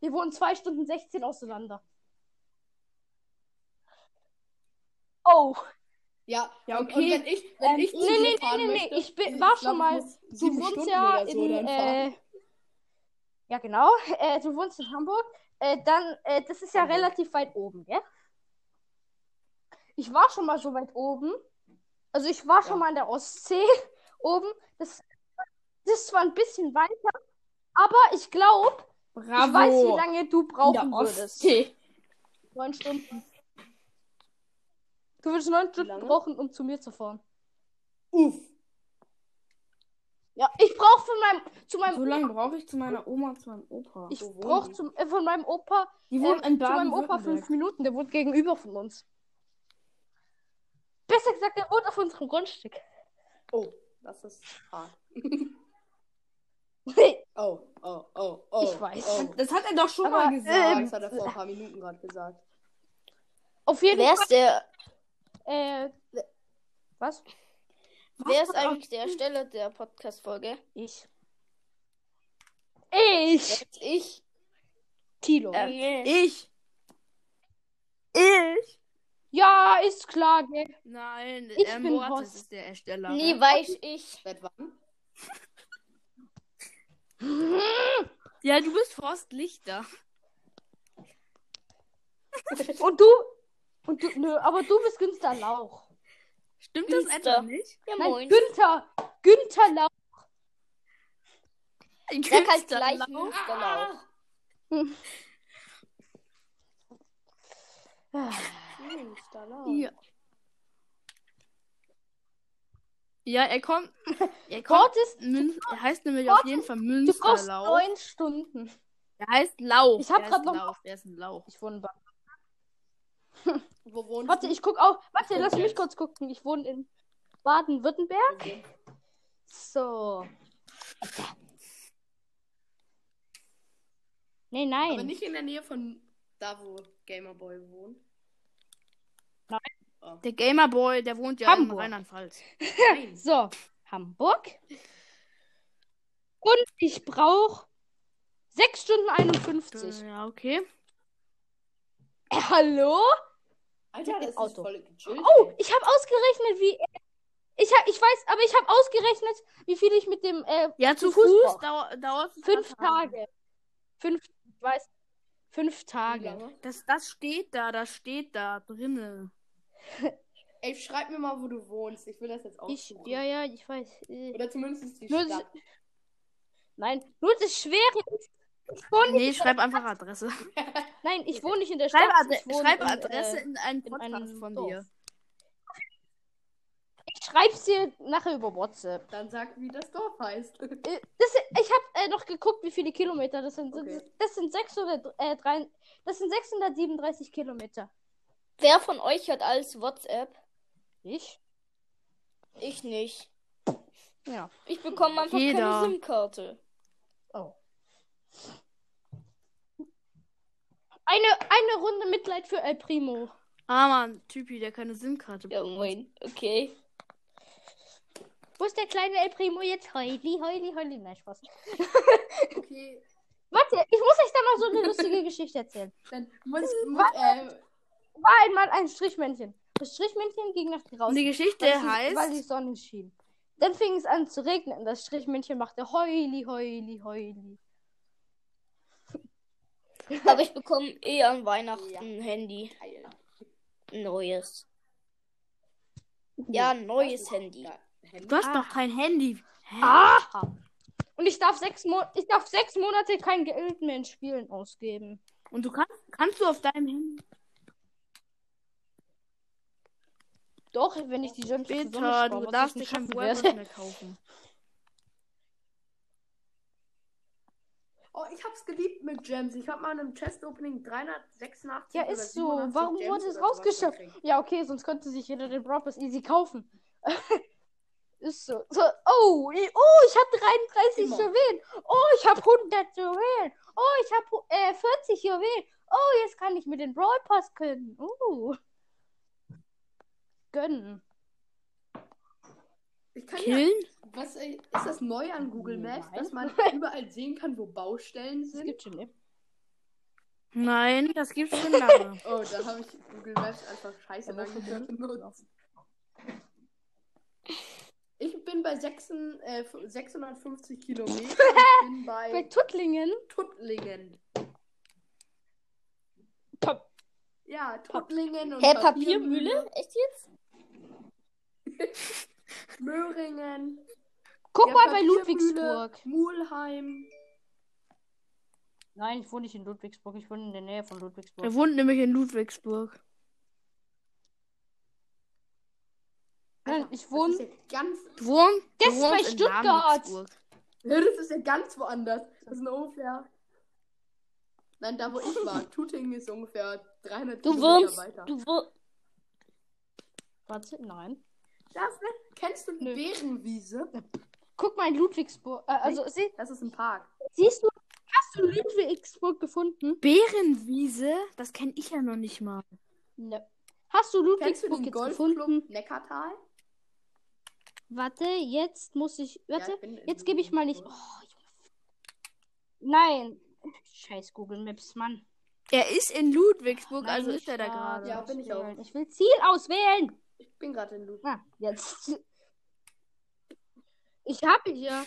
Speaker 1: wir wohnen zwei Stunden 16 auseinander. Oh.
Speaker 7: Ja,
Speaker 18: Ja,
Speaker 7: und,
Speaker 18: okay.
Speaker 7: und wenn ich, wenn
Speaker 18: Ähm,
Speaker 7: ich zu
Speaker 1: nee,
Speaker 7: dir
Speaker 1: nee,
Speaker 7: fahren
Speaker 1: nee, nee,
Speaker 7: möchte,
Speaker 1: ich bin-
Speaker 7: ich
Speaker 1: war
Speaker 7: glaub,
Speaker 1: schon
Speaker 7: ich
Speaker 1: mal
Speaker 7: muss
Speaker 1: Du
Speaker 7: sieben
Speaker 1: wohnst
Speaker 7: Stunden
Speaker 1: ja
Speaker 7: oder so
Speaker 1: in.
Speaker 7: dann fahren.
Speaker 1: Äh, ja, genau. Äh, du wohnst in Hamburg. Äh, dann, äh, das ist ja
Speaker 7: Hamburg.
Speaker 1: relativ weit oben, gell? Ich war schon mal so weit oben. Also, ich war schon mal an der Ostsee oben. Das, das ist zwar ein bisschen weiter, aber ich glaube, ich
Speaker 18: Bravo.
Speaker 1: weiß, wie lange du brauchen
Speaker 18: Ja,
Speaker 1: würdest.
Speaker 18: Ostsee.
Speaker 1: Neun Stunden. Du würdest neun Stunden
Speaker 7: lange?
Speaker 1: brauchen, um zu mir zu fahren.
Speaker 7: Uff.
Speaker 1: Ja, ich brauche von meinem, zu meinem,
Speaker 18: So lange brauche ich zu meiner Oma, zu meinem Opa.
Speaker 1: ich
Speaker 7: Wo wohnen
Speaker 1: brauche
Speaker 7: die?
Speaker 1: zum, äh, von meinem Opa
Speaker 18: Die wohnt
Speaker 1: Ähm,
Speaker 18: in
Speaker 1: zu meinem Opa
Speaker 18: Baden-Württemberg.
Speaker 1: fünf Minuten, der wohnt gegenüber von uns. Besser gesagt, der wohnt auf unserem Grundstück.
Speaker 7: Oh, das ist hart.
Speaker 1: ich
Speaker 7: Oh, oh, oh, oh.
Speaker 1: weiß.
Speaker 7: Oh.
Speaker 18: Das hat er doch schon
Speaker 1: Aber, ähm,
Speaker 18: mal
Speaker 7: Ja,
Speaker 18: gesagt.
Speaker 7: das hat er vor ein paar Minuten gerade gesagt.
Speaker 1: Auf jeden
Speaker 4: Wer ist der,
Speaker 1: Fall. Äh, was?
Speaker 4: wer ist eigentlich der Ersteller der Podcast-Folge?
Speaker 1: Ich. Ich!
Speaker 4: Jetzt ich.
Speaker 1: Tilo.
Speaker 4: Ähm, nee.
Speaker 3: Ich. Ich?
Speaker 1: Ja, ist klar, gell?
Speaker 3: Nein,
Speaker 1: Ich
Speaker 3: ähm,
Speaker 1: bin
Speaker 3: Borat,
Speaker 1: Horst.
Speaker 3: das ist der Ersteller.
Speaker 4: Nee, weiß ich.
Speaker 7: Seit wann?
Speaker 3: Ja, du bist Horst Lichter.
Speaker 1: Und du? Und du, nö, aber du bist Günther Lauch.
Speaker 3: Stimmt das
Speaker 4: Lichter.
Speaker 3: etwa nicht?
Speaker 4: Ja,
Speaker 1: Nein,
Speaker 4: moin.
Speaker 1: Günther! Günther Lauch.
Speaker 3: Ein
Speaker 4: Sag halt
Speaker 3: Künstler-
Speaker 4: gleich Münsterlauch.
Speaker 3: Ja. Ja, er kommt. Er kommt.
Speaker 1: Cortis,
Speaker 3: Mün er heißt nämlich auf jeden Fall
Speaker 1: du brauchst
Speaker 3: Münsterlauch.
Speaker 1: neun Stunden.
Speaker 3: Er heißt Lauch.
Speaker 1: Ich hab
Speaker 3: Er
Speaker 1: grad
Speaker 3: ist
Speaker 1: noch-
Speaker 3: Lauch. Er ist ein Lauch.
Speaker 1: Ich wohne in Baden.
Speaker 7: Wo wohnst
Speaker 1: Warte,
Speaker 7: du?
Speaker 1: ich guck auch. Warte,
Speaker 7: Und
Speaker 1: lass mich
Speaker 7: jetzt?
Speaker 1: kurz gucken. Ich wohne in Baden-Württemberg. So. Nee,
Speaker 7: Aber
Speaker 1: nein.
Speaker 7: nicht in der Nähe von da, wo Gamerboy wohnt.
Speaker 3: Der Gamerboy, der wohnt ja in
Speaker 1: Hamburg.
Speaker 3: Rheinland-Pfalz.
Speaker 7: Nein.
Speaker 1: So, Hamburg. Und ich brauche 6 Stunden 51.
Speaker 3: Ja, okay.
Speaker 1: Äh, hallo?
Speaker 7: Alter,
Speaker 1: Mit dem
Speaker 7: das ist
Speaker 1: Auto.
Speaker 7: voll gechillt.
Speaker 1: Oh,
Speaker 7: ey.
Speaker 1: ich habe ausgerechnet, wie. Ich, hab, ich weiß, aber ich habe ausgerechnet, wie viel ich mit dem. Äh,
Speaker 3: Ja, zu
Speaker 1: Zu Fuß
Speaker 3: Fuß
Speaker 1: braucht-
Speaker 3: dau dauert es ein
Speaker 1: fünf
Speaker 3: paar
Speaker 1: Tage. Fünf, ich weiß. Fünf
Speaker 7: Wie
Speaker 1: Tage.
Speaker 7: lange?
Speaker 3: Das, das steht da, das steht da drinne.
Speaker 7: Ey, schreib mir mal, wo du wohnst. Ich will das jetzt auch
Speaker 1: Ich, ja, ja, ich weiß. Äh,
Speaker 7: Oder zumindest die
Speaker 1: Nur-
Speaker 7: Stadt.
Speaker 1: Nein, nur das Schwere ist. Ich wohne nicht,
Speaker 3: Nee, schreib einfach Adresse.
Speaker 1: nein, halt ich wohne nicht in der Stadt.
Speaker 3: Schreib, Adre
Speaker 1: ich wohne
Speaker 3: schreib
Speaker 1: in,
Speaker 3: Adresse
Speaker 1: Äh,
Speaker 3: in einen
Speaker 1: in
Speaker 3: Podcast
Speaker 1: einem
Speaker 3: von
Speaker 1: Dorf.
Speaker 3: dir.
Speaker 1: ich schreib's dir nachher über WhatsApp.
Speaker 7: Dann sag, wie das Dorf heißt.
Speaker 1: Äh, Das, ich habe äh, noch geguckt, wie viele Kilometer das sind.
Speaker 7: Okay.
Speaker 1: Das sind 600, äh, drei- das sind 637 Kilometer.
Speaker 4: Wer von euch hat als WhatsApp?
Speaker 1: Ich?
Speaker 4: Ich nicht.
Speaker 1: Ja.
Speaker 4: Ich bekomme einfach
Speaker 3: Jeder.
Speaker 4: keine SIM-Karte.
Speaker 1: Eine, eine Runde Mitleid für El Primo.
Speaker 3: Ah, Mann, Typi, der keine SIM-Karte
Speaker 4: Ja, moin. Okay.
Speaker 1: Wo ist der kleine El Primo jetzt? Heuli, heuli, heuli. Nein, Spaß.
Speaker 7: Okay,
Speaker 1: Warte, ich muss euch da mal so eine lustige Geschichte erzählen.
Speaker 7: dann muss ich. Äh,
Speaker 1: War einmal ein Strichmännchen. Das Strichmännchen ging nach draußen.
Speaker 3: Die Geschichte
Speaker 1: weil die- Weil die
Speaker 3: heißt.
Speaker 1: Sonne schien. Dann fing es an zu regnen. Das Strichmännchen machte heuli, heuli, heuli.
Speaker 4: Aber ich bekomme eh an Weihnachten ein Handy.
Speaker 7: geil.
Speaker 4: Ein Neues. Ja, ein neues Handy.
Speaker 7: Ja, Handy.
Speaker 3: Ah. Du hast doch kein Handy. Hä?
Speaker 1: Ah! Und ich darf sechs, Mo ich darf sechs Monate kein Geld mehr in Spielen ausgeben.
Speaker 3: Und du kannst, kannst du auf deinem Handy.
Speaker 1: Doch, wenn ich die Gems
Speaker 16: Peter, du darfst dir kein World mehr kaufen.
Speaker 7: Oh, ich hab's geliebt mit Gems. Ich hab mal im Chest Opening 386.
Speaker 1: Ja,
Speaker 7: oder
Speaker 1: ist so.
Speaker 7: 87
Speaker 1: Warum
Speaker 7: Gems
Speaker 1: wurde es
Speaker 7: oder sowas
Speaker 1: rausgeschafft?
Speaker 7: gekriegt.
Speaker 1: Ja, okay, sonst könnte sich jeder den Brawl Pass easy kaufen. ist so. so. Oh, i- oh, ich habe 33
Speaker 7: Immer.
Speaker 1: Juwelen. Oh, ich habe 100 Juwelen. Oh, ich habe äh, 40 Juwelen. Oh, jetzt kann ich mir den Brawl Pass gönnen. Uh. Gönnen.
Speaker 7: Ich kann ja,
Speaker 16: Killen?
Speaker 7: was äh, ist das neu an Google Maps, dass man überall sehen kann, wo Baustellen
Speaker 1: Das
Speaker 7: sind?
Speaker 1: gibt schon ne?
Speaker 16: Nein, das gibt's schon lange.
Speaker 7: Oh, da habe ich Google Maps einfach scheiße lange benutzt. Ich bin bei 6, äh, 650 Kilometern. Ich bin
Speaker 1: Bei
Speaker 7: bei
Speaker 1: Tuttlingen.
Speaker 7: Tuttlingen.
Speaker 1: Pap-
Speaker 7: ja, Tuttlingen und
Speaker 15: Hä, Papiermühle? Echt jetzt?
Speaker 7: Möhringen.
Speaker 1: Guck
Speaker 7: Ja,
Speaker 1: mal bei
Speaker 7: Papiermühle,
Speaker 1: Ludwigsburg.
Speaker 7: Mulheim.
Speaker 1: Nein, ich wohne nicht in Ludwigsburg. Ich wohne in der Nähe von Ludwigsburg.
Speaker 16: Er wohnt nämlich in Ludwigsburg.
Speaker 1: Nein, ich
Speaker 7: Das ist
Speaker 1: wohne.
Speaker 7: ja ganz,
Speaker 16: Du wohnst,
Speaker 1: Das
Speaker 16: du
Speaker 1: ist bei
Speaker 16: wohnst in
Speaker 1: Stuttgart.
Speaker 16: Namensburg.
Speaker 7: Ja, das ist ja ganz woanders. Das ist ungefähr. Nein, da wo ich war. Tutingen ist ungefähr 300
Speaker 15: Du
Speaker 7: Kilometer
Speaker 15: wohnst,
Speaker 7: weiter.
Speaker 15: du wohnst.
Speaker 1: Warte, nein.
Speaker 7: Das, ne? Kennst du die
Speaker 1: Nö.
Speaker 7: Bärenwiese?
Speaker 1: Guck mal in Ludwigsburg. Äh, also, sie,
Speaker 7: Das ist ein Park.
Speaker 1: siehst du, hast du Ludwigsburg gefunden?
Speaker 16: Bärenwiese? Das kenne ich ja noch nicht mal.
Speaker 1: Ne. Hast du
Speaker 7: Kennst du
Speaker 1: Ludwigsburg
Speaker 7: den
Speaker 1: jetzt
Speaker 7: Golfclub
Speaker 1: gefunden?
Speaker 7: Neckartal?
Speaker 1: Warte, jetzt muss ich. Warte,
Speaker 7: ich bin in
Speaker 1: jetzt gebe ich mal nicht. Oh,
Speaker 7: Ludwigsburg.
Speaker 1: Junge. Nein. Scheiß Google Maps, Mann.
Speaker 16: Er ist in Ludwigsburg,
Speaker 1: Nein,
Speaker 16: also ist
Speaker 1: nicht
Speaker 16: er da
Speaker 1: wahr.
Speaker 16: gerade.
Speaker 7: Ja, bin ich auch.
Speaker 1: Ich will Ziel auswählen.
Speaker 7: Ich bin gerade in Ludwigsburg.
Speaker 1: Ah, jetzt. Ich habe hier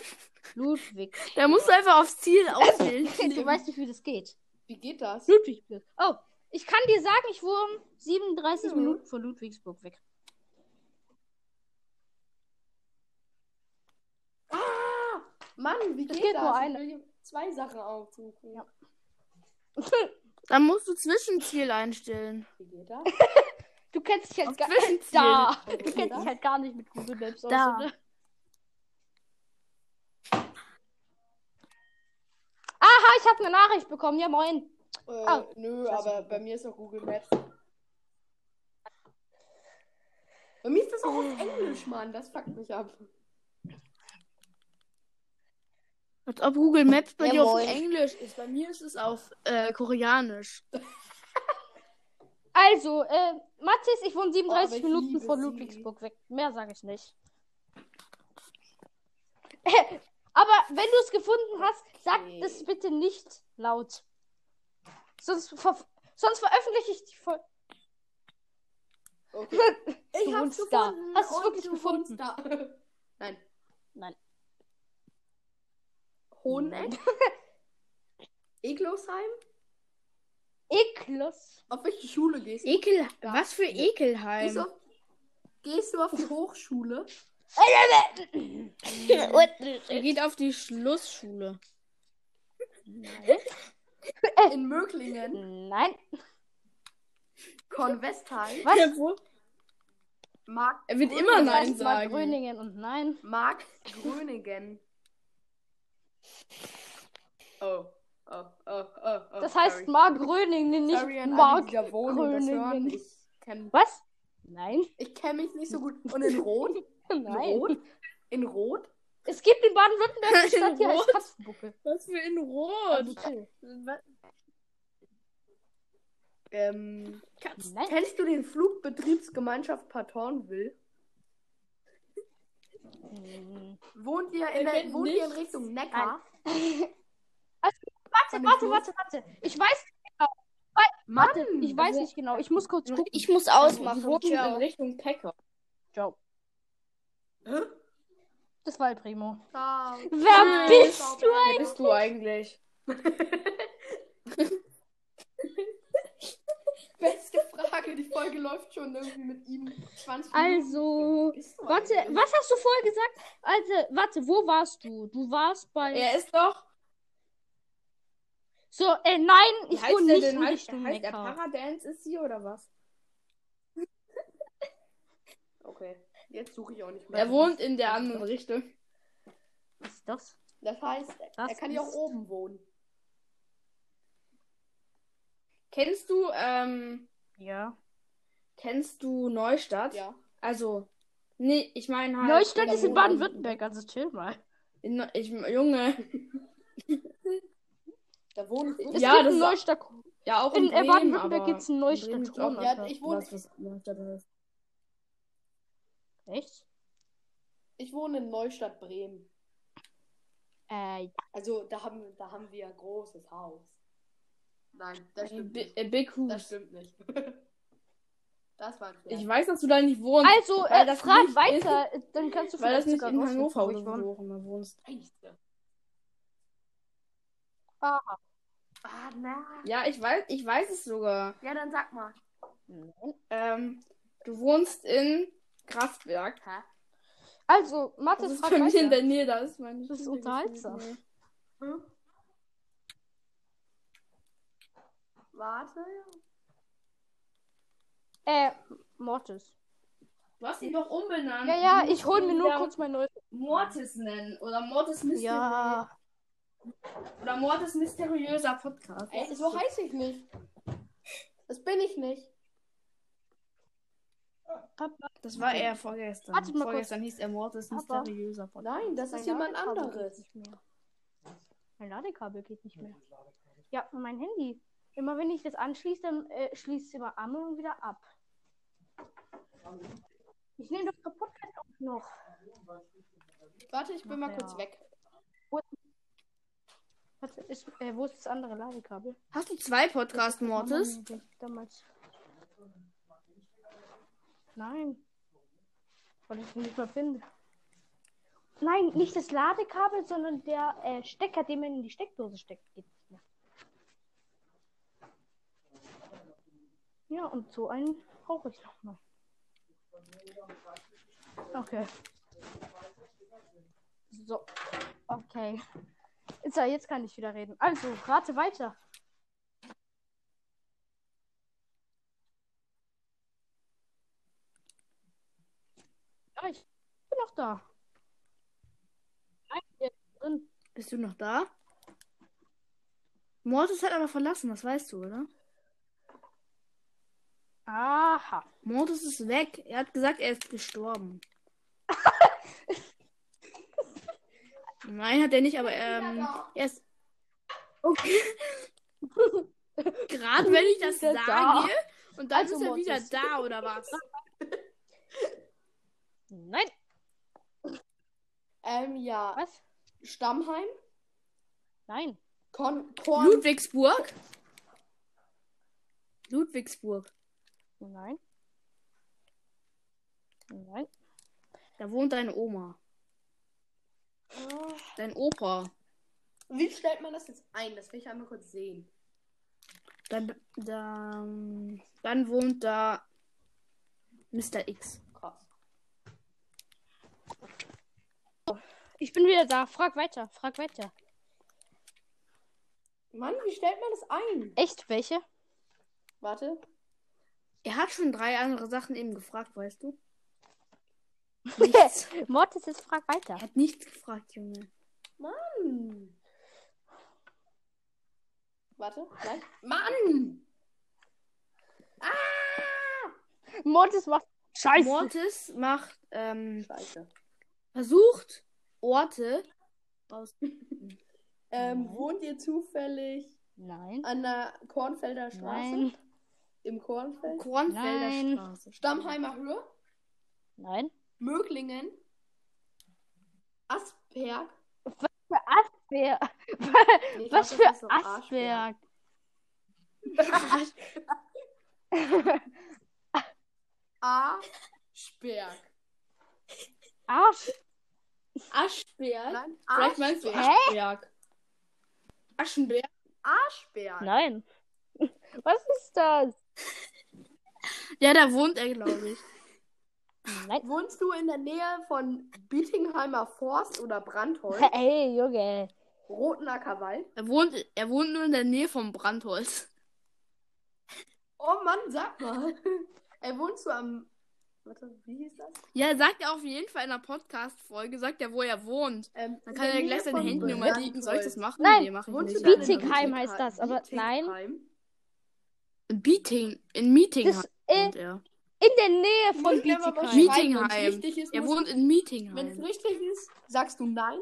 Speaker 1: Ludwig.
Speaker 16: Da musst du einfach aufs Ziel auswählen.
Speaker 1: Du weißt nicht, wie das geht.
Speaker 7: Wie geht das?
Speaker 1: Ludwigsburg. Oh, ich kann dir sagen, ich wohne 37 Minuten von Ludwigsburg weg.
Speaker 7: Ah! Mann, wie
Speaker 1: Es
Speaker 7: geht,
Speaker 1: geht
Speaker 7: das?
Speaker 1: nur
Speaker 7: Ich
Speaker 16: also
Speaker 1: eine.
Speaker 7: will hier zwei Sachen aufsuchen.
Speaker 16: Da musst du Zwischenziel einstellen.
Speaker 7: Wie geht das?
Speaker 1: Du kennst dich
Speaker 16: Auf
Speaker 1: halt gar
Speaker 16: Zwischenziel.
Speaker 1: da. Du
Speaker 7: Wo
Speaker 1: kennst
Speaker 7: geht das?
Speaker 1: dich halt gar nicht mit Google Maps aus.
Speaker 16: Da.
Speaker 1: oder? Aha, ich habe eine Nachricht bekommen. Ja, moin.
Speaker 7: Äh,
Speaker 1: Ah,
Speaker 16: Oh,
Speaker 7: nö,
Speaker 1: das ist
Speaker 7: aber bei mir ist auch Google Maps. Bei mir ist das auch auf
Speaker 16: Äh.
Speaker 7: Englisch, Mann. Das fuckt mich ab.
Speaker 16: Als ob Google Maps bei dir auf
Speaker 15: Jawohl.
Speaker 16: Englisch ist. Bei mir ist es auf äh, Koreanisch.
Speaker 1: Also, äh, Mathis, ich wohne
Speaker 7: Oh, aber
Speaker 1: 37
Speaker 7: ich
Speaker 1: Minuten
Speaker 7: liebe
Speaker 1: von
Speaker 7: sie.
Speaker 1: Ludwigsburg weg. Mehr sage ich nicht. Aber wenn du es gefunden hast, sag
Speaker 7: Okay.
Speaker 1: es bitte nicht laut. Sonst, ver sonst veröffentliche ich die Folge.
Speaker 7: Okay.
Speaker 1: Du
Speaker 7: Ich hab's
Speaker 1: wohnst da.
Speaker 7: gefunden.
Speaker 1: Hast du's
Speaker 7: und
Speaker 1: wirklich
Speaker 7: du
Speaker 1: gefunden?
Speaker 7: wohnst Da. Nein.
Speaker 1: Nein.
Speaker 7: Hoheneck? Eglosheim?
Speaker 1: Eklos.
Speaker 7: Auf welche Schule gehst du?
Speaker 16: Ekel. Was für
Speaker 7: Gehst du
Speaker 16: Ekelheim.
Speaker 7: auf, gehst du auf die Hochschule?
Speaker 16: Er geht auf die Schlussschule. Äh.
Speaker 7: In Möglingen?
Speaker 1: Nein.
Speaker 7: Kornwestheim?
Speaker 1: Was?
Speaker 7: Mark
Speaker 16: Äh. Er wird immer Nein
Speaker 1: Erstmal
Speaker 16: sagen.
Speaker 1: Gröningen und nein.
Speaker 7: Mark Gröningen. Oh. Oh, oh, oh, oh.
Speaker 1: Das heißt
Speaker 7: sorry.
Speaker 1: Mark Gröningen, nicht
Speaker 7: Sorry an alle,
Speaker 1: Mark
Speaker 7: die da wohnen und das hören.
Speaker 1: Gröningen.
Speaker 7: Ich kenn-
Speaker 1: Was? Nein.
Speaker 7: Ich kenne mich nicht so gut. Und in Rot? In
Speaker 1: Nein.
Speaker 7: Rot? In Rot?
Speaker 1: Es gibt in Baden-Württemberg eine Stadt, die heißt
Speaker 16: Rot.
Speaker 1: Katzenbuckel.
Speaker 16: Was für in Rot.
Speaker 7: Ähm,
Speaker 1: Nein.
Speaker 7: kennst du den Flugbetriebsgemeinschaft Patornville?
Speaker 1: Hm.
Speaker 7: Wohnt ihr in, der, wohnt ihr in Richtung Neckar?
Speaker 1: Warte, warte, warte, warte. Ich weiß, warte,
Speaker 7: Mann,
Speaker 1: ich weiß nicht genau. Ich muss kurz
Speaker 4: Also
Speaker 1: gucken.
Speaker 15: Ich muss ausmachen. Ciao.
Speaker 16: Richtung Packer.
Speaker 1: Ciao.
Speaker 7: Hä?
Speaker 1: Das war El Primo.
Speaker 7: Ciao.
Speaker 1: Wer
Speaker 7: Nein.
Speaker 1: bist du
Speaker 16: Wer bist du eigentlich?
Speaker 7: beste Frage. Die Folge läuft schon irgendwie mit ihm 20 Minuten.
Speaker 1: Also,
Speaker 7: Bist du
Speaker 1: warte,
Speaker 7: eigentlich?
Speaker 1: was hast du vorher gesagt? Also, warte, wo warst du? Du warst bei.
Speaker 3: Er ist doch.
Speaker 1: So, äh, nein,
Speaker 3: Wie
Speaker 1: ich
Speaker 3: heißt
Speaker 1: tue
Speaker 3: der
Speaker 1: nicht
Speaker 3: denn?
Speaker 1: in
Speaker 3: Heißt,
Speaker 1: Richtung
Speaker 3: heißt der
Speaker 1: Neckar.
Speaker 3: Paradance ist sie oder was?
Speaker 7: Okay, jetzt suche ich auch nicht mehr.
Speaker 3: Er wohnt in der anderen Richtung.
Speaker 1: Was ist das?
Speaker 7: Das heißt, er-
Speaker 1: Das
Speaker 7: er kann ja auch
Speaker 1: ist-
Speaker 7: oben wohnen.
Speaker 3: Kennst du, ähm,
Speaker 1: Ja.
Speaker 3: kennst du Neustadt?
Speaker 7: Ja.
Speaker 3: Also, nee, ich meine halt.
Speaker 1: Neustadt
Speaker 3: da
Speaker 1: ist in
Speaker 3: wohnt-
Speaker 1: Baden-Württemberg, also chill mal.
Speaker 3: In Neu- Ich, Junge.
Speaker 7: Da wohnt
Speaker 1: Es gibt
Speaker 3: Ja, das
Speaker 1: einen
Speaker 3: ist-
Speaker 1: Neustadt.
Speaker 3: Ja, auch
Speaker 1: In,
Speaker 3: in,
Speaker 1: äh,
Speaker 3: Bremen,
Speaker 1: Baden-Württemberg
Speaker 3: aber
Speaker 1: gibt's einen
Speaker 3: in
Speaker 1: Neustadt-
Speaker 3: Bremen gibt's
Speaker 1: Turm,
Speaker 3: auch-
Speaker 7: Ja, ich wohne,
Speaker 3: Was, was Neustadt heißt.
Speaker 1: Echt?
Speaker 7: ich wohne in Neustadt Bremen.
Speaker 1: Äh,
Speaker 7: Also da haben, da haben wir ein großes Haus. Nein, das stimmt
Speaker 3: Bi-
Speaker 7: nicht.
Speaker 3: äh, Big
Speaker 7: Das
Speaker 3: Hoos.
Speaker 7: stimmt nicht. Das war ein Scherz.
Speaker 3: Ich weiß, dass du da nicht wohnst.
Speaker 1: also,
Speaker 3: weil
Speaker 1: äh,
Speaker 3: das
Speaker 1: frag
Speaker 3: nicht
Speaker 1: weiter, äh, dann kannst du
Speaker 3: weil das
Speaker 1: vielleicht
Speaker 3: nicht
Speaker 1: sogar
Speaker 3: in
Speaker 1: rausfinden,
Speaker 3: Hannover
Speaker 1: wo
Speaker 3: oder
Speaker 1: ich wohne.
Speaker 3: so immer wohnst.
Speaker 7: Scheiße.
Speaker 1: Aha.
Speaker 7: Ah, na.
Speaker 3: Ja, ich weiß, ich weiß es sogar.
Speaker 7: Ja, dann sag mal.
Speaker 3: Ähm, du wohnst in Kraftwerk.
Speaker 1: Also, Mathe,
Speaker 3: Das ist
Speaker 1: frag
Speaker 3: bei mir in
Speaker 1: weiter.
Speaker 3: der Nähe, da ist meine
Speaker 1: Das ist
Speaker 3: Schule
Speaker 1: unterhaltsam.
Speaker 3: gewesen.
Speaker 1: Hm?
Speaker 7: Warte.
Speaker 1: Äh, Mortis.
Speaker 3: Du hast ihn doch umbenannt.
Speaker 1: Ja, ja,
Speaker 3: Du
Speaker 1: ich hol mir
Speaker 3: musst ihn
Speaker 1: nur
Speaker 3: wieder
Speaker 1: kurz mein neues.
Speaker 3: Mortis nennen. Oder Mortis Mystery. Oder Mortis mysteriöser Podcast.
Speaker 7: Ey, so heiße ich nicht. Das bin ich nicht.
Speaker 3: Das war er vorgestern.
Speaker 1: Warte mal kurz.
Speaker 3: vorgestern hieß er Mortis
Speaker 1: Papa.
Speaker 3: mysteriöser Podcast.
Speaker 7: Nein, das ist jemand
Speaker 1: Ladekabel geht
Speaker 7: anderes.
Speaker 1: Nicht mehr. Mein Ladekabel geht nicht mehr. Ja, und mein Handy. Immer wenn ich das anschließe, dann äh, schließt es immer an und wieder ab. Ich nehme doch den Podcast auch noch.
Speaker 7: Warte, ich bin mal
Speaker 1: Ach,
Speaker 7: kurz
Speaker 1: ja.
Speaker 7: weg.
Speaker 1: Warte, ist, äh, wo ist das andere Ladekabel?
Speaker 3: Hast du zwei Podcasts, Mortis?
Speaker 1: Mama mir Damals. Nein. Weil ich es nicht mehr finde. Nein, nicht das Ladekabel, sondern der äh, Stecker, den man in die Steckdose steckt. Geht nicht mehr. Ja, und so einen brauche ich noch mal. Okay. So. Okay. So, jetzt kann ich wieder reden. Also, rate weiter. Ja, Ah, ich bin noch da. Nein, jetzt drin.
Speaker 3: Bist du noch da? Mortis hat aber verlassen, das weißt du, oder?
Speaker 1: Aha.
Speaker 3: Mortis ist weg. Er hat gesagt, er ist gestorben. Nein, hat er nicht, aber ähm, er ist. Okay. Gerade wenn ich das
Speaker 1: Wieder da.
Speaker 3: sage und dann
Speaker 1: Also
Speaker 3: ist er wieder
Speaker 1: Mortis.
Speaker 3: da oder was?
Speaker 1: Nein.
Speaker 7: Ähm, ja.
Speaker 1: Was?
Speaker 7: Stammheim,
Speaker 1: Nein.
Speaker 7: Korn, Korn,
Speaker 3: Ludwigsburg? Ludwigsburg.
Speaker 1: Nein. Nein.
Speaker 3: Da wohnt deine Oma. Dein Opa.
Speaker 7: Wie stellt man das jetzt ein? Das will ich einmal kurz sehen.
Speaker 3: Dann, dann, ähm, dann wohnt da Mr. X.
Speaker 7: Krass.
Speaker 1: Ich bin wieder da. Frag weiter. Frag weiter.
Speaker 7: Mann, wie stellt man das ein?
Speaker 1: Echt? Welche?
Speaker 7: Warte.
Speaker 3: Er hat schon drei andere Sachen eben gefragt, weißt du?
Speaker 1: Mortis, jetzt frag weiter.
Speaker 3: Er hat nichts gefragt, Junge.
Speaker 7: Hm. Warte, nein. Mann!
Speaker 1: Mortis macht Scheiße.
Speaker 3: Mortis macht, ähm,
Speaker 7: Scheiße.
Speaker 3: versucht Orte aus.
Speaker 7: Ähm, wohnt ihr zufällig
Speaker 1: Nein.
Speaker 7: an der Kornfelder Straße?
Speaker 1: Nein.
Speaker 7: Im Kornfeld?
Speaker 3: Kornfelder
Speaker 1: Nein.
Speaker 3: Straße.
Speaker 7: Stammheimer Höhe?
Speaker 1: Nein.
Speaker 7: Möglingen? Asperg?
Speaker 1: Für Asperg.
Speaker 7: Nee,
Speaker 1: Was
Speaker 7: ich glaub, das
Speaker 1: für
Speaker 7: ist doch
Speaker 1: Asperg?
Speaker 7: Aschberg. Asperg.
Speaker 1: Arsch.
Speaker 3: Aschberg?
Speaker 7: Nein,
Speaker 3: Vielleicht meinst du
Speaker 7: Aschberg.
Speaker 3: Aschberg. Aschenberg?
Speaker 7: Aschberg.
Speaker 1: Nein. Was ist das?
Speaker 3: Ja, da wohnt er, glaube ich.
Speaker 1: Nein.
Speaker 7: Wohnst du in der Nähe von Bietingheimer Forst oder Brandholz?
Speaker 1: Ey, Junge.
Speaker 7: Rotenacker Wald?
Speaker 3: Er wohnt, er wohnt nur in der Nähe vom Brandholz.
Speaker 7: Oh Mann, sag mal. Ey, wohnst du am. Warte, wie hieß das?
Speaker 3: Ja, er sagt ja auf jeden Fall in einer Podcast-Folge, sagt er, wo er wohnt.
Speaker 7: Ähm,
Speaker 3: Dann kann
Speaker 7: in der
Speaker 3: er
Speaker 7: Nähe
Speaker 3: gleich seine
Speaker 7: von
Speaker 3: Handynummer
Speaker 7: Brandholz.
Speaker 3: liegen. Soll ich das machen?
Speaker 1: Nein,
Speaker 3: nee, mach ich
Speaker 7: Wohnst du
Speaker 3: nicht.
Speaker 7: da in
Speaker 1: Bietigheim heißt das, aber
Speaker 7: Bietigheim?
Speaker 3: In Meeting, in Meetingheim
Speaker 1: Das, äh,
Speaker 3: wohnt er.
Speaker 1: In der Nähe von
Speaker 7: Nicht, wenn man was
Speaker 1: Bietigheim.
Speaker 3: Bietigheim.
Speaker 7: schreibt, wenn's
Speaker 3: Bietigheim.
Speaker 7: richtig ist,
Speaker 3: Er
Speaker 7: musst du-
Speaker 3: wohnt in halt.
Speaker 7: Wenn es
Speaker 3: Meetingheim.
Speaker 7: richtig ist, sagst du nein.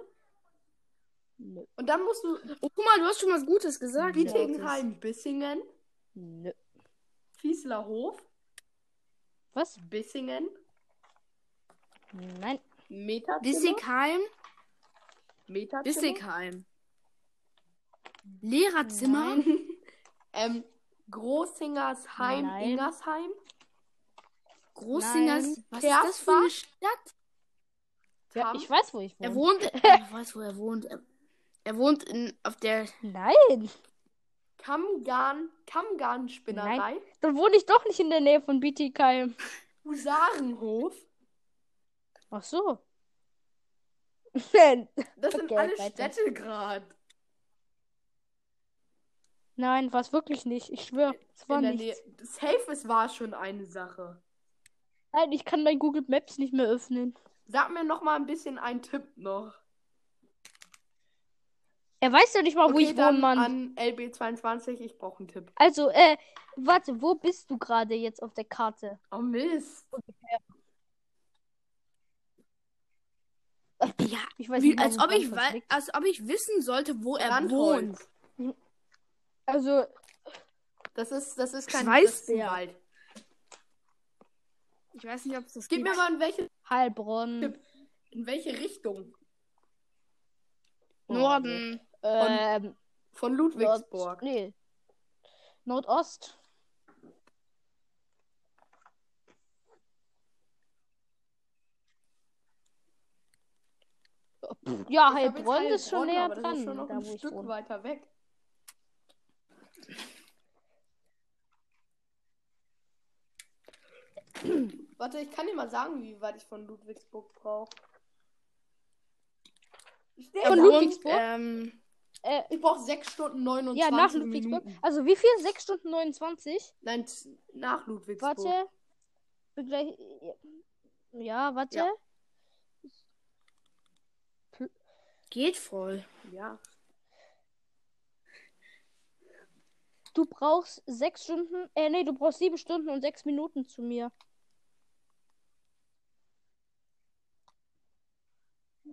Speaker 1: Nö.
Speaker 7: Und dann musst du
Speaker 3: Oh, guck mal, du hast schon was Gutes gesagt. Lottes.
Speaker 7: Bietigheim, halt. Bissingen,
Speaker 1: Nö.
Speaker 7: Fieslerhof,
Speaker 1: Was?
Speaker 7: Bissingen,
Speaker 1: Nein.
Speaker 7: Meterzimmer,
Speaker 3: Bissigheim,
Speaker 7: Meterzimmer,
Speaker 3: Bissigheim. Lehrerzimmer?
Speaker 7: ähm, Großingersheim,
Speaker 1: Nein.
Speaker 7: Ingersheim,
Speaker 3: Großsingers?
Speaker 1: Nein.
Speaker 3: Was ist das für eine Stadt?
Speaker 1: Ja,
Speaker 7: Tam-
Speaker 1: ich weiß, wo ich
Speaker 3: Er
Speaker 1: wohne.
Speaker 3: wohnt, ich weiß, wo er wohnt. Er, er wohnt in, auf der,
Speaker 1: Nein.
Speaker 7: Kamgarn, Kamgarn-Spinnerei,
Speaker 1: Dann wohne ich doch nicht in der Nähe von Bietigheim.
Speaker 7: Husarenhof.
Speaker 1: Ach so. Nein.
Speaker 7: Das sind
Speaker 1: Okay,
Speaker 7: alle
Speaker 1: weiter.
Speaker 7: Städte gerade.
Speaker 1: Nein, war es wirklich nicht. Ich schwöre, es war
Speaker 7: in der
Speaker 1: nicht.
Speaker 7: Nähe. Safe, es war schon eine Sache.
Speaker 1: Nein, ich kann mein Google Maps nicht mehr öffnen.
Speaker 7: Sag mir noch mal ein bisschen einen Tipp noch.
Speaker 1: Er weiß ja nicht mal, wo
Speaker 7: Okay,
Speaker 1: ich wohne,
Speaker 7: dann
Speaker 1: Mann.
Speaker 7: an LB22, ich brauche einen Tipp.
Speaker 1: Also, äh, warte, wo bist du gerade jetzt auf der Karte?
Speaker 7: Oh Mist.
Speaker 3: ja,
Speaker 1: Ich weiß
Speaker 3: wie,
Speaker 1: nicht mal,
Speaker 3: als
Speaker 1: wo
Speaker 3: ob ich,
Speaker 1: Brandholz
Speaker 3: wei-
Speaker 1: liegt.
Speaker 3: als ob ich wissen sollte, wo er
Speaker 7: Brandholz.
Speaker 3: wohnt.
Speaker 1: Also,
Speaker 7: Das ist, das ist kein
Speaker 3: Schweißbär.
Speaker 7: das ist ein Wald.
Speaker 3: Ich weiß nicht, ob es das
Speaker 7: Gib mir mal in welche,
Speaker 1: Heilbronn.
Speaker 7: in welche Richtung
Speaker 3: Norden.
Speaker 1: Ähm,
Speaker 7: von
Speaker 1: Nord
Speaker 7: Ludwigsburg.
Speaker 1: nee. Nordost. Ja,
Speaker 7: Ich hab jetzt
Speaker 1: Heilbronn ist schon
Speaker 7: Heilbronn,
Speaker 1: näher
Speaker 7: aber das
Speaker 1: dran,
Speaker 7: Ist schon noch
Speaker 1: da
Speaker 7: ein
Speaker 1: wo ich
Speaker 7: Stück
Speaker 1: wohne.
Speaker 7: weiter weg. Warte, ich kann dir mal sagen, wie weit ich von Ludwigsburg brauche. Ich stehe
Speaker 3: Er
Speaker 7: in
Speaker 3: wohnt,
Speaker 7: Ludwigsburg.
Speaker 3: ähm,
Speaker 7: Ich brauche 6 Stunden
Speaker 1: Ja, nach
Speaker 7: 29
Speaker 1: Ludwigsburg.
Speaker 7: Minuten.
Speaker 1: Also wie viel? 6 Stunden 29?
Speaker 7: Nein, z- nach Ludwigsburg.
Speaker 1: Warte. Bin gleich. Ja, warte.
Speaker 7: Ja.
Speaker 3: geht voll.
Speaker 7: Ja.
Speaker 1: Du brauchst 6 Stunden. Äh, nee, du brauchst 7 Stunden und 6 Minuten zu mir.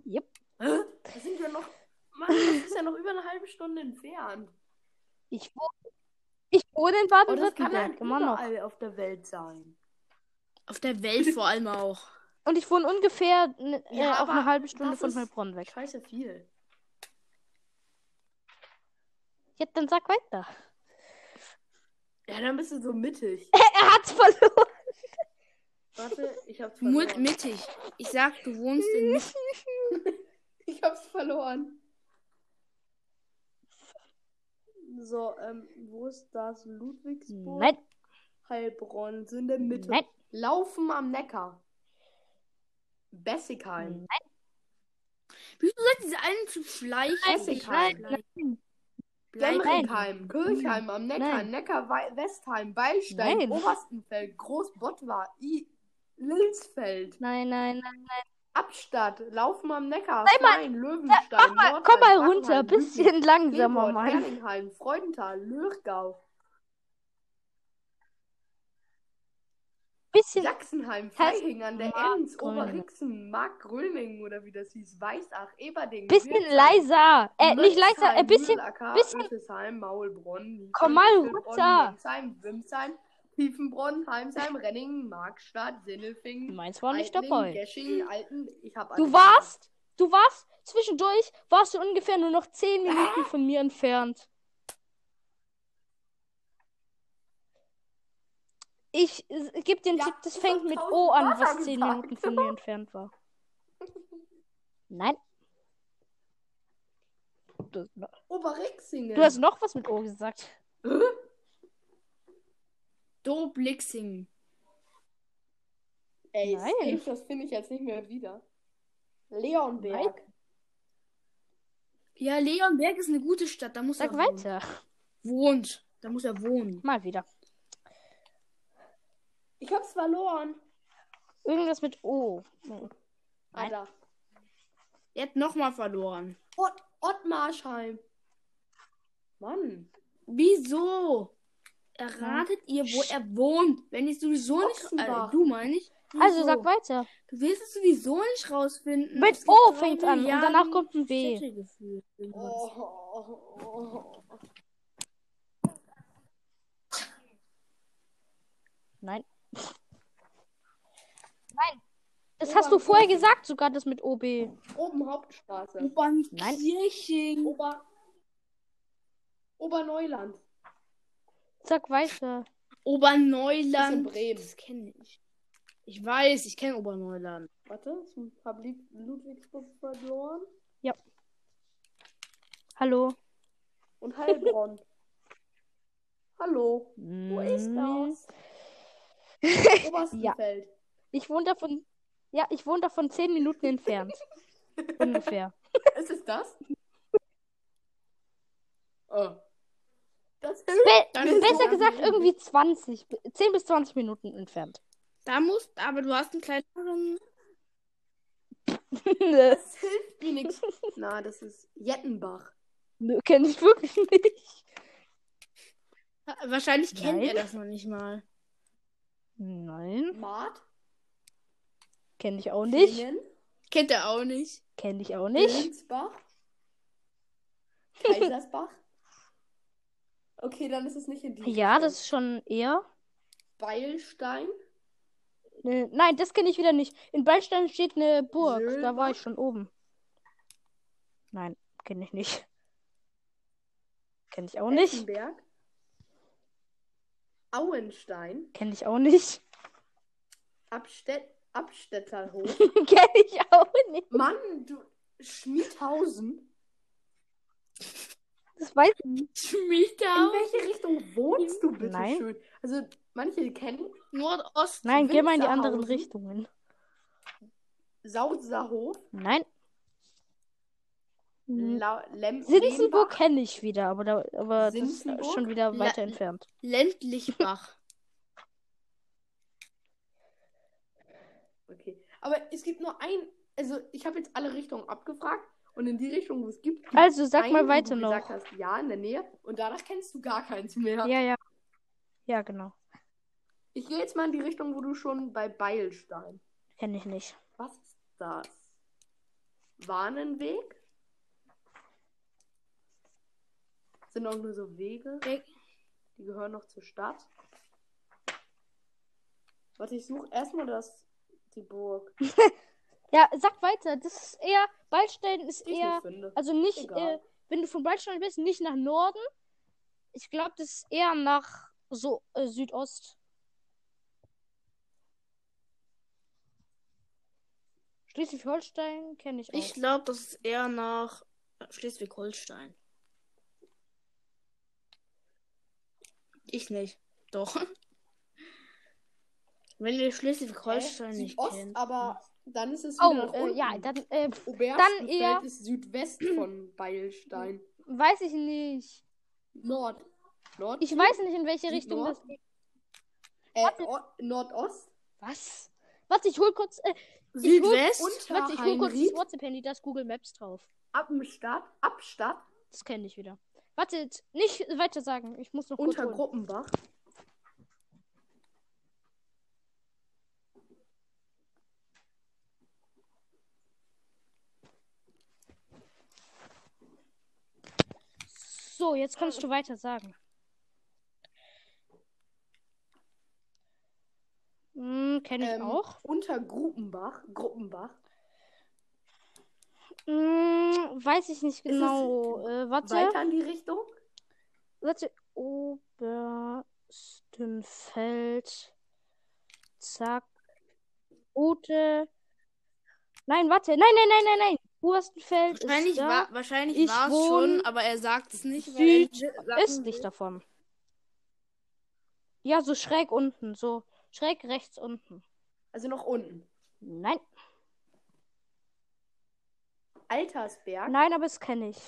Speaker 1: Yep.
Speaker 7: Das sind ja noch. Mann, das ist ja noch über eine halbe Stunde entfernt.
Speaker 1: Ich wohne, ich wohne in
Speaker 7: Und das kann
Speaker 1: Baden-Württemberg
Speaker 7: halt
Speaker 1: immer noch.
Speaker 7: überall auf der Welt sein.
Speaker 3: Auf der Welt vor allem auch.
Speaker 1: Und ich wohne ungefähr ne,
Speaker 7: Ja,
Speaker 1: äh, auf
Speaker 7: aber
Speaker 1: eine halbe Stunde
Speaker 7: das
Speaker 1: von
Speaker 7: ist-
Speaker 1: Heilbronn weg.
Speaker 7: Scheiße viel.
Speaker 1: Ja, dann sag weiter.
Speaker 7: Ja, dann bist du so mittig.
Speaker 1: Er hat's verloren.
Speaker 7: Warte, ich hab's
Speaker 3: Mut-
Speaker 7: verloren.
Speaker 3: Mittig. Ich sag, du wohnst in Mittig.
Speaker 7: Ich hab's verloren. So, ähm, wo ist das? Ludwigsburg?
Speaker 1: Nein,
Speaker 7: Heilbronn, sind in der Mitte.
Speaker 1: nein,
Speaker 7: Laufen am Neckar. Bessigheim.
Speaker 1: nein,
Speaker 3: Wieso sagt diese einen zu schleichen?
Speaker 7: Bessigheim. Semmringheim, Kirchheim am Neckar,
Speaker 1: Nein.
Speaker 7: Neckar, Wei- Westheim, Beilstein,
Speaker 1: Nein.
Speaker 7: Oberstenfeld, Großbottwar, I Lilsfeld,
Speaker 1: nein, nein, nein.
Speaker 7: Abstadt, Laufen am Neckar, Stein, Löwenstein, Nordheim,
Speaker 1: Komm mal
Speaker 7: Sachsenheim,
Speaker 1: runter,
Speaker 7: Büchen,
Speaker 1: bisschen langsamer,
Speaker 7: Seeborn,
Speaker 1: Mann.
Speaker 7: Erlingheim, Freudenthal, Lürgau,
Speaker 1: Bisschen.
Speaker 7: Sachsenheim,
Speaker 1: heißt
Speaker 7: Freihing an der
Speaker 1: Mark
Speaker 7: Enz,
Speaker 1: Gröning.
Speaker 7: Oberrixen, Markgröningen oder wie das hieß, Weißach, Eberding,
Speaker 1: Bisschen
Speaker 7: Wirtsheim,
Speaker 1: leiser. Äh, nicht leiser,
Speaker 7: Möxheim,
Speaker 1: ein bisschen.
Speaker 7: Mühlacker,
Speaker 1: bisschen-
Speaker 7: Ötesheim, Maulbronn,
Speaker 1: Komm mal
Speaker 7: Liefeld,
Speaker 1: runter.
Speaker 7: Wimsheim, Wimsheim, Tiefenbronn, Heimsheim, Renningen, Markstadt, Sinnelfingen,
Speaker 1: Meins war nicht
Speaker 7: Eitling,
Speaker 1: dabei.
Speaker 7: Geschingen, Alten, ich hab
Speaker 1: Du
Speaker 7: alle
Speaker 1: warst, du warst, zwischendurch warst du ungefähr nur noch 10 Minuten von mir entfernt. Ich, ich gebe dir einen Tipp, das fängt mit O an, was 10 Minuten von mir entfernt war. Nein. Du,
Speaker 7: genannt. Oberrixingen.
Speaker 1: du hast noch was mit O gesagt.
Speaker 3: Doblixing.
Speaker 7: Ey,
Speaker 1: Nein.
Speaker 7: safe, das finde ich jetzt nicht mehr wieder. Leonberg.
Speaker 3: Ja, Leonberg ist eine gute Stadt. Da muss
Speaker 1: Sag
Speaker 3: er wohnen.
Speaker 1: weiter.
Speaker 3: wohnt. Da muss er wohnen.
Speaker 1: Mal wieder.
Speaker 7: Ich hab's verloren.
Speaker 1: Irgendwas mit O.
Speaker 7: Alter.
Speaker 3: Er hat nochmal verloren.
Speaker 7: Ott Ottmarschheim. Mann.
Speaker 3: Wieso? Erratet ihr, wo er wohnt? Wenn ich sowieso nicht. Äh,
Speaker 7: Ochsenbach.
Speaker 3: du meine ich.
Speaker 1: Also
Speaker 3: Wieso?
Speaker 1: sag weiter.
Speaker 3: Du wirst es sowieso nicht rausfinden.
Speaker 1: Mit
Speaker 3: Es gibt
Speaker 1: O
Speaker 3: drei
Speaker 1: fängt an und
Speaker 3: Milliarden
Speaker 1: danach kommt ein B.
Speaker 3: Städte gefühlt.
Speaker 7: Oh, oh, oh, oh.
Speaker 1: Das hast du vorher gesagt, sogar das mit OB.
Speaker 7: Oben Hauptstraße.
Speaker 3: Obernkirchen.
Speaker 7: Ober Oberneuland.
Speaker 1: Sag weiter.
Speaker 7: Das ist in
Speaker 3: Oberneuland.
Speaker 7: Bremen.
Speaker 3: Das kenne ich. Ich weiß, ich kenne Oberneuland.
Speaker 7: Warte, ich hab Lieb- Ludwigsburg verloren.
Speaker 1: Hallo.
Speaker 7: Und Heilbronn. Hallo. Wo ist
Speaker 1: Hm.
Speaker 7: das? Oberstenfeld.
Speaker 1: Ich wohne davon. Ja, ich wohne davon zehn Minuten entfernt. Ungefähr.
Speaker 7: Ist es das? Oh. Das
Speaker 1: Be
Speaker 3: Dann ist
Speaker 1: besser
Speaker 3: es-
Speaker 1: gesagt, irgendwie 20. 10 bis 20 Minuten entfernt.
Speaker 3: Da musst, aber du hast einen kleineren.
Speaker 1: Nö,
Speaker 7: hilft mir nichts. Na, das ist Jettenbach.
Speaker 1: kenne ich wirklich nicht.
Speaker 3: Wahrscheinlich kennt
Speaker 1: Nein.
Speaker 3: er das noch nicht mal.
Speaker 1: Nein,
Speaker 7: Mart?
Speaker 1: kenne ich auch nicht.
Speaker 7: Lingen?
Speaker 3: Kennt er auch nicht.
Speaker 1: Kenne ich auch nicht.
Speaker 7: Linzbach? Kaisersbach? Okay, dann ist es nicht in die.
Speaker 1: Ja, das ist schon eher.
Speaker 7: Beilstein?
Speaker 1: Äh, Nein, das kenne ich wieder nicht. In Ballstein steht eine Burg. Da war
Speaker 7: Sülbach?
Speaker 1: ich schon oben. Nein, kenne ich nicht. Kenne ich auch nicht.
Speaker 7: Eschenberg? Auenstein?
Speaker 1: Kenne ich auch nicht.
Speaker 7: Abstedt Abstetterhof?
Speaker 1: kenne ich auch nicht.
Speaker 7: Mann, du. Schmiedhausen?
Speaker 1: Das weiß
Speaker 7: In
Speaker 3: Schmiedau.
Speaker 7: welche Richtung wohnst du bitte
Speaker 1: Nein.
Speaker 7: schön? Also, manche kennen
Speaker 3: Nordost.
Speaker 1: Nein, geh mal in die anderen
Speaker 7: Winterhausen?
Speaker 1: Richtungen.
Speaker 7: Sautserhof,
Speaker 1: Nein. Mhm.
Speaker 7: La Lem
Speaker 1: Sinzenburg
Speaker 7: Lembach,
Speaker 1: kenne ich wieder, aber, da, aber das ist
Speaker 7: Sinzenburg?
Speaker 1: schon wieder
Speaker 3: La-
Speaker 1: weiter entfernt.
Speaker 3: Ländlichbach.
Speaker 7: Okay. Aber es gibt nur ein, also ich habe jetzt alle Richtungen abgefragt und in die Richtung, wo es gibt, gibt
Speaker 1: Also, sag
Speaker 7: einen,
Speaker 1: mal
Speaker 7: wo
Speaker 1: weiter
Speaker 7: du
Speaker 1: noch.
Speaker 7: gesagt hast, ja, in der Nähe und danach kennst du gar keins mehr.
Speaker 1: Ja, ja. Ja, genau.
Speaker 7: Ich gehe jetzt mal in die Richtung, wo du schon bei Beilstein.
Speaker 1: Kenne ich nicht.
Speaker 7: Was ist das? Warnenweg? Sind auch nur so Wege.
Speaker 3: Weg.
Speaker 7: Die gehören noch zur Stadt. Warte, ich suche erstmal das die Burg, die
Speaker 1: Ja, sag weiter. Das ist eher. Ballstein ist
Speaker 7: ich
Speaker 1: eher.
Speaker 7: nicht finde.
Speaker 1: Also nicht.
Speaker 7: Egal.
Speaker 1: Äh, wenn du von Ballstein bist, nicht nach Norden. Ich glaube, das ist eher nach so äh, Südost. Schleswig-Holstein kenne ich auch.
Speaker 3: Ich glaube, das ist eher nach äh, Schleswig-Holstein. Ich nicht. Doch. Wenn ihr Schleswig-Holstein
Speaker 7: Äh,
Speaker 3: nicht
Speaker 7: Südost,
Speaker 3: kennt.
Speaker 7: aber dann ist es
Speaker 1: oh,
Speaker 7: wieder nach
Speaker 1: äh,
Speaker 7: unten.
Speaker 1: ja, dann äh,
Speaker 7: Oberstenfeld
Speaker 1: eher-
Speaker 7: ist Südwest von Beilstein.
Speaker 1: weiß ich nicht.
Speaker 7: Nord. Nord.
Speaker 1: Ich weiß nicht, in welche
Speaker 7: Süd-
Speaker 1: Richtung
Speaker 7: Nord?
Speaker 1: das geht.
Speaker 7: äh, o Nordost.
Speaker 1: Was? Warte, ich hol kurz. Äh, ich hol,
Speaker 3: Südwest?
Speaker 1: und, warte, ich hol kurz das
Speaker 7: Unterheinried?
Speaker 1: WhatsApp-Handy, da ist Google Maps drauf.
Speaker 7: Appenstadt. Abstadt.
Speaker 1: Das kenne ich wieder. Warte, jetzt nicht weiter sagen. Ich muss noch kurz holen.
Speaker 7: Untergruppenbach.
Speaker 1: So, jetzt kannst du weiter sagen. Hm, kenne ich
Speaker 7: Ähm,
Speaker 1: auch.
Speaker 7: Untergruppenbach. Gruppenbach.
Speaker 1: Hm, weiß ich nicht genau. Äh, warte.
Speaker 7: Weiter in die Richtung.
Speaker 1: Warte, Oberstenfeld. Zack. Ute. Nein, warte. Nein, nein, nein, nein, nein. Oberstenfeld
Speaker 3: Wahrscheinlich
Speaker 1: ist da
Speaker 3: war wahrscheinlich
Speaker 1: Ich
Speaker 3: war's
Speaker 1: wohne
Speaker 3: schon, aber er sagt es nicht. weil er-
Speaker 1: östlich davon. Ja, so schräg unten. So schräg rechts unten.
Speaker 7: Also nach unten.
Speaker 1: Nein,
Speaker 7: Altersberg,
Speaker 1: nein, aber es kenne ich.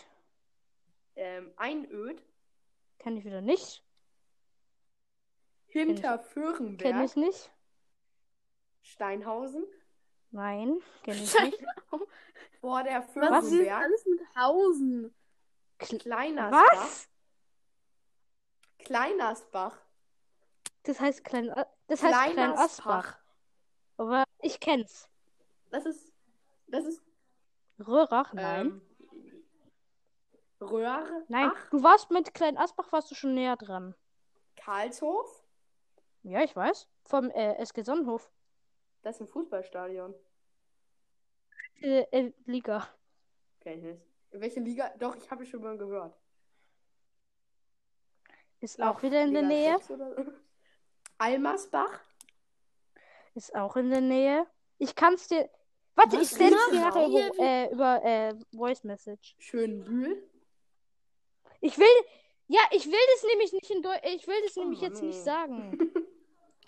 Speaker 7: ähm, Einöd,
Speaker 1: Kenne ich wieder nicht. Kenne
Speaker 7: Hinterföhrenberg,
Speaker 1: ich nicht.
Speaker 7: Steinhausen,
Speaker 1: Nein, kenne ich nicht.
Speaker 7: Boah, der
Speaker 16: Was ist denn
Speaker 7: Föhrenberg,
Speaker 16: alles mit Hausen?
Speaker 7: Kleinersbach,
Speaker 1: Was?
Speaker 7: Kleinersbach,
Speaker 1: Das heißt Klein, das heißt Klein Asbach.
Speaker 7: Kleinersbach.
Speaker 1: Aber ich kenn's.
Speaker 7: Das ist, das ist,
Speaker 1: Röhrach? Nein.
Speaker 7: ähm, Röhr,
Speaker 1: Nein,
Speaker 7: Ach,
Speaker 1: du warst mit Klein Asbach, warst du schon näher dran.
Speaker 7: Karlshof,
Speaker 1: Ja, ich weiß. Vom äh, SG Sonnenhof.
Speaker 7: das ist ein Fußballstadion.
Speaker 1: Äh, äh, Liga.
Speaker 7: Kenn ich nicht. In welche Liga? Doch, ich habe es schon mal gehört.
Speaker 1: Ist auch wieder in der Nähe.
Speaker 7: Almersbach?
Speaker 1: Ist auch in der Nähe. Ich kann's dir. Warte, ich stelle dir nachher über, äh, über äh, Voice Message.
Speaker 7: Schönbühl?
Speaker 1: Ich will. Ja, ich will das nämlich nicht in Deu Ich will das nämlich jetzt nicht sagen.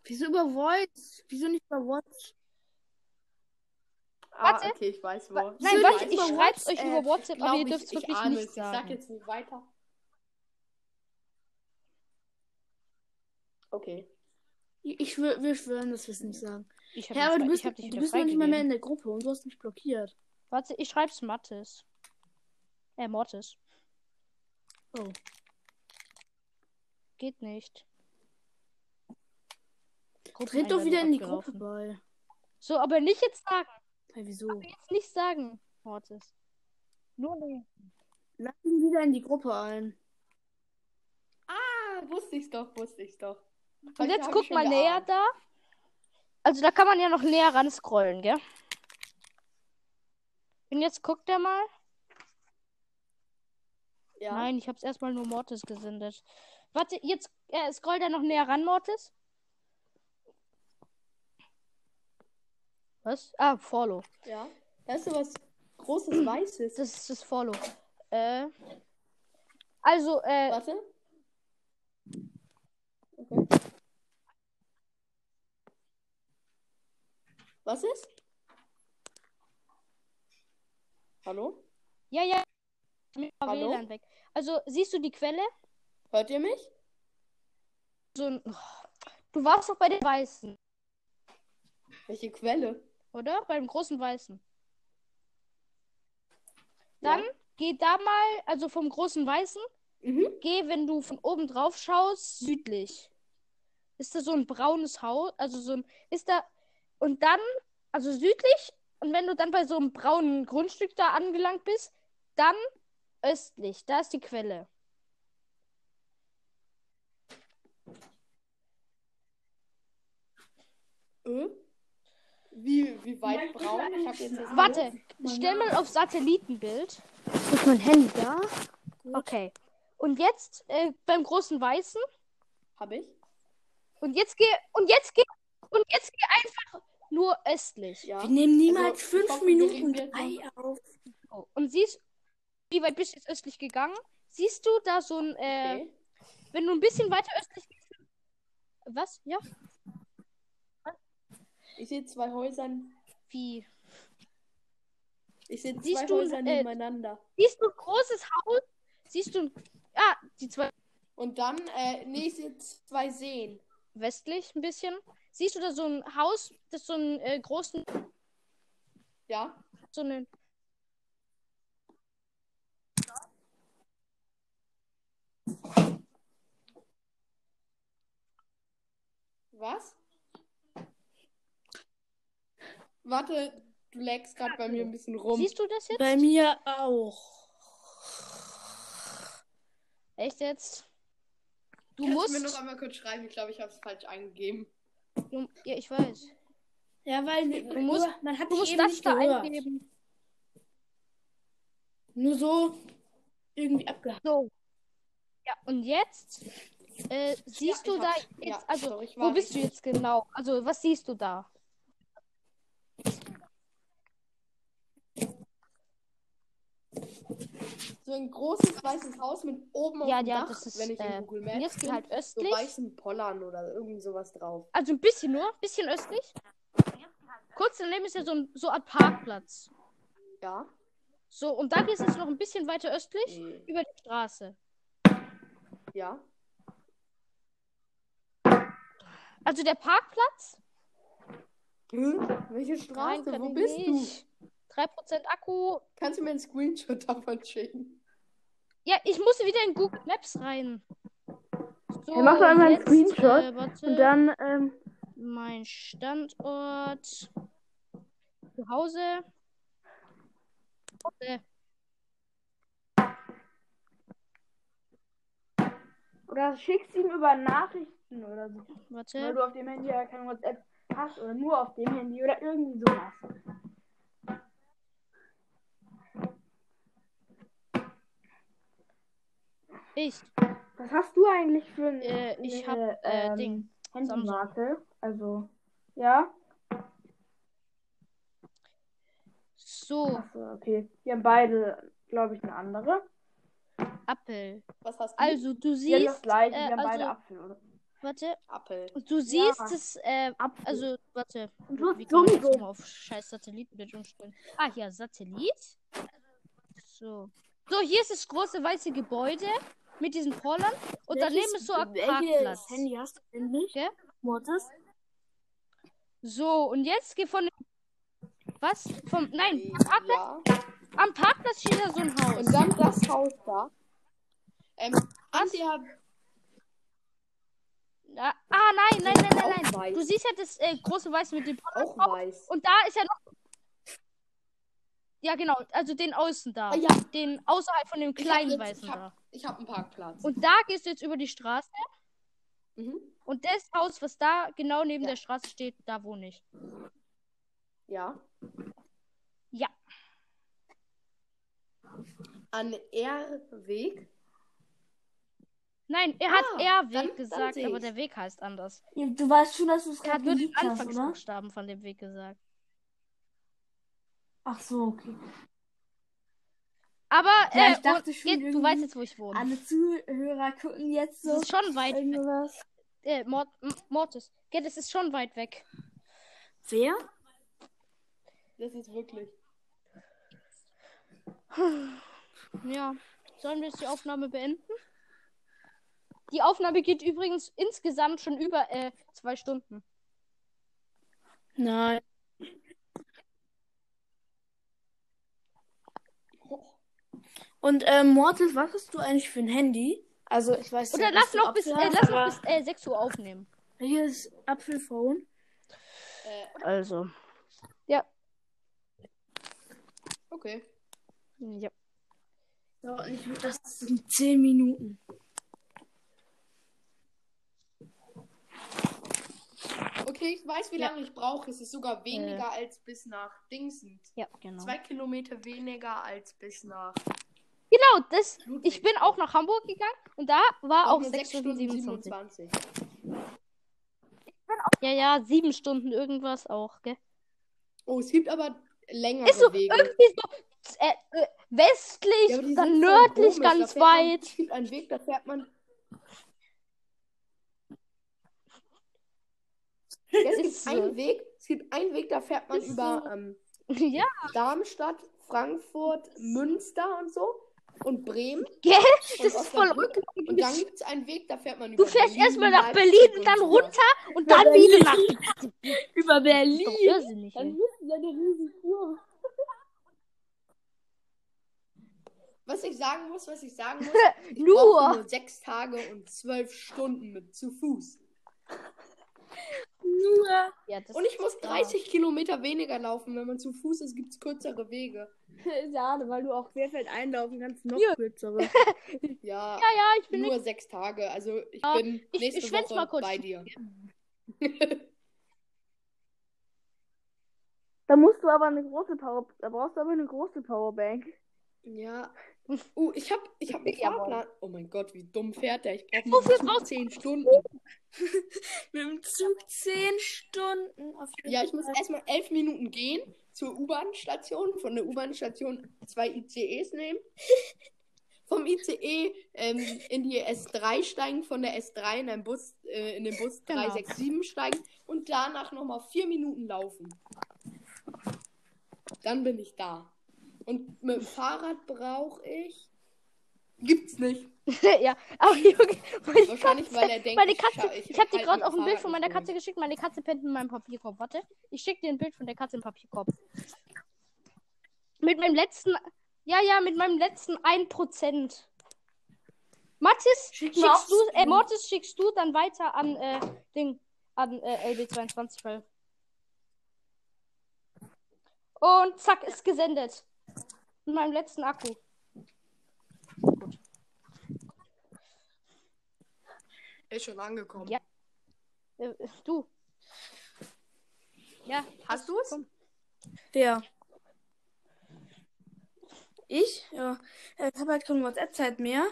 Speaker 16: Wieso über Voice? Wieso nicht über Watch?
Speaker 7: Ah,
Speaker 1: Warte.
Speaker 7: okay, ich weiß wo.
Speaker 1: Nein,
Speaker 7: ich
Speaker 1: warte,
Speaker 7: weiß,
Speaker 1: ich
Speaker 7: wo.
Speaker 1: schreib's äh, euch über WhatsApp,
Speaker 7: Glaub
Speaker 1: aber ihr
Speaker 7: ich,
Speaker 1: dürft's
Speaker 7: ich
Speaker 1: wirklich
Speaker 7: ahne
Speaker 1: nicht
Speaker 7: es. Ich sag
Speaker 1: sagen.
Speaker 7: jetzt nicht weiter. Okay.
Speaker 16: Ich schwör, wir schwören, dass wir es nicht sagen.
Speaker 1: Ich hab,
Speaker 16: Ja, aber du
Speaker 1: dich, frei-
Speaker 16: bist,
Speaker 1: ich hab dich
Speaker 16: du
Speaker 1: wieder
Speaker 16: bist noch nicht mal mehr
Speaker 1: freigegeben.
Speaker 16: in der Gruppe und du hast mich blockiert.
Speaker 1: Warte, ich schreib's Mattes. Äh, Mortis.
Speaker 16: Oh.
Speaker 1: Geht nicht.
Speaker 16: Tritt doch wieder in die Gruppe
Speaker 1: Gruppeneinladung
Speaker 16: bei.
Speaker 1: So, aber nicht jetzt sagen.
Speaker 16: Hey, wieso?
Speaker 1: Jetzt nicht sagen, Mortis. Nur nee.
Speaker 16: Lass ihn wieder in die Gruppe ein.
Speaker 7: Ah, wusste ich's doch, wusste ich's doch.
Speaker 1: Und
Speaker 7: Heute
Speaker 1: jetzt
Speaker 7: hab ich
Speaker 1: guck
Speaker 7: schon
Speaker 1: mal näher
Speaker 7: geahnt.
Speaker 1: da. Also da kann man ja noch näher ran scrollen, gell? Und jetzt guckt er mal.
Speaker 7: Ja.
Speaker 1: Nein, ich hab's erstmal nur Mortis gesendet. Warte, jetzt äh, scrollt er noch näher ran, Mortis. Was? Ah, Follow.
Speaker 7: Ja. Da ist so was Großes Weißes.
Speaker 1: Das ist das Follow. Äh. Also, äh,
Speaker 7: Warte. Was ist? Hallo?
Speaker 1: ja, ja. Mir war
Speaker 7: Hallo?
Speaker 1: WLAN weg. Also, siehst du die Quelle?
Speaker 7: Hört ihr mich?
Speaker 1: So ein. Du warst doch bei den Weißen,
Speaker 7: Welche Quelle?
Speaker 1: oder? Beim großen Weißen. Dann geh da mal, also vom großen Weißen,
Speaker 7: Mhm.
Speaker 1: geh, wenn du von oben drauf schaust, südlich. Ist da so ein braunes Haus, also so ein, ist da, und dann, also südlich, und wenn du dann bei so einem braunen Grundstück da angelangt bist, dann östlich, da ist die Quelle.
Speaker 7: Äh? Wie, wie weit braun? Ich hab jetzt das
Speaker 1: Warte, stell mal auf Satellitenbild.
Speaker 16: Ist mein Handy da?
Speaker 1: Okay. Und jetzt äh, beim großen Weißen.
Speaker 7: Hab ich?
Speaker 1: Und jetzt geh und jetzt geh und jetzt geh einfach nur östlich.
Speaker 7: Ja.
Speaker 16: Wir nehmen niemals
Speaker 7: Also, ich
Speaker 16: fünf
Speaker 7: hoffe, wir reden
Speaker 16: Minuten
Speaker 7: jetzt
Speaker 16: drei auf.
Speaker 1: So. Und siehst wie weit bist du jetzt östlich gegangen? Siehst du da so ein äh,
Speaker 7: Okay.
Speaker 1: wenn du ein bisschen weiter östlich gehst, was? Ja,
Speaker 7: Ich sehe zwei Häusern.
Speaker 1: wie
Speaker 7: Ich sehe
Speaker 1: Siehst
Speaker 7: zwei
Speaker 1: du,
Speaker 7: Häuser
Speaker 1: äh,
Speaker 7: nebeneinander.
Speaker 1: siehst du ein großes Haus? Siehst du ein ja, die zwei
Speaker 7: Und dann, äh, nee, ich sehe zwei Seen.
Speaker 1: westlich ein bisschen. Siehst du da so ein Haus, das so einen äh, großen
Speaker 7: Ja?
Speaker 1: so einen
Speaker 7: Was? Warte, du lagst gerade bei mir ein bisschen rum.
Speaker 1: Siehst du das jetzt?
Speaker 16: Bei mir auch.
Speaker 1: Echt jetzt? Du
Speaker 7: Kannst
Speaker 1: musst
Speaker 7: mir noch einmal kurz schreiben? Ich glaube, ich habe es falsch eingegeben.
Speaker 1: du, ja, ich weiß.
Speaker 16: Ja, weil du
Speaker 1: musst-
Speaker 16: nur, man hat
Speaker 1: Du
Speaker 16: dich
Speaker 1: musst
Speaker 16: eben
Speaker 1: das
Speaker 16: nicht
Speaker 1: da
Speaker 16: gehört.
Speaker 1: eingeben.
Speaker 16: Nur so irgendwie abgehakt.
Speaker 1: So. Ja, und jetzt äh, siehst
Speaker 7: Ja,
Speaker 1: du
Speaker 7: ich
Speaker 1: da
Speaker 7: hab's.
Speaker 1: jetzt,
Speaker 7: Ja,
Speaker 1: also
Speaker 7: sorry, ich
Speaker 1: wo
Speaker 7: war
Speaker 1: bist du
Speaker 7: richtig.
Speaker 1: jetzt genau? Also was siehst du da?
Speaker 7: So ein großes weißes Haus mit oben
Speaker 1: Ja,
Speaker 7: auf dem
Speaker 1: ja,
Speaker 7: Dach,
Speaker 1: das ist,
Speaker 7: wenn ich
Speaker 1: äh,
Speaker 7: in Google
Speaker 1: Und
Speaker 7: Maps
Speaker 1: jetzt geh
Speaker 7: bin,
Speaker 1: halt
Speaker 7: so
Speaker 1: östlich.
Speaker 7: weißen Pollern oder irgend sowas drauf.
Speaker 1: Also ein bisschen nur, ein bisschen östlich. Kurz daneben ist ja so ein so eine Art Parkplatz.
Speaker 7: Ja.
Speaker 1: So, und dann ist es noch ein bisschen weiter östlich über die Straße.
Speaker 7: Ja.
Speaker 1: Also der Parkplatz?
Speaker 7: Welche Straße?
Speaker 1: kann
Speaker 7: Wo
Speaker 1: ich
Speaker 7: bist
Speaker 1: nicht.
Speaker 7: du?
Speaker 1: 3% Akku.
Speaker 7: Kannst du mir einen Screenshot davon schicken?
Speaker 1: Ja, ich muss wieder in Google Maps rein. So,
Speaker 19: Hey, mach doch einmal einen
Speaker 1: jetzt,
Speaker 19: Screenshot
Speaker 1: Äh, warte,
Speaker 19: Und dann, ähm,
Speaker 1: mein Standort. Zu Hause. Äh,
Speaker 3: Oder schickst ihm über Nachrichten oder so. Weil
Speaker 1: Warte.
Speaker 3: du auf dem Handy ja kein WhatsApp hast oder nur auf dem Handy oder irgendwie sowas.
Speaker 1: Ich.
Speaker 3: Was hast du eigentlich für ein
Speaker 1: Äh, ich hab,
Speaker 3: eine,
Speaker 1: äh,
Speaker 3: ähm,
Speaker 1: Ding.
Speaker 3: Handymarke? Also, ja?
Speaker 1: So,
Speaker 3: Achso, okay. Wir haben beide, glaube ich, eine andere.
Speaker 1: Apple.
Speaker 7: Was hast du?
Speaker 1: Also, du
Speaker 3: Wir haben das
Speaker 1: siehst.
Speaker 3: gleiche,
Speaker 1: äh,
Speaker 3: wir haben beide
Speaker 1: also-
Speaker 3: Apfel, oder?
Speaker 1: Warte.
Speaker 7: Apple.
Speaker 1: Du siehst es. Äh,
Speaker 3: Apfel.
Speaker 1: also, warte.
Speaker 3: Und du
Speaker 1: Wie
Speaker 3: hast
Speaker 1: kann ich
Speaker 3: Dumbo.
Speaker 1: jetzt mal auf scheiß Satellitenbild umstellen? Ah, hier, Satellit. So. So, hier ist das große weiße Gebäude mit diesen Pollern. Und daneben ist so ein Parkplatz.
Speaker 4: Handy hast du denn nicht?
Speaker 1: Gell?
Speaker 4: Mortis?
Speaker 1: So, und jetzt geh von. Was? Vom. Nein,
Speaker 7: E, Ja.
Speaker 1: am Parkplatz steht da so ein Haus.
Speaker 7: Und dann das Haus da. Ähm, Andi hat
Speaker 1: Ah, ah, nein, nein, nein, nein,
Speaker 7: Auch
Speaker 1: nein.
Speaker 7: weiß.
Speaker 1: Du siehst ja das äh, große Weiß mit dem Poller
Speaker 7: auch
Speaker 1: drauf.
Speaker 7: weiß.
Speaker 1: Und da ist ja noch. Ja, genau. Also den außen da.
Speaker 7: Ah, ja.
Speaker 1: Den außerhalb von dem
Speaker 7: Ich hab
Speaker 1: kleinen
Speaker 7: jetzt-
Speaker 1: Weißen
Speaker 7: ich hab-
Speaker 1: da.
Speaker 7: Ich habe einen Parkplatz.
Speaker 1: Und da gehst du jetzt über die Straße.
Speaker 7: Mhm.
Speaker 1: Und das Haus, was da genau neben
Speaker 7: Ja.
Speaker 1: der Straße steht, da wohne ich.
Speaker 7: Ja.
Speaker 1: Ja.
Speaker 7: An R-Weg.
Speaker 1: Nein, er
Speaker 7: Ah,
Speaker 1: hat er
Speaker 7: dann-
Speaker 1: Weg
Speaker 7: dann
Speaker 1: gesagt,
Speaker 7: seh
Speaker 1: aber
Speaker 7: ich's.
Speaker 1: der Weg heißt anders.
Speaker 3: Du weißt schon, dass du es
Speaker 1: Er hat
Speaker 3: gerade
Speaker 1: nur den
Speaker 3: geliebt hast, oder?
Speaker 1: Anfangsbuchstaben von dem Weg gesagt.
Speaker 3: Ach so, okay.
Speaker 1: Aber
Speaker 3: Ja,
Speaker 1: äh,
Speaker 3: ich dachte
Speaker 1: und
Speaker 3: schon
Speaker 1: jetzt, du
Speaker 3: irgendwie-
Speaker 1: weißt jetzt, wo ich wohne.
Speaker 3: Alle Zuhörer gucken jetzt
Speaker 1: Das
Speaker 3: so.
Speaker 1: ist schon weit weg.
Speaker 3: Irgendwas.
Speaker 1: Äh, Mord, M- Mortis. Gell, das ist schon weit weg.
Speaker 4: Wer?
Speaker 7: Das ist wirklich.
Speaker 1: Ja. Sollen wir jetzt die Aufnahme beenden? Die Aufnahme geht übrigens insgesamt schon über äh, zwei Stunden.
Speaker 4: Nein. Und ähm, Mortis, was hast du eigentlich für ein Handy? Also ich weiß
Speaker 1: Oder
Speaker 4: nicht, was
Speaker 1: lass
Speaker 4: du
Speaker 1: noch bis, äh,
Speaker 4: abhörst,
Speaker 1: lass noch
Speaker 4: aber
Speaker 1: bis äh, 6 Uhr aufnehmen.
Speaker 4: Hier ist Apfelphone.
Speaker 7: Äh,
Speaker 1: Also.
Speaker 7: okay.
Speaker 1: Ja.
Speaker 4: Dauert nicht mehr, das sind 10 Minuten.
Speaker 7: Okay, ich weiß, wie
Speaker 1: Ja.
Speaker 7: lange ich brauche. Es ist sogar weniger als bis nach Dingsen.
Speaker 1: Ja, genau.
Speaker 7: Zwei Kilometer weniger als bis nach.
Speaker 1: Genau, das.
Speaker 7: Ludwig.
Speaker 1: Ich bin auch nach Hamburg gegangen und da war auch
Speaker 7: nur
Speaker 1: 6
Speaker 7: sechs
Speaker 1: Stunden 27.
Speaker 7: 27.
Speaker 1: Ja, ja, 7 Stunden irgendwas auch, gell?
Speaker 7: Oh, es gibt aber längere
Speaker 1: Ist so
Speaker 7: Wege.
Speaker 1: irgendwie so äh, äh, westlich,
Speaker 7: Ja, aber die
Speaker 1: dann
Speaker 7: sind voll
Speaker 1: nördlich
Speaker 7: komisch. Da
Speaker 1: ganz
Speaker 7: fährt man-
Speaker 1: weit.
Speaker 7: Es gibt
Speaker 1: Ist so.
Speaker 7: einen Weg, da fährt man. Ja, es gibt einen Weg, es gibt einen Weg, da fährt man
Speaker 1: Ist
Speaker 7: über
Speaker 1: so.
Speaker 7: ähm,
Speaker 1: ja,
Speaker 7: Darmstadt, Frankfurt, Münster und so. Und Bremen.
Speaker 1: Gell?
Speaker 7: Und
Speaker 1: das ist voll
Speaker 7: Osnabrück. Und dann
Speaker 1: rückwärts.
Speaker 7: gibt es einen Weg, da fährt man über
Speaker 1: Du fährst
Speaker 7: Berlin,
Speaker 1: erstmal nach
Speaker 7: Leipzig
Speaker 1: Berlin und dann
Speaker 7: so.
Speaker 1: runter und dann wieder nach
Speaker 4: Über Berlin.
Speaker 1: Doch irrsinnig, ey.
Speaker 7: Was ich sagen muss, was ich sagen muss, ich
Speaker 1: Nur.
Speaker 7: brauchte nur sechs Tage und zwölf Stunden mit zu Fuß.
Speaker 1: Ja, das
Speaker 7: Und ich muss
Speaker 1: ist wahr.
Speaker 7: 30 Kilometer weniger laufen. Wenn man zu Fuß ist, gibt es kürzere Wege.
Speaker 19: Schade, weil du auch sehr einlaufen kannst, noch
Speaker 1: Ja.
Speaker 19: kürzere.
Speaker 7: Ja,
Speaker 1: Ja, ja, ich bin
Speaker 7: nur sechs Tage. Also ich
Speaker 1: Ja,
Speaker 7: bin
Speaker 1: ich-
Speaker 7: nächste
Speaker 1: ich schwänz
Speaker 7: Woche
Speaker 1: mal kurz.
Speaker 7: bei dir.
Speaker 19: Da musst du aber eine große Power, da brauchst du aber eine große Powerbank.
Speaker 7: Ja. Oh, ich habe ich hab einen Fahrplan. Oh mein Gott, wie dumm fährt der? Ich
Speaker 1: Wofür
Speaker 7: brauche noch
Speaker 1: brauchst
Speaker 7: 10 Stunden.
Speaker 4: Mit dem Zug 10 Stunden auf jeden
Speaker 7: Ja, ich muss
Speaker 4: Fall.
Speaker 7: erstmal elf Minuten gehen zur U-Bahn-Station, von der U-Bahn-Station zwei ICEs nehmen, vom ICE ähm, in die S3 steigen, von der S3 in, einen Bus, äh, in den Bus
Speaker 1: Genau.
Speaker 7: 367 steigen und danach nochmal vier Minuten laufen. Dann bin ich da. Und mit dem Fahrrad brauche ich. Gibt's nicht.
Speaker 1: ja, aber Junge, meine
Speaker 7: Wahrscheinlich,
Speaker 1: Katze,
Speaker 7: weil er denkt,
Speaker 1: meine
Speaker 7: ich
Speaker 1: Katze,
Speaker 7: scha- ich
Speaker 1: ich, hab habe dir
Speaker 7: halt
Speaker 1: gerade
Speaker 7: mit
Speaker 1: auch ein Bild von
Speaker 7: Fahrrad
Speaker 1: meiner
Speaker 7: nicht
Speaker 1: Katze geschickt. Meine Katze pennt in meinem Papierkorb. Warte, ich schicke dir ein Bild von der Katze im Papierkorb. Mit meinem letzten, ja, ja, mit meinem letzten 1%. Mathis, schickst du, äh, Mortis schickst du dann weiter an, äh, Ding, an, äh, LB22, weil. Und zack, ist gesendet. Mit meinem letzten Akku.
Speaker 7: Ist schon angekommen.
Speaker 1: Ja. Äh, du. Ja,
Speaker 7: Hast du es?
Speaker 3: Wer? Ich? Ja. Ich habe halt keine WhatsApp-Zeit mehr.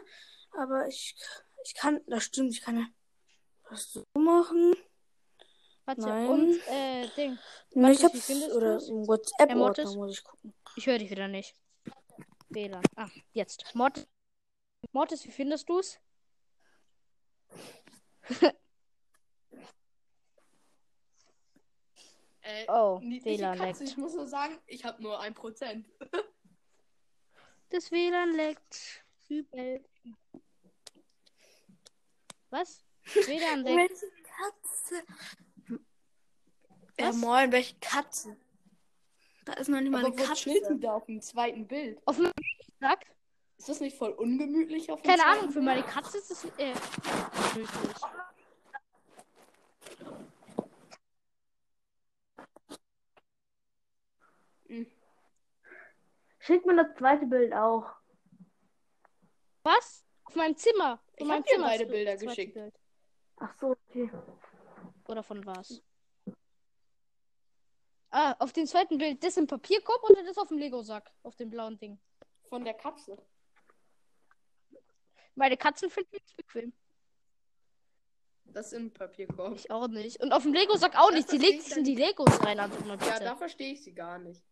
Speaker 3: Aber ich, ich kann. Das stimmt, ich kann ja. Was so machen?
Speaker 1: warte.
Speaker 3: Nein.
Speaker 1: Und, äh, Ding.
Speaker 3: Nein, ich
Speaker 1: wie
Speaker 3: hab's.
Speaker 1: findest
Speaker 3: Oder
Speaker 1: du's?
Speaker 3: im
Speaker 1: Herr
Speaker 3: WhatsApp-Ordner
Speaker 1: Mortis?
Speaker 3: muss ich gucken.
Speaker 1: Ich höre dich wieder nicht. WLAN. Ah, jetzt. Mord. Mortis, wie findest du's?
Speaker 7: Äh,
Speaker 1: Oh,
Speaker 7: niedliche
Speaker 1: WLAN
Speaker 7: Katze.
Speaker 1: leckt.
Speaker 7: Ich muss nur sagen, ich habe nur 1%.
Speaker 1: Das WLAN leckt. Übel. Was? WLAN leckt.
Speaker 3: Welche Katze? Ja, moin, welche Katze? Da ist noch nicht mal
Speaker 7: Aber
Speaker 3: eine
Speaker 7: wo
Speaker 3: Katze.
Speaker 7: chillt denn da auf dem zweiten Bild?
Speaker 1: Auf dem Sack?
Speaker 7: Ist das nicht voll ungemütlich auf dem
Speaker 1: Keine
Speaker 7: zweiten
Speaker 1: Ahnung, für meine Katze ist es. Äh, tödlich.
Speaker 4: Hm. Schick mir das zweite Bild auch.
Speaker 1: Was? Auf meinem Zimmer. Auf
Speaker 7: Ich
Speaker 1: meinem
Speaker 7: hab dir
Speaker 1: Zimmer
Speaker 7: beide
Speaker 1: ist
Speaker 7: Bilder
Speaker 1: das zweite
Speaker 7: geschickt.
Speaker 1: Bild.
Speaker 4: Ach so, okay.
Speaker 1: Oder von was? Ah, auf dem zweiten Bild. Das im Papierkorb oder das auf dem Lego-Sack? Auf dem blauen Ding.
Speaker 7: Von der Katze.
Speaker 1: Meine Katzen finden es bequem.
Speaker 7: Das im Papierkorb.
Speaker 1: Ich auch nicht. Und auf dem Lego-Sack auch
Speaker 7: Das
Speaker 1: nicht. Sie
Speaker 7: verstehe
Speaker 1: legt
Speaker 7: ich
Speaker 1: es in
Speaker 7: dann
Speaker 1: die Legos rein, Anton. und
Speaker 7: Ja,
Speaker 1: Bitte.
Speaker 7: da verstehe ich sie gar nicht.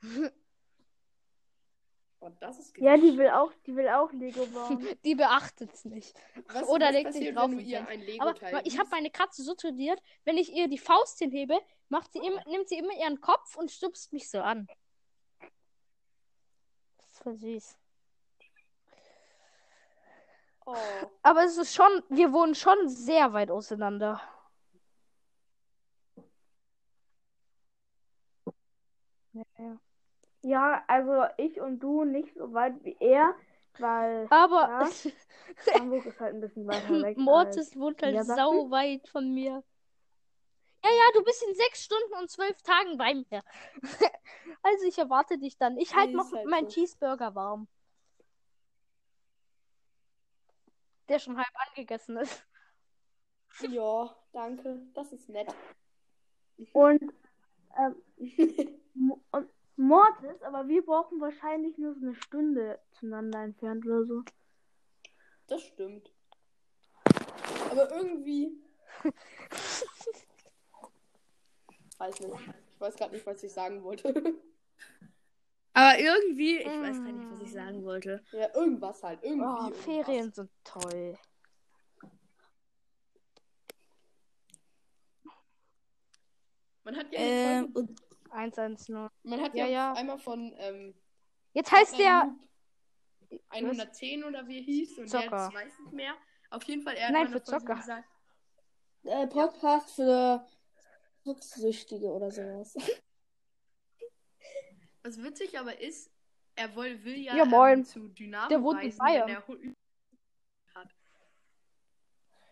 Speaker 7: Boah, Oh, das ist
Speaker 20: Ja, die
Speaker 7: genial.
Speaker 20: will auch, die will auch Lego bauen.
Speaker 1: Die beachtet es nicht.
Speaker 7: Was,
Speaker 1: oder
Speaker 7: was
Speaker 1: legt
Speaker 7: passiert,
Speaker 1: sich
Speaker 7: wenn
Speaker 1: drauf
Speaker 7: du
Speaker 1: und
Speaker 7: ihr
Speaker 1: fährst?
Speaker 7: ein
Speaker 1: Aber
Speaker 7: Lego-Teil
Speaker 1: weil ich habe
Speaker 7: gibst?
Speaker 1: meine Katze so trainiert, wenn ich ihr die Faust hinhebe, macht sie immer, nimmt sie immer ihren Kopf und stupst mich so an. Das ist voll süß.
Speaker 7: Oh.
Speaker 1: Aber es ist schon, wir wohnen schon sehr weit auseinander.
Speaker 4: Ja, also ich und du nicht so weit wie er, weil
Speaker 1: Aber
Speaker 4: Hamburg ist halt ein bisschen weiter weg.
Speaker 1: Mortis wohnt halt
Speaker 4: Ja, sag
Speaker 1: sau weit von mir. Ja, ja, du bist in sechs Stunden und zwölf Tagen bei mir. also ich erwarte dich dann. Ich halte
Speaker 7: Nee,
Speaker 1: noch
Speaker 7: ist halt
Speaker 1: meinen
Speaker 7: so.
Speaker 1: Cheeseburger warm. Der schon halb angegessen ist.
Speaker 7: Ja, danke. Das ist nett.
Speaker 4: Und, ähm, Mo- und Mortis, aber wir brauchen wahrscheinlich nur so eine Stunde zueinander entfernt oder so.
Speaker 7: Das stimmt. Aber irgendwie. weiß nicht. Ich weiß gerade nicht, was ich sagen wollte.
Speaker 3: Aber irgendwie, ich weiß gar nicht, was ich sagen wollte.
Speaker 7: ja, irgendwas halt. Irgendwie.
Speaker 4: Ah,
Speaker 1: Oh,
Speaker 7: irgendwas.
Speaker 1: Ferien sind toll.
Speaker 7: Man hat ja, eine
Speaker 3: Ähm,
Speaker 7: Folge,
Speaker 3: und
Speaker 1: 110.
Speaker 7: man hat
Speaker 1: ja,
Speaker 7: ja,
Speaker 1: ja.
Speaker 7: einmal von ähm,
Speaker 1: Jetzt heißt der.
Speaker 7: Dr. Noob 110 Ähm, oder wie er hieß und
Speaker 1: Zocker.
Speaker 7: jetzt weiß ich mehr. Auf jeden Fall, er hat
Speaker 1: Nein,
Speaker 7: mal eine
Speaker 1: für
Speaker 7: Folge
Speaker 1: Zocker.
Speaker 7: gesagt.
Speaker 21: Äh, Podcast für Glückssüchtige oder sowas.
Speaker 7: Was witzig aber ist, er woll, will ja,
Speaker 1: Ja, moin.
Speaker 7: Ähm, zu Dynamo
Speaker 1: Der wohnt in
Speaker 7: reisen,
Speaker 1: Bayern.
Speaker 7: wenn er Hu- hat.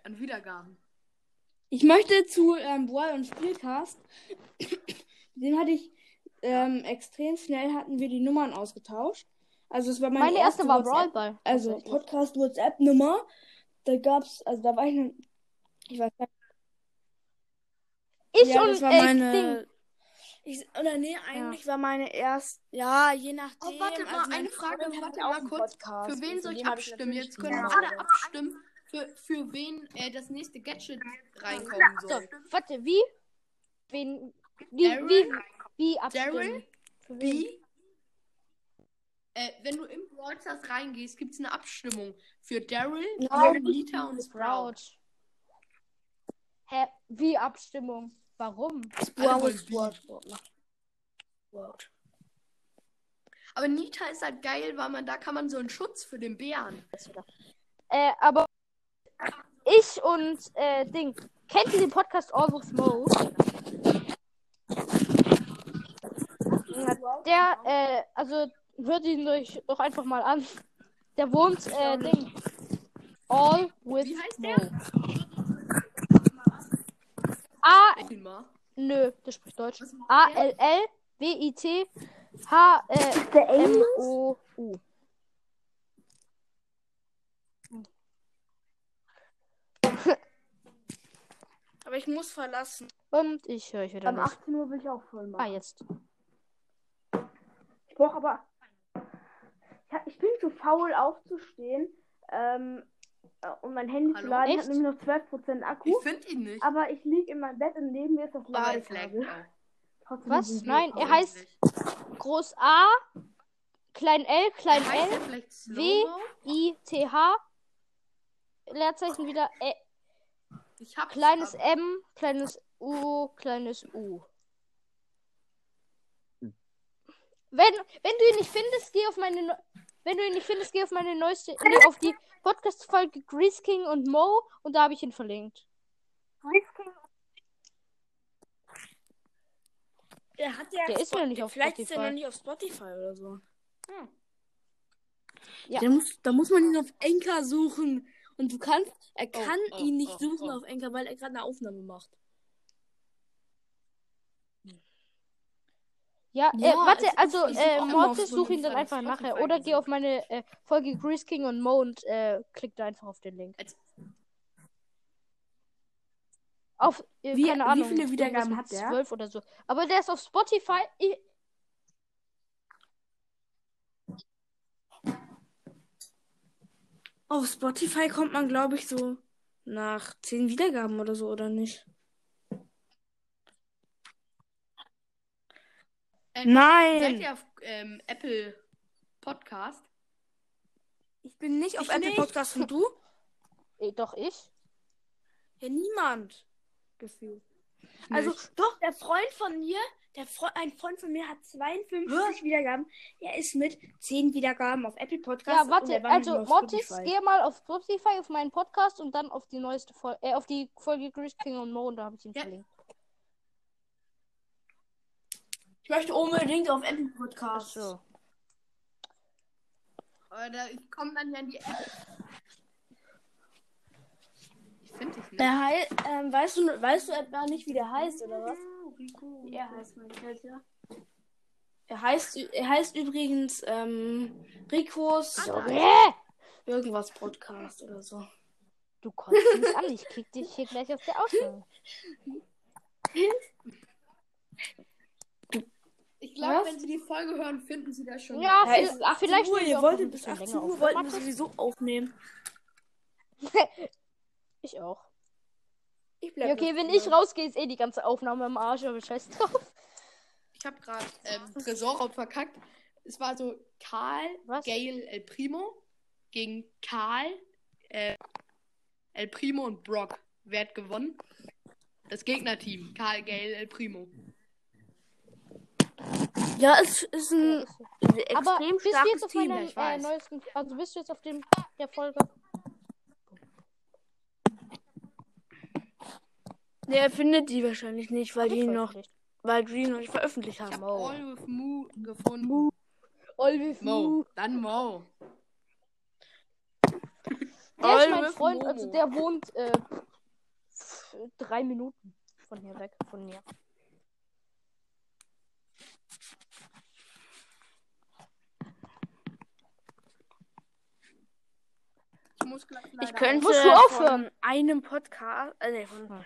Speaker 7: An Wiedergaben.
Speaker 3: ich möchte zu ähm, Boal und Spielcast. Den hatte ich ähm, extrem schnell, hatten wir die Nummern ausgetauscht. Also es war meine,
Speaker 1: Meine erste war
Speaker 3: WhatsApp-
Speaker 1: Brawlball.
Speaker 3: Also
Speaker 1: tatsächlich.
Speaker 3: Podcast WhatsApp Nummer. Da gab's, also da war ich noch, ich weiß gar nicht.
Speaker 1: Ich
Speaker 3: ja,
Speaker 1: und
Speaker 3: das war
Speaker 1: äh, Ding.
Speaker 3: meine ich, oder nee, eigentlich war meine erst ja, je nachdem.
Speaker 7: Oh, warte mal,
Speaker 3: also mein
Speaker 7: eine Frage,
Speaker 3: Freund hatte
Speaker 7: warte mal
Speaker 3: auch einen
Speaker 7: kurz.
Speaker 3: Podcast.
Speaker 7: Für wen
Speaker 3: Und
Speaker 7: soll
Speaker 3: von
Speaker 7: ich
Speaker 3: dem also hab
Speaker 7: abstimmen?
Speaker 3: natürlich
Speaker 7: Jetzt können
Speaker 3: die Namen.
Speaker 7: alle abstimmen, für, für wen äh, das nächste Gadget reinkommen
Speaker 1: So,
Speaker 7: soll.
Speaker 1: warte, wie? Wen, wie,
Speaker 7: Daryl?
Speaker 1: wie, wie abstimmen?
Speaker 7: Daryl, B. Äh, wenn du im Brawl Stars reingehst, gibt es eine Abstimmung für Daryl, Lolita und Sprout.
Speaker 1: Sprout. Hä? Wie Abstimmung? Warum?
Speaker 7: Alle wollen
Speaker 3: Sprout,
Speaker 7: Also B.
Speaker 3: Sprout, Sprout.
Speaker 7: Aber Nita ist halt geil, weil man da kann man so einen Schutz für den Bären.
Speaker 1: Äh, aber ich und äh, Ding. Kennt ihr den Podcast All with Mo? Na, Der, äh, also hört ihn euch doch einfach mal an. Der wohnt, äh, Ding. All with
Speaker 7: Wie heißt
Speaker 1: Mo.
Speaker 7: der?
Speaker 1: A,
Speaker 7: Guck ihn mal.
Speaker 1: nö, der spricht Deutsch.
Speaker 7: Was macht der?
Speaker 1: äh, A-L-L-W-I-T-H-M-O-U.
Speaker 3: Aber ich muss verlassen.
Speaker 1: Und ich höre euch wieder
Speaker 17: Am
Speaker 1: nicht.
Speaker 17: 18 Uhr will ich auch voll machen.
Speaker 1: Ah, jetzt.
Speaker 17: Ich brauche aber. Ich, hab, ich bin zu faul aufzustehen. Ähm, äh, und mein Handy zu
Speaker 7: Hallo?
Speaker 17: laden Ich
Speaker 1: Echt?
Speaker 17: hat nämlich noch 12%
Speaker 7: Ich Ah,
Speaker 17: Akku.
Speaker 7: finde ihn nicht.
Speaker 17: Aber ich liege in meinem Bett und neben mir ist das
Speaker 7: Aber es lag
Speaker 17: Ladekabel.
Speaker 7: auch.
Speaker 17: Trotzdem
Speaker 1: Was?
Speaker 7: äh, Mhm.
Speaker 17: sind wir
Speaker 1: Nein,
Speaker 17: faul.
Speaker 1: er heißt Groß A, Klein L, Klein
Speaker 7: Heißt
Speaker 1: L,
Speaker 7: der vielleicht
Speaker 1: W,
Speaker 7: Slow-Mo?
Speaker 1: I, T, H, Leerzeichen wieder, E, Ä-
Speaker 7: Ich hab's äh,
Speaker 1: kleines
Speaker 7: ab.
Speaker 1: M, kleines U, kleines U. Wenn, wenn du ihn nicht findest, geh auf meine Neu- wenn du ihn nicht findest, geh auf meine neueste nee, auf die Podcast Folge Grease King und Mo und da habe ich ihn verlinkt.
Speaker 3: Der hat ja.
Speaker 1: Der ist noch nicht auf
Speaker 3: Vielleicht ist er noch
Speaker 1: Spotify.
Speaker 3: nicht auf Spotify oder so.
Speaker 17: Hm.
Speaker 1: Ja.
Speaker 16: Da muss, da muss man ihn auf Enka suchen. Und du kannst, er kann
Speaker 7: oh,
Speaker 16: ihn nicht
Speaker 7: oh,
Speaker 16: suchen
Speaker 7: oh.
Speaker 16: auf Enka, weil er gerade eine Aufnahme macht.
Speaker 1: Ja, äh,
Speaker 16: Ja,
Speaker 1: warte,
Speaker 16: es ist-
Speaker 1: also
Speaker 16: ich such
Speaker 1: äh,
Speaker 16: auch immer auf
Speaker 1: Mortis,
Speaker 16: so
Speaker 1: such ihn
Speaker 16: einen
Speaker 1: dann
Speaker 16: Fall,
Speaker 1: einfach
Speaker 16: Spotify
Speaker 1: nachher oder geh
Speaker 16: gesucht.
Speaker 1: auf meine äh, Folge Grease King und Mo und äh, klick da einfach auf den Link.
Speaker 7: Als-
Speaker 1: Auf, äh,
Speaker 16: Wie-
Speaker 1: keine
Speaker 16: wie
Speaker 1: Ahnung,
Speaker 16: viele Wiedergaben
Speaker 1: irgendwas mit
Speaker 16: hat der?
Speaker 1: Zwölf oder so. Aber der ist auf Spotify. Ich,
Speaker 16: Auf Spotify kommt man, glaube ich, so nach 10 Wiedergaben oder so, oder nicht?
Speaker 7: Äh, Seid
Speaker 16: Nein!
Speaker 7: ihr auf ähm, Apple Podcast?
Speaker 16: Ich bin nicht auf
Speaker 7: Ich
Speaker 16: Apple
Speaker 7: nicht.
Speaker 16: Podcasts und du?
Speaker 1: äh, doch ich.
Speaker 16: Ja, niemand. Gefühlt.
Speaker 17: Also,
Speaker 7: Nicht.
Speaker 17: doch, der Freund von mir, der Fre ein Freund von mir hat 52 Wiedergaben. Er ist mit 10 Wiedergaben auf Apple Podcasts.
Speaker 1: ja,
Speaker 17: und er
Speaker 1: warte,
Speaker 17: war noch nie
Speaker 1: also
Speaker 17: auf
Speaker 1: Mortis,
Speaker 17: Spotify.
Speaker 1: geh mal auf Spotify auf meinen Podcast und dann auf die neueste Folge, äh, auf die Folge Grease King und Mo und da habe ich ihn
Speaker 7: Ja.
Speaker 1: verlinkt.
Speaker 3: Ich möchte unbedingt auf Apple Podcasts.
Speaker 1: So.
Speaker 7: Aber da kommt man ja in die App. Ich finde dich nicht.
Speaker 3: Er hei ähm, weißt, du, weißt du etwa nicht, wie der heißt, oder was?
Speaker 7: Rico.
Speaker 3: Er heißt mein Vater. Er heißt, ü- er heißt übrigens ähm, Ricos
Speaker 1: Äh,
Speaker 3: irgendwas Podcast oder so.
Speaker 1: du kommst nicht an, ich kick dich hier gleich aus der Ausnahme.
Speaker 7: Ich glaube, wenn Sie die Folge hören, finden Sie das schon.
Speaker 1: Ja,
Speaker 3: Ja, es ist
Speaker 1: vi- vielleicht
Speaker 3: Uhr,
Speaker 1: nehmen wir
Speaker 3: ihr
Speaker 1: auch noch ein
Speaker 3: wolltet bis
Speaker 1: bisschen
Speaker 3: 18
Speaker 1: länger
Speaker 3: Uhr
Speaker 1: auf.
Speaker 3: wollten wir
Speaker 1: Warte,
Speaker 3: sowieso aufnehmen.
Speaker 1: Ich auch.
Speaker 3: Ich
Speaker 1: Ja, okay, wenn ich rausgehe, ist eh die ganze Aufnahme im Arsch, aber scheiß drauf.
Speaker 7: Ich habe gerade ähm, Tresorraub verkackt. Es war so Karl,
Speaker 1: Was?
Speaker 7: Gail, El Primo gegen Karl, äh, El Primo und Brock. Wer hat gewonnen? Das Gegnerteam. Karl, Gail, El Primo.
Speaker 3: Ja, es ist
Speaker 1: Ja,
Speaker 3: ein
Speaker 1: ist so.
Speaker 3: extrem
Speaker 1: Ähm, Aber bist du
Speaker 3: starkes
Speaker 1: jetzt auf
Speaker 3: Team,
Speaker 1: meinem
Speaker 3: ich
Speaker 1: äh,
Speaker 3: weiß.
Speaker 1: neuesten, also bist du jetzt auf dem der Folge?
Speaker 3: Nee, er findet die wahrscheinlich nicht, weil die noch,
Speaker 1: veröffentlicht?
Speaker 3: weil du die noch nicht veröffentlicht
Speaker 7: Ich
Speaker 3: hast.
Speaker 7: habe All with Moo gefunden. Moo.
Speaker 1: All with
Speaker 7: Mo.
Speaker 1: Mo.
Speaker 7: Dann Mo.
Speaker 1: Der ist
Speaker 7: All
Speaker 1: mein
Speaker 7: with
Speaker 1: Freund,
Speaker 7: Momo.
Speaker 1: also der wohnt äh, pf, drei Minuten von hier weg, von mir.
Speaker 7: Ich muss gleich leider
Speaker 3: Ich könnte
Speaker 1: Musst du aufhören.
Speaker 3: von einem Podcast, äh, nee, von
Speaker 7: auch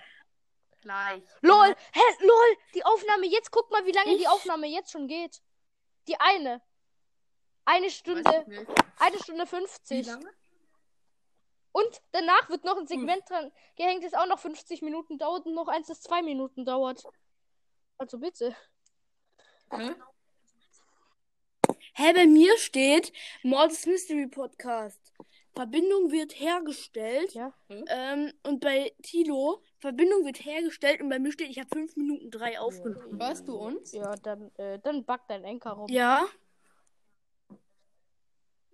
Speaker 7: gleich.
Speaker 1: LOL, hä, LOL, die Aufnahme, jetzt guck mal, wie lange die Aufnahme jetzt schon geht. Die eine. Eine
Speaker 7: Weiß
Speaker 1: Stunde,
Speaker 7: ich nicht.
Speaker 1: eine Stunde 50. Und danach wird
Speaker 3: Hm.
Speaker 1: noch ein Segment dran gehängt, das auch noch 50 Minuten dauert und noch eins, das zwei Minuten dauert. Also bitte.
Speaker 7: Hä?
Speaker 3: Hä, bei mir steht Mordes Mystery Podcast. Verbindung wird hergestellt.
Speaker 1: Ja.
Speaker 7: Hm?
Speaker 3: Ähm, und bei Tilo, Verbindung wird hergestellt. Und bei mir steht, ich habe 5 Minuten 3 aufgenommen.
Speaker 7: Hörst du uns?
Speaker 1: Ja, dann, äh, dann backt dein Enker rum.
Speaker 3: Ja.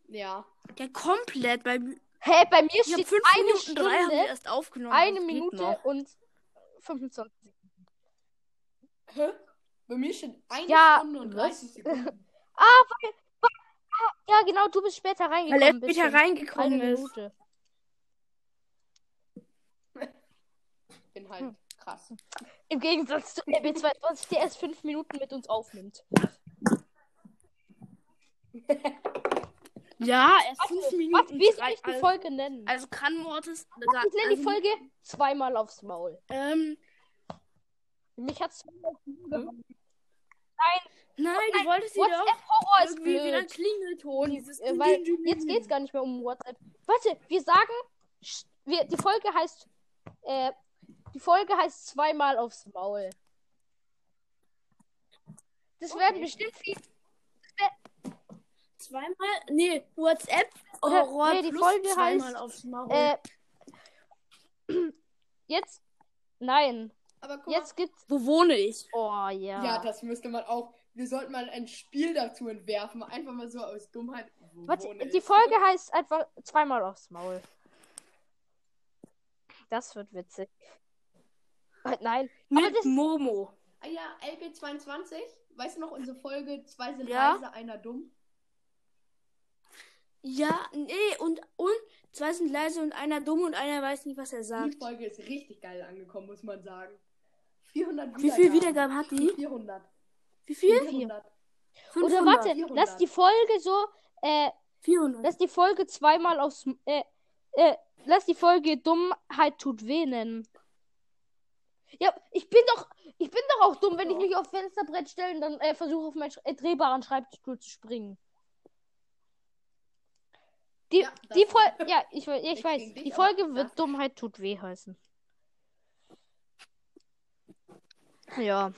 Speaker 7: Ja.
Speaker 3: Der komplett bei mir.
Speaker 1: Hä, bei mir
Speaker 3: Ich habe
Speaker 1: steht
Speaker 3: 5
Speaker 1: eine
Speaker 3: Minuten
Speaker 1: Stunde,
Speaker 3: 3 haben wir erst aufgenommen.
Speaker 1: eine
Speaker 3: Das geht
Speaker 1: Minute
Speaker 3: noch.
Speaker 1: und 25.
Speaker 7: Hä? Bei mir steht eine
Speaker 1: Ja,
Speaker 7: Stunde und
Speaker 1: was?
Speaker 7: 30 Sekunden.
Speaker 1: Ja, genau, du bist später
Speaker 3: Weil er
Speaker 1: reingekommen.
Speaker 3: später
Speaker 1: bisschen.
Speaker 3: reingekommen
Speaker 1: Eine
Speaker 3: ist.
Speaker 1: Minute.
Speaker 7: Bin halt
Speaker 1: Hm.
Speaker 7: krass.
Speaker 1: Im Gegensatz zu RB22, der erst 5 Minuten mit uns aufnimmt.
Speaker 3: Ja, erst 5
Speaker 1: Was,
Speaker 3: Minuten.
Speaker 1: wie soll
Speaker 3: drei,
Speaker 1: ich die
Speaker 3: also-
Speaker 1: Folge nennen?
Speaker 3: Also kann Mortis.
Speaker 1: Ich nenne die
Speaker 3: also,
Speaker 1: Folge zweimal aufs Maul.
Speaker 3: Ähm,
Speaker 1: Mich hat's zweimal aufs Maul gemacht.
Speaker 3: nein, du wolltest sie doch
Speaker 1: WhatsApp-Horror ist
Speaker 3: irgendwie wieder
Speaker 1: blöd.
Speaker 3: Klingelton. Dieses
Speaker 1: Äh, Weil jetzt geht's gar nicht mehr um WhatsApp. Warte, wir sagen, sch- wir, die Folge heißt, äh, die Folge heißt zweimal aufs Maul. Das werden bestimmt viele.
Speaker 4: Zweimal? Nee, WhatsApp.
Speaker 3: oh
Speaker 1: Oder-
Speaker 4: Horror
Speaker 1: nee, die
Speaker 4: plus
Speaker 1: Folge
Speaker 4: zweimal
Speaker 1: heißt,
Speaker 4: aufs Maul.
Speaker 1: Äh, jetzt, nein,
Speaker 7: Aber guck
Speaker 1: jetzt gibt's.
Speaker 3: Wo wohne ich?
Speaker 1: Oh
Speaker 7: mal.
Speaker 1: ja.
Speaker 7: Ja, das müsste man auch. Wir sollten mal ein Spiel dazu entwerfen. Einfach mal so aus Dummheit. Wo
Speaker 1: Warte,
Speaker 7: wohne
Speaker 1: die
Speaker 7: ich?
Speaker 1: Folge heißt einfach zweimal aufs Maul. Das wird witzig. Äh, Nein, aber
Speaker 3: Mit
Speaker 1: das
Speaker 3: Momo.
Speaker 7: Ah ja, LB22. Weißt du noch, unsere Folge zwei sind
Speaker 3: Ja.
Speaker 7: weise, einer dumm.
Speaker 3: Ja, nee, und, und zwei sind leise und einer dumm und einer weiß nicht, was er
Speaker 7: Die
Speaker 3: sagt.
Speaker 7: Folge ist richtig geil angekommen, muss man sagen. 400
Speaker 3: Wie viel Wiedergaben hat die?
Speaker 7: 400.
Speaker 3: Wie viel?
Speaker 7: 400.
Speaker 1: oder
Speaker 3: 500,
Speaker 1: warte,
Speaker 7: 400.
Speaker 1: lass die Folge so, äh,
Speaker 3: 400.
Speaker 1: lass die Folge zweimal aufs, äh, äh, lass die Folge Dummheit tut weh nennen. Ja, ich bin doch, ich bin doch auch dumm, wenn ich mich auf Fensterbrett stelle und dann äh, versuche auf meinen Sch- äh, drehbaren Schreibtischstuhl zu springen. Die,
Speaker 7: Ja, das-
Speaker 1: die Folge, ja, ich, we- ja, ich
Speaker 7: Ich
Speaker 1: weiß,
Speaker 7: krieg dich,
Speaker 1: die
Speaker 7: aber
Speaker 1: Folge wird
Speaker 7: das-
Speaker 1: Dummheit tut weh heißen. Ja.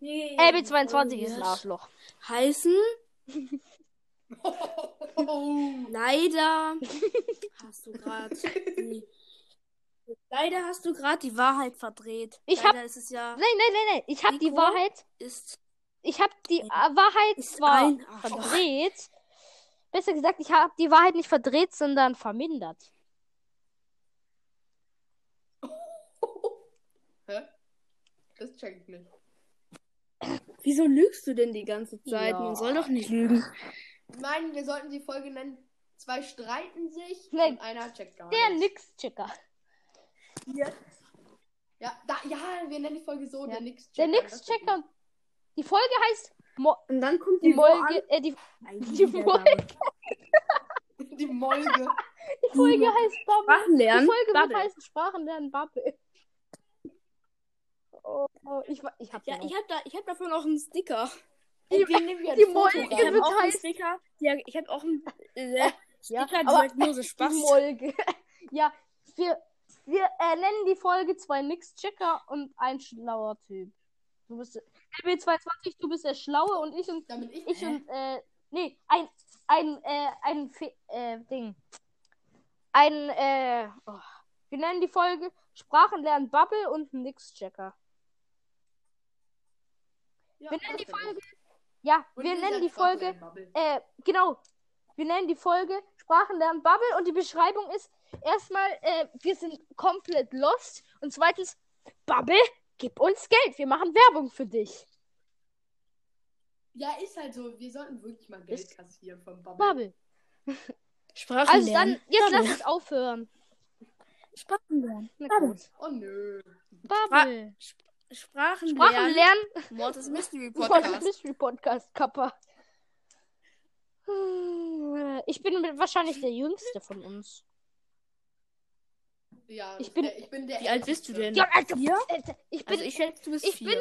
Speaker 3: Nee,
Speaker 1: LB22
Speaker 3: wird
Speaker 1: Äh, ist ein Arschloch.
Speaker 3: Heißen?
Speaker 7: Oh.
Speaker 3: Leider hast du gerade die. Leider hast du gerade die Wahrheit verdreht.
Speaker 1: Ich
Speaker 3: Leider ist es ja
Speaker 1: Nein, nein, nein, nein. Ich habe die
Speaker 3: Nico?
Speaker 1: Wahrheit.
Speaker 3: ist
Speaker 1: Ich habe die äh, Wahrheit
Speaker 3: Ist
Speaker 1: zwar
Speaker 3: ein Arschloch.
Speaker 1: verdreht. Besser gesagt, ich habe die Wahrheit nicht verdreht, sondern vermindert.
Speaker 7: Hä? Das check ich nicht.
Speaker 3: Oh, Wieso lügst du denn die ganze Zeit?
Speaker 1: Ja.
Speaker 3: Man soll doch nicht lügen.
Speaker 7: Nein, wir sollten die Folge nennen. Zwei streiten sich
Speaker 1: Nein.
Speaker 7: und einer checkt gar
Speaker 1: Der
Speaker 7: nichts.
Speaker 1: Nix-Checker.
Speaker 7: Ja, da, ja, wir nennen die Folge so, der Nix-Checker.
Speaker 1: Der
Speaker 7: Das ist
Speaker 1: Nix-Checker. Die Folge heißt Mo
Speaker 4: und dann kommt
Speaker 1: die
Speaker 4: die Folge.
Speaker 1: Folge, äh, die,
Speaker 4: Die Folge.
Speaker 7: gut. Die Molge.
Speaker 1: die Folge heißt Bubble.
Speaker 3: Sprachen
Speaker 1: Die
Speaker 3: lernen.
Speaker 1: Folge wird
Speaker 3: Bubble.
Speaker 1: heißen Sprachen lernen Bubble. Oh, oh, ich, wa- ich hab
Speaker 3: Ja,
Speaker 1: den
Speaker 3: ich hab da, ich hab davon auch einen Sticker.
Speaker 7: Und wir nehmen ja
Speaker 1: die
Speaker 7: ein
Speaker 1: Molge
Speaker 7: Foto rein.
Speaker 3: Ich
Speaker 1: wird-
Speaker 3: habe auch einen
Speaker 1: heißt-
Speaker 3: Sticker. Ja, ich habe auch einen äh,
Speaker 1: Ja,
Speaker 3: Sticker, der
Speaker 1: aber-
Speaker 3: sagt nur so
Speaker 1: Die
Speaker 3: Spaß.
Speaker 1: Molge. Ja, wir, wir äh, nennen die Folge zwei Nix-Checker und ein schlauer Typ. Du bist MB22, du bist der Schlaue und ich und
Speaker 7: Damit ich.
Speaker 1: ich und äh, nee, ein ein äh, ein Fe äh, Ding. Ein äh, oh. wir nennen die Folge Sprachen lernen Bubble und Nix-Checker.
Speaker 7: Ja,
Speaker 1: Wir nennen die
Speaker 7: das bin ich.
Speaker 1: Folge ja,
Speaker 7: Und
Speaker 1: wir
Speaker 7: ihr
Speaker 1: nennen
Speaker 7: sagt
Speaker 1: die Folge
Speaker 7: Bubble, Bubble.
Speaker 1: äh, genau. Wir nennen die Folge Sprachen lernen Bubble und die Beschreibung ist erstmal, äh, wir sind komplett lost und zweitens, Bubble, gib uns Geld, wir machen Werbung für dich.
Speaker 7: Ja, ist halt so. Wir sollten wirklich mal Geld kassieren vom Bubble.
Speaker 1: Bubble.
Speaker 3: Sprachen
Speaker 1: Also
Speaker 3: lernen.
Speaker 1: dann, jetzt
Speaker 3: Bubble.
Speaker 1: lass uns aufhören.
Speaker 3: Sprachen lernen.
Speaker 1: Na
Speaker 3: Bubble.
Speaker 1: gut.
Speaker 7: Oh nö.
Speaker 1: Bubble.
Speaker 3: Sprachen,
Speaker 1: Sprachen
Speaker 3: lernen.
Speaker 1: lernen.
Speaker 4: Mortis Mystery
Speaker 1: Podcast.
Speaker 4: Podcast.
Speaker 1: Mystery Podcast, Kappa. Hm, Ich bin mit- wahrscheinlich der Jüngste von uns.
Speaker 7: Ja,
Speaker 1: Ich bin-
Speaker 7: der, ich bin der.
Speaker 3: Wie alt bist du denn?
Speaker 1: Ja, also,
Speaker 3: Vier?
Speaker 1: äh, ich bin
Speaker 3: Also ich schätze, du bist
Speaker 1: ich
Speaker 3: vier.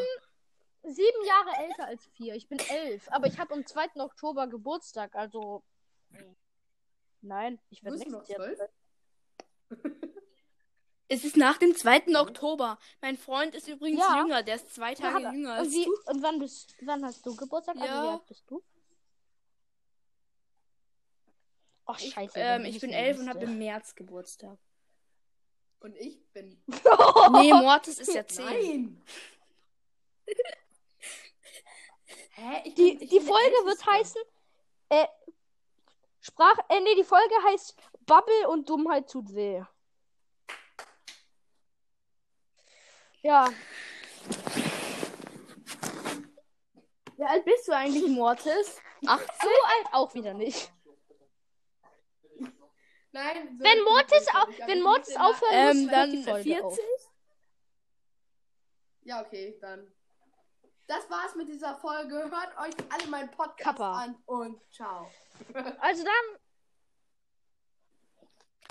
Speaker 1: sieben Jahre älter als vier. Ich bin elf. Aber ich habe am 2. Oktober Geburtstag. Also. Nein, ich werde
Speaker 7: Bist du noch
Speaker 1: nächstes Jahr.
Speaker 7: zwölf?
Speaker 3: es ist nach dem 2. Oktober. Mein Freund ist übrigens
Speaker 1: Ja.
Speaker 3: jünger. Der ist zwei
Speaker 1: Ja,
Speaker 3: Tage
Speaker 1: aber-
Speaker 3: jünger als
Speaker 1: Und, wie,
Speaker 3: du.
Speaker 1: und wann, bist, wann hast du Geburtstag? Also,
Speaker 3: Ja.
Speaker 1: wie alt bist du? Ach,
Speaker 3: Ich,
Speaker 1: scheiße. dann
Speaker 3: ähm, ich bin
Speaker 1: der
Speaker 3: elf und habe
Speaker 1: Jüngste.
Speaker 3: im März Geburtstag.
Speaker 7: Und ich bin.
Speaker 3: Nee, Mortis ist ja zehn.
Speaker 7: Nein! Hä? Ich
Speaker 1: Die,
Speaker 7: bin- ich
Speaker 1: die
Speaker 7: bin der
Speaker 1: Folge wird
Speaker 7: Älteste.
Speaker 1: heißen, äh, Sprach, äh, nee, die Folge heißt Bubble und Dummheit tut weh. Ja,
Speaker 3: Wie alt bist du eigentlich, Mortis?
Speaker 1: ach, so alt auch wieder nicht.
Speaker 7: Nein. so
Speaker 1: Wenn
Speaker 7: ich bin
Speaker 1: Mortis,
Speaker 7: nicht
Speaker 1: au-
Speaker 7: älter. Ich
Speaker 1: wenn
Speaker 7: bin
Speaker 1: Mortis
Speaker 7: 17 Jahre
Speaker 1: aufhören
Speaker 7: alt.
Speaker 1: muss,
Speaker 3: Ähm,
Speaker 1: hört
Speaker 3: dann
Speaker 1: die Folge
Speaker 3: 40?
Speaker 1: auf.
Speaker 7: Ja, okay, dann. Das war's mit dieser Folge. Hört euch alle meinen Podcast
Speaker 1: Kappa.
Speaker 7: an und ciao.
Speaker 1: Also dann,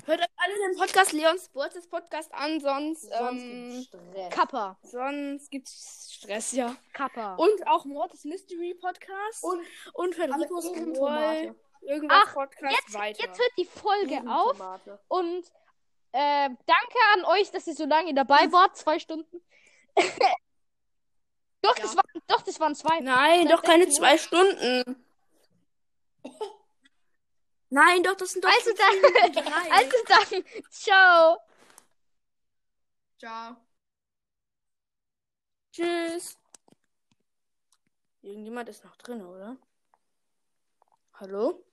Speaker 3: Hört euch alle den Podcast Leons Sportes Podcast an, sonst,
Speaker 7: Sonst
Speaker 3: ähm,
Speaker 7: gibt's Stress.
Speaker 1: Kappa,
Speaker 3: sonst gibt's Stress, ja.
Speaker 1: Kappa.
Speaker 3: Und auch Mortis Mystery Podcast
Speaker 7: Und-
Speaker 3: und Federico's Roll irgendwas
Speaker 1: Ach,
Speaker 3: Podcast weiter.
Speaker 1: Jetzt hört die Folge auf
Speaker 7: Tomate.
Speaker 1: und äh, danke an euch, dass ihr so lange dabei wart, zwei Stunden. doch, das waren, doch, das waren zwei.
Speaker 3: Nein, doch keine zwei Stunden. Nein, doch, das sind doch
Speaker 1: Also
Speaker 3: schon
Speaker 1: dann-
Speaker 3: vier Minuten drei.
Speaker 1: Also dann, ciao.
Speaker 7: Ciao.
Speaker 3: Tschüss. Irgendjemand ist noch drin, oder? Hallo?